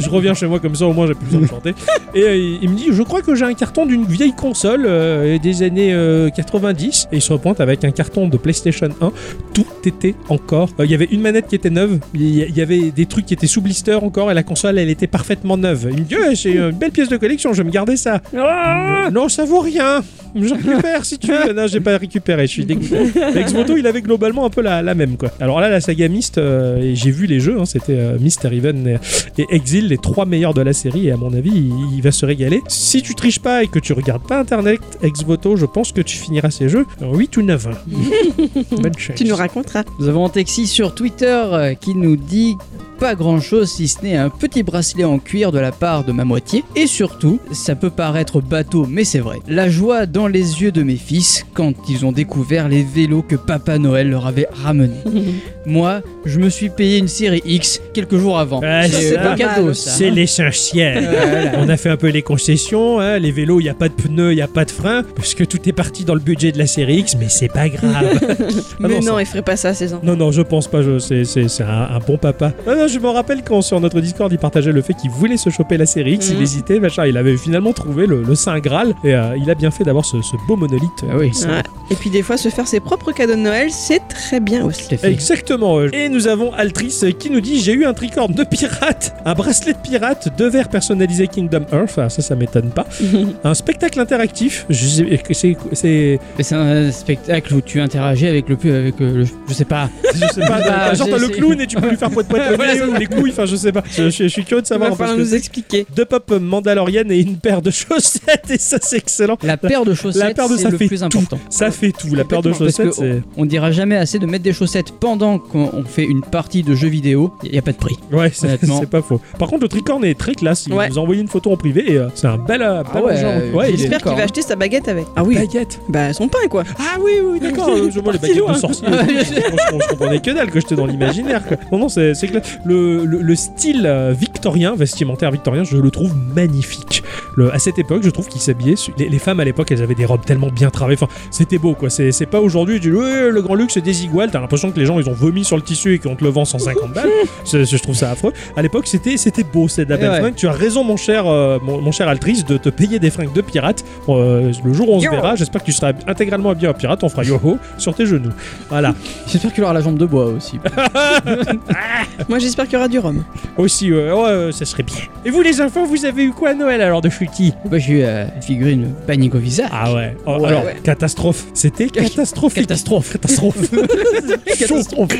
[SPEAKER 1] je reviens chez moi comme ça, au moins j'ai plus besoin de chanter. Et euh, il- il me dit Je crois que j'ai un carton d'une vieille console euh, des années euh, 90. Et il se repointe avec un carton de PlayStation 1. Tout était encore. euh, Il y avait une manette qui était neuve. Il y, il y avait des trucs qui étaient sous blister encore. Et la console, elle était parfaitement neuve. Il me dit Ouais, C'est une belle pièce de collection, je vais me garder ça. non, ça vaut rien. Je récupère si tu veux. Non, j'ai pas récupéré, je suis dégoûté. L'ex-moto, il avait globalement un peu la, la même quoi. Alors là, la saga Myst, euh, et j'ai vu les jeux, hein, c'était euh, Myst, Riven et, et Exil, les trois meilleurs de la série, et à mon avis, il, il va se régaler. Si tu triches pas et que tu regardes pas Internet, Exvoto, je pense que tu finiras ces jeux en 8 ou 9 ans. Bonne chance.
[SPEAKER 3] Tu nous raconteras.
[SPEAKER 2] Nous avons Texi sur Twitter euh, qui nous dit pas grand chose si ce n'est un petit bracelet en cuir de la part de ma moitié. Et surtout, ça peut paraître bateau, mais c'est vrai. La joie dans les yeux de mes fils quand ils ont découvert les vélos que Papa Noël leur avait ramenés. Moi, je me suis payé une série X quelques jours avant.
[SPEAKER 1] Ouais,
[SPEAKER 2] c'est
[SPEAKER 1] c'est
[SPEAKER 2] un
[SPEAKER 1] pas
[SPEAKER 2] cadeau,
[SPEAKER 3] mal,
[SPEAKER 2] ça.
[SPEAKER 1] C'est l'essentiel.
[SPEAKER 2] Voilà.
[SPEAKER 1] On a fait un peu les concessions, hein, les vélos, il n'y a pas de pneus, il n'y a pas de frein, parce que tout est parti dans le budget de la série X, mais c'est pas grave. Ah
[SPEAKER 3] Mais
[SPEAKER 1] non,
[SPEAKER 3] non,
[SPEAKER 1] ça-
[SPEAKER 3] il ferait pas ça, ces enfants.
[SPEAKER 1] Non, non, je pense pas, je, c'est, c'est, c'est un, un bon papa. Non, non, non, je me rappelle quand sur notre Discord, il partageait le fait qu'il voulait se choper la série X, il
[SPEAKER 3] Mhm.
[SPEAKER 1] hésitait, machin. Il avait finalement trouvé le, le Saint Graal et euh, il a bien fait d'avoir ce, ce beau monolithe.
[SPEAKER 2] Ah oui.
[SPEAKER 3] Ouais. Et puis des fois, se faire ses propres cadeaux de Noël, c'est très bien aussi.
[SPEAKER 2] Tout à fait.
[SPEAKER 1] Exactement. euh. Et nous avons Altrice qui nous dit J'ai eu un tricorne de pirate, un bracelet de pirate, deux verres personnalisés Kingdom Earth. Ah, ça, ça m'étonne pas. un spectacle interactif. Je sais- c'est- c'est-
[SPEAKER 7] Mais C'est un spectacle où tu interagis avec le plus. Avec euh, le, je sais pas.
[SPEAKER 1] je sais pas,
[SPEAKER 7] Bah,
[SPEAKER 1] t'as- genre
[SPEAKER 7] j'ai-
[SPEAKER 1] t'as le
[SPEAKER 7] j'ai-
[SPEAKER 1] clown et tu peux lui faire poète poète le nez ou les couilles, enfin je sais pas. Je, je- je suis curieux de
[SPEAKER 3] Ça
[SPEAKER 1] savoir.
[SPEAKER 3] va
[SPEAKER 1] parce
[SPEAKER 3] falloir
[SPEAKER 1] que
[SPEAKER 3] nous expliquer.
[SPEAKER 1] deux pop mandaloriennes et une paire de chaussettes et ça c'est excellent.
[SPEAKER 7] La paire de chaussettes,
[SPEAKER 1] la paire de
[SPEAKER 7] c'est
[SPEAKER 1] ça
[SPEAKER 7] le
[SPEAKER 1] fait
[SPEAKER 7] plus
[SPEAKER 1] tout.
[SPEAKER 7] important.
[SPEAKER 1] Ça fait tout. La paire de
[SPEAKER 7] Complètement, parce
[SPEAKER 1] chaussettes,
[SPEAKER 7] que
[SPEAKER 1] c'est
[SPEAKER 7] On dira jamais assez de mettre des chaussettes pendant qu'on on fait une partie de jeu vidéo. Il n'y a pas de prix.
[SPEAKER 1] ouais, c'est
[SPEAKER 7] oh, honnêtement.
[SPEAKER 1] c'est pas faux. Par contre, le tricorne est très classe. Il
[SPEAKER 3] Ouais.
[SPEAKER 1] nous a envoyé une photo en privé et euh, c'est un bel, euh, bel
[SPEAKER 7] ouais,
[SPEAKER 1] genre.
[SPEAKER 7] euh,
[SPEAKER 1] Ouais, il est-
[SPEAKER 3] J'espère qu'il
[SPEAKER 7] d'accord,
[SPEAKER 3] va
[SPEAKER 7] hein.
[SPEAKER 3] acheter sa baguette avec. Ah oui.
[SPEAKER 1] Baguette.
[SPEAKER 3] Bah son pain quoi.
[SPEAKER 1] Ah oui, oui, d'accord. euh, je vois les baguettes de sorcier. je, je comprenais que dalle que j'étais dans l'imaginaire. quoi. Non, non, c'est c'est clair. Le, le- le style euh, victorien, vestimentaire victorien, je le trouve magnifique. Le- à cette époque, je trouve qu'ils s'habillaient. su- Les, les femmes à l'époque, elles avaient des robes tellement bien travaillées. Enfin, c'était beau, quoi. C'est c'est pas aujourd'hui, tu dis, Ouais, le grand luxe, c'est désigual. T'as l'impression que les gens, ils ont vomi sur le tissu et qu'on te le vend 150 balles. C'est- Je trouve ça affreux. À l'époque, c'était c'était beau, c'était de la
[SPEAKER 7] Et
[SPEAKER 1] belle
[SPEAKER 7] ouais.
[SPEAKER 1] fringue. Tu as raison, mon cher, euh, mon, mon cher Altrice, de te payer des fringues de pirate. Euh, le jour où on se
[SPEAKER 3] Yo.
[SPEAKER 1] verra, j'espère que tu seras intégralement habillé en pirate. On fera yo-ho sur tes genoux. Voilà.
[SPEAKER 7] J'espère qu'il aura la jambe de bois aussi.
[SPEAKER 3] Moi j'espère qu'il y aura du rhum.
[SPEAKER 1] Aussi, euh, ouais, euh, ça serait bien. Et vous, les enfants, vous avez eu quoi à Noël alors de Chucky
[SPEAKER 7] Moi j'ai eu euh, une figurine panique au visage.
[SPEAKER 1] Ah ouais. Oh,
[SPEAKER 7] Ouais.
[SPEAKER 1] alors,
[SPEAKER 7] Ouais.
[SPEAKER 1] catastrophe. C'était catastrophique.
[SPEAKER 7] Catastrophe.
[SPEAKER 1] Catastrophe. Catastrophe.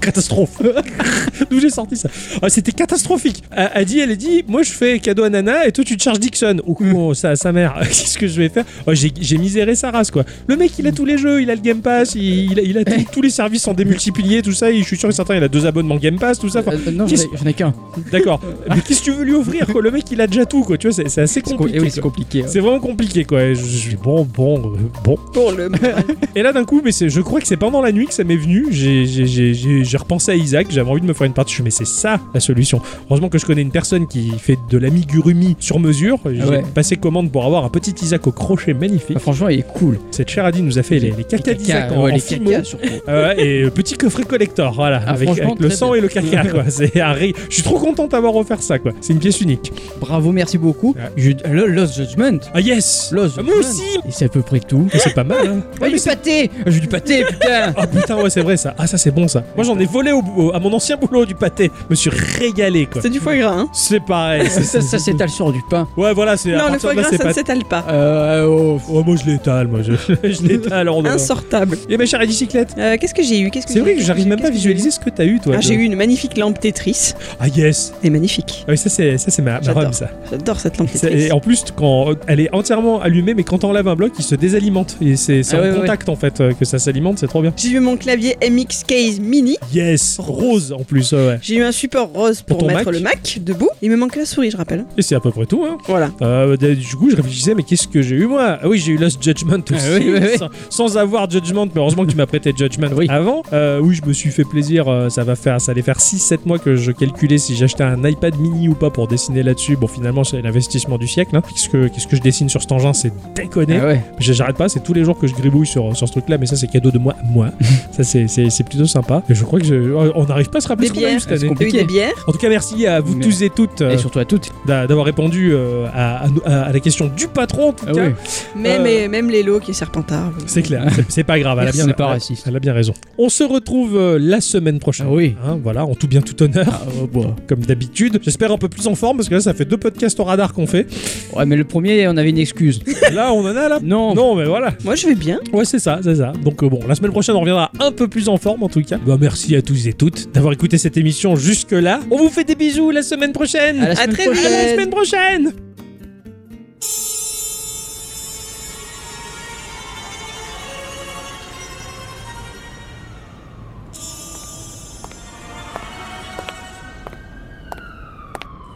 [SPEAKER 1] Catastrophe. D'où j'ai sorti ça Ah, C'était catastrophique. A- Adi, elle a dit Moi, je fais cadeau à Nana et toi, tu te charges Dixon. Oh,
[SPEAKER 7] Mm.
[SPEAKER 1] con, ça, sa mère, qu'est-ce que je vais faire Oh, J'ai j'ai miséré sa race, quoi. Le mec, il a tous les jeux, il a le Game Pass, il, il a, il a tout- tous les services en démultiplié, tout ça. Et je suis sûr et certain, il a deux abonnements Game Pass, tout ça. Enfin,
[SPEAKER 7] Euh, euh, non,
[SPEAKER 1] qu'est-ce-
[SPEAKER 7] j'en ai- j'en ai qu'un.
[SPEAKER 1] D'accord. Mais qu'est-ce que tu veux lui offrir, quoi Le mec, il a déjà tout, quoi. Tu vois, c'est c'est assez
[SPEAKER 7] C'est co- eh
[SPEAKER 1] compliqué.
[SPEAKER 7] oui, c'est
[SPEAKER 1] quoi.
[SPEAKER 7] compliqué. ouais.
[SPEAKER 1] C'est vraiment compliqué, quoi. Et Je, je suis bon, bon, euh, bon.
[SPEAKER 3] Pour le moral.
[SPEAKER 1] Et là d'un coup, mais c'est- je crois que c'est pendant la nuit que ça m'est venu. J'ai- j'ai- J'ai j'ai- j'ai repensé à Isaac, j'avais envie de me faire une partie. Je me suis dit, mais c'est ça la solution. Heureusement que je connais une personne qui fait de l'amigurumi sur mesure. J'ai
[SPEAKER 7] Ah ouais.
[SPEAKER 1] passé commande pour avoir un petit Isaac au crochet magnifique.
[SPEAKER 7] Bah, franchement, il est cool.
[SPEAKER 1] Cette chère Adi nous a fait les, les
[SPEAKER 7] Les
[SPEAKER 1] cacas d'Isaac en,
[SPEAKER 7] ouais,
[SPEAKER 1] en
[SPEAKER 7] les
[SPEAKER 1] fimo.
[SPEAKER 7] cacas surtout.
[SPEAKER 1] Euh, et euh, petit coffret collector, voilà,
[SPEAKER 7] Ah,
[SPEAKER 1] avec,
[SPEAKER 7] franchement,
[SPEAKER 1] avec le
[SPEAKER 7] très
[SPEAKER 1] sang
[SPEAKER 7] bien.
[SPEAKER 1] et le caca, quoi. C'est un ré- Je suis trop content d'avoir offert ça, quoi. C'est une pièce unique.
[SPEAKER 7] Bravo, merci beaucoup.
[SPEAKER 1] Ouais.
[SPEAKER 7] Je- le Lost Judgment.
[SPEAKER 1] Ah yes,
[SPEAKER 7] Lost
[SPEAKER 1] Ah, moi
[SPEAKER 7] Judgment.
[SPEAKER 1] aussi.
[SPEAKER 7] Et c'est à peu près tout.
[SPEAKER 1] C'est pas mal. Hein.
[SPEAKER 7] Ah, du pâté Ah, J'ai du pâté, putain
[SPEAKER 1] Ah putain, ouais, c'est vrai ça. Ah, ça, c'est bon ça. Moi, j'en ai volé au, au- à mon ancien boulot du pâté. Je me suis régalé quoi.
[SPEAKER 3] C'est du foie gras hein.
[SPEAKER 1] C'est pareil. c'est-
[SPEAKER 7] Ça, ça s'étale sur du pain.
[SPEAKER 1] Ouais, voilà, c'est à
[SPEAKER 3] Non le
[SPEAKER 1] partir
[SPEAKER 3] foie
[SPEAKER 1] de là,
[SPEAKER 3] gras
[SPEAKER 1] c'est
[SPEAKER 3] ça ne
[SPEAKER 1] pas.
[SPEAKER 3] s'étale pas.
[SPEAKER 7] Euh, oh,
[SPEAKER 1] Oh, moi, je l'étale, moi, je, je l'étale en dehors.
[SPEAKER 3] Insortable.
[SPEAKER 1] Et ma chère bicyclette.
[SPEAKER 3] Euh, Qu'est-ce que j'ai eu Qu'est-ce que
[SPEAKER 1] C'est
[SPEAKER 3] j'ai
[SPEAKER 1] vrai
[SPEAKER 3] eu
[SPEAKER 1] que j'arrive même pas à
[SPEAKER 3] Qu'est-ce que j'ai eu
[SPEAKER 1] visualiser ce que t'as eu, toi.
[SPEAKER 3] Ah,
[SPEAKER 1] de-
[SPEAKER 3] j'ai eu une magnifique lampe Tetris.
[SPEAKER 1] Ah, yes.
[SPEAKER 3] Elle est magnifique.
[SPEAKER 1] Ah oui, ça, c'est, ça, c'est ma, ma
[SPEAKER 3] J'adore.
[SPEAKER 1] rhum, ça.
[SPEAKER 3] J'adore cette lampe
[SPEAKER 1] C'est- Et
[SPEAKER 3] Tetris.
[SPEAKER 1] en plus, quand elle est entièrement allumée, mais quand on lave un bloc, il se désalimente. Et c'est, c'est
[SPEAKER 7] Ah,
[SPEAKER 1] en
[SPEAKER 7] ouais, ouais,
[SPEAKER 1] contact, en fait, euh, que ça s'alimente, c'est trop bien.
[SPEAKER 3] J'ai eu mon clavier MX Case Mini. Oh.
[SPEAKER 1] Yes, rose en plus, ouais, ouais.
[SPEAKER 3] J'ai eu un support rose
[SPEAKER 1] Pour
[SPEAKER 3] pour,
[SPEAKER 1] ton
[SPEAKER 3] mettre
[SPEAKER 1] Mac
[SPEAKER 3] le Mac debout. Il me manque la souris, je rappelle.
[SPEAKER 1] Et c'est à peu près tout, hein.
[SPEAKER 3] Voilà.
[SPEAKER 1] Euh, d- du coup, je réfléchissais, mais qu'est-ce que j'ai eu moi Ah oui, j'ai eu Lost Judgment aussi,
[SPEAKER 7] Ah oui, oui, oui.
[SPEAKER 1] Sans, sans avoir Judgment, mais heureusement que tu m'as prêté Judgment
[SPEAKER 7] Oui.
[SPEAKER 1] avant. Euh, oui, je me suis fait plaisir, euh, ça va faire, ça allait faire 6-7 mois que je calculais si j'achetais un iPad mini ou pas pour dessiner là-dessus. Bon, finalement, c'est l'investissement du siècle. hein. Qu'est-ce, que, qu'est-ce que je dessine sur cet engin C'est déconné.
[SPEAKER 7] Ah ouais.
[SPEAKER 1] J'ai- J'arrête pas, c'est tous les jours que je gribouille sur, sur ce truc-là, mais ça, c'est cadeau de moi à moi. ça, c'est, c'est, c'est plutôt sympa. Et je crois que je- on n'arrive pas à se rappeler
[SPEAKER 3] Des
[SPEAKER 1] ce qu'on a eu
[SPEAKER 3] bières.
[SPEAKER 1] cette année.
[SPEAKER 7] Est-ce qu'on
[SPEAKER 3] J'ai eu
[SPEAKER 7] Compliqué.
[SPEAKER 3] des bières.
[SPEAKER 1] En tout cas, merci à vous
[SPEAKER 7] Mais-
[SPEAKER 1] tous et toutes. euh,
[SPEAKER 7] Et surtout à toutes.
[SPEAKER 1] d'a- d'avoir répondu euh, à, à- à la question du patron en tout
[SPEAKER 7] Ah
[SPEAKER 1] cas.
[SPEAKER 7] ouais.
[SPEAKER 3] Même,
[SPEAKER 1] Euh,
[SPEAKER 3] et même Lélo qui est serpentard.
[SPEAKER 1] C'est clair, c'est- c'est pas grave, elle a,
[SPEAKER 7] Merci,
[SPEAKER 1] bien,
[SPEAKER 7] on n'est pas
[SPEAKER 1] elle a-
[SPEAKER 7] raciste.
[SPEAKER 1] elle a bien raison. On se retrouve euh, la semaine prochaine.
[SPEAKER 7] Ah oui.
[SPEAKER 1] Hein, voilà, en tout bien tout honneur,
[SPEAKER 7] Ah, oh, bah.
[SPEAKER 1] comme d'habitude. J'espère un peu plus en forme parce que là, ça fait deux podcasts au radar qu'on fait.
[SPEAKER 7] Ouais, mais le premier, on avait une excuse.
[SPEAKER 1] Là, on en a là.
[SPEAKER 7] Non,
[SPEAKER 1] Non, mais voilà.
[SPEAKER 3] Moi, je vais bien.
[SPEAKER 1] Ouais, c'est ça, c'est ça. Donc, euh, bon, la semaine prochaine, on reviendra un peu plus en forme en tout cas. Bah, merci à tous et toutes d'avoir écouté cette émission jusque-là. On vous fait des bisous la semaine prochaine.
[SPEAKER 7] à la
[SPEAKER 3] À
[SPEAKER 7] semaine
[SPEAKER 3] très
[SPEAKER 7] prochaine.
[SPEAKER 1] À la semaine prochaine.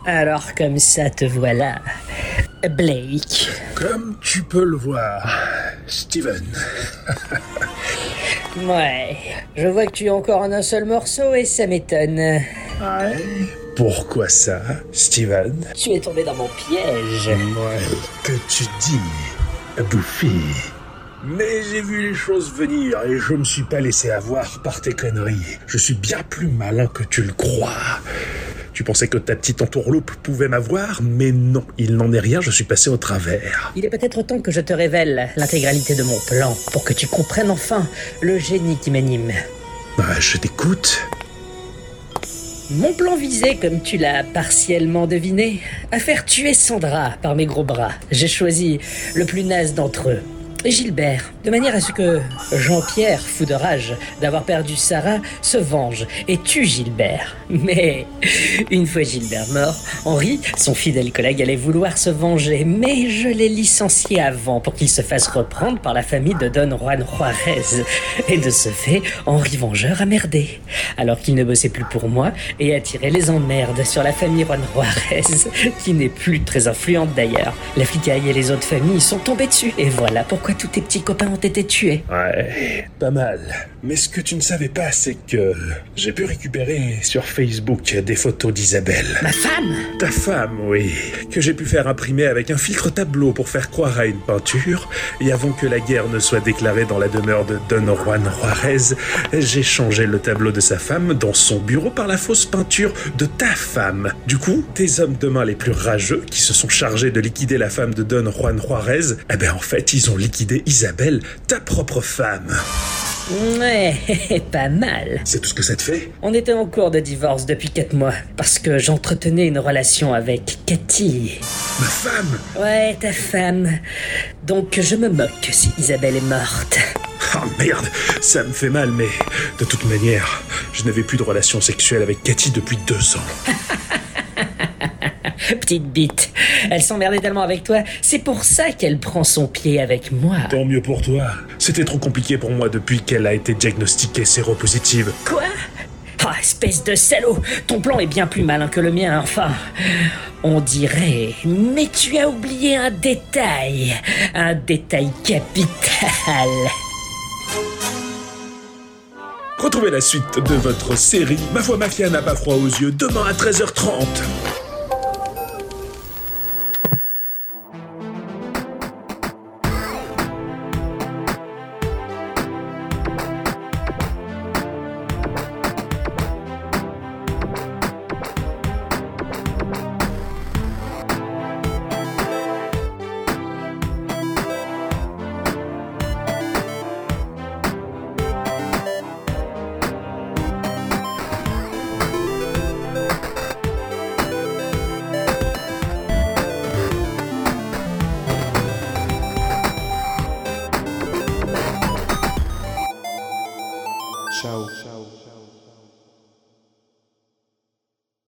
[SPEAKER 8] Alors comme ça te voilà, Blake.
[SPEAKER 9] Comme tu peux le voir, Steven.
[SPEAKER 8] Ouais, je vois que tu es encore en un seul morceau et ça m'étonne.
[SPEAKER 9] Pourquoi ça, Steven
[SPEAKER 8] Tu es tombé dans mon piège.
[SPEAKER 9] Ouais, que tu dis, Buffy. Mais j'ai vu les choses venir et je me suis pas laissé avoir par tes conneries. Je suis bien plus malin que tu le crois. Tu pensais que ta petite entourloupe pouvait m'avoir, mais non, il n'en est rien, je suis passé au travers.
[SPEAKER 8] Il est peut-être temps que je te révèle l'intégralité de mon plan pour que tu comprennes enfin le génie qui m'anime.
[SPEAKER 9] Bah, je t'écoute.
[SPEAKER 8] Mon plan visait, comme tu l'as partiellement deviné, à faire tuer Sandra par mes gros bras. J'ai choisi le plus naze d'entre eux. Gilbert, de manière à ce que Jean-Pierre, fou de rage d'avoir perdu Sarah, se venge et tue Gilbert. Mais une fois Gilbert mort, Henri, son fidèle collègue, allait vouloir se venger, mais je l'ai licencié avant pour qu'il se fasse reprendre par la famille de Don Juan Juarez. Et de ce fait, Henri Vengeur a merdé, alors qu'il ne bossait plus pour moi et a tiré les emmerdes sur la famille Juan Juarez, qui n'est plus très influente d'ailleurs. La flicaille et les autres familles sont tombées dessus, et voilà pourquoi tous tes petits copains ont été tués.
[SPEAKER 9] Ouais, pas mal. Mais ce que tu ne savais pas, c'est que j'ai pu récupérer sur Facebook des photos d'Isabelle.
[SPEAKER 8] Ma femme
[SPEAKER 9] Ta femme, oui. Que j'ai pu faire imprimer avec un filtre tableau pour faire croire à une peinture. Et avant que la guerre ne soit déclarée dans la demeure de Don Juan Juarez, j'ai changé le tableau de sa femme dans son bureau par la fausse peinture de ta femme. Du coup, tes hommes de main les plus rageux, qui se sont chargés de liquider la femme de Don Juan Juarez, eh ben en fait, ils ont liquidé Isabelle, ta propre femme.
[SPEAKER 8] Ouais, pas mal.
[SPEAKER 9] C'est tout ce que ça te fait
[SPEAKER 8] On était en cours de divorce depuis 4 mois, parce que j'entretenais une relation avec Cathy.
[SPEAKER 9] Ma femme
[SPEAKER 8] Ouais, ta femme. Donc je me moque si Isabelle est morte.
[SPEAKER 9] Oh merde, ça me fait mal, mais de toute manière, je n'avais plus de relation sexuelle avec Cathy depuis deux ans.
[SPEAKER 8] Petite bite. Elle s'emmerdait tellement avec toi, c'est pour ça qu'elle prend son pied avec moi.
[SPEAKER 9] Tant mieux pour toi. C'était trop compliqué pour moi depuis qu'elle a été diagnostiquée séropositive.
[SPEAKER 8] Quoi Ah, espèce de salaud Ton plan est bien plus malin que le mien, enfin. On dirait. Mais tu as oublié un détail. Un détail capital.
[SPEAKER 9] Retrouvez la suite de votre série Ma voix mafia n'a pas froid aux yeux demain à 13h30. Ciao. Ciao.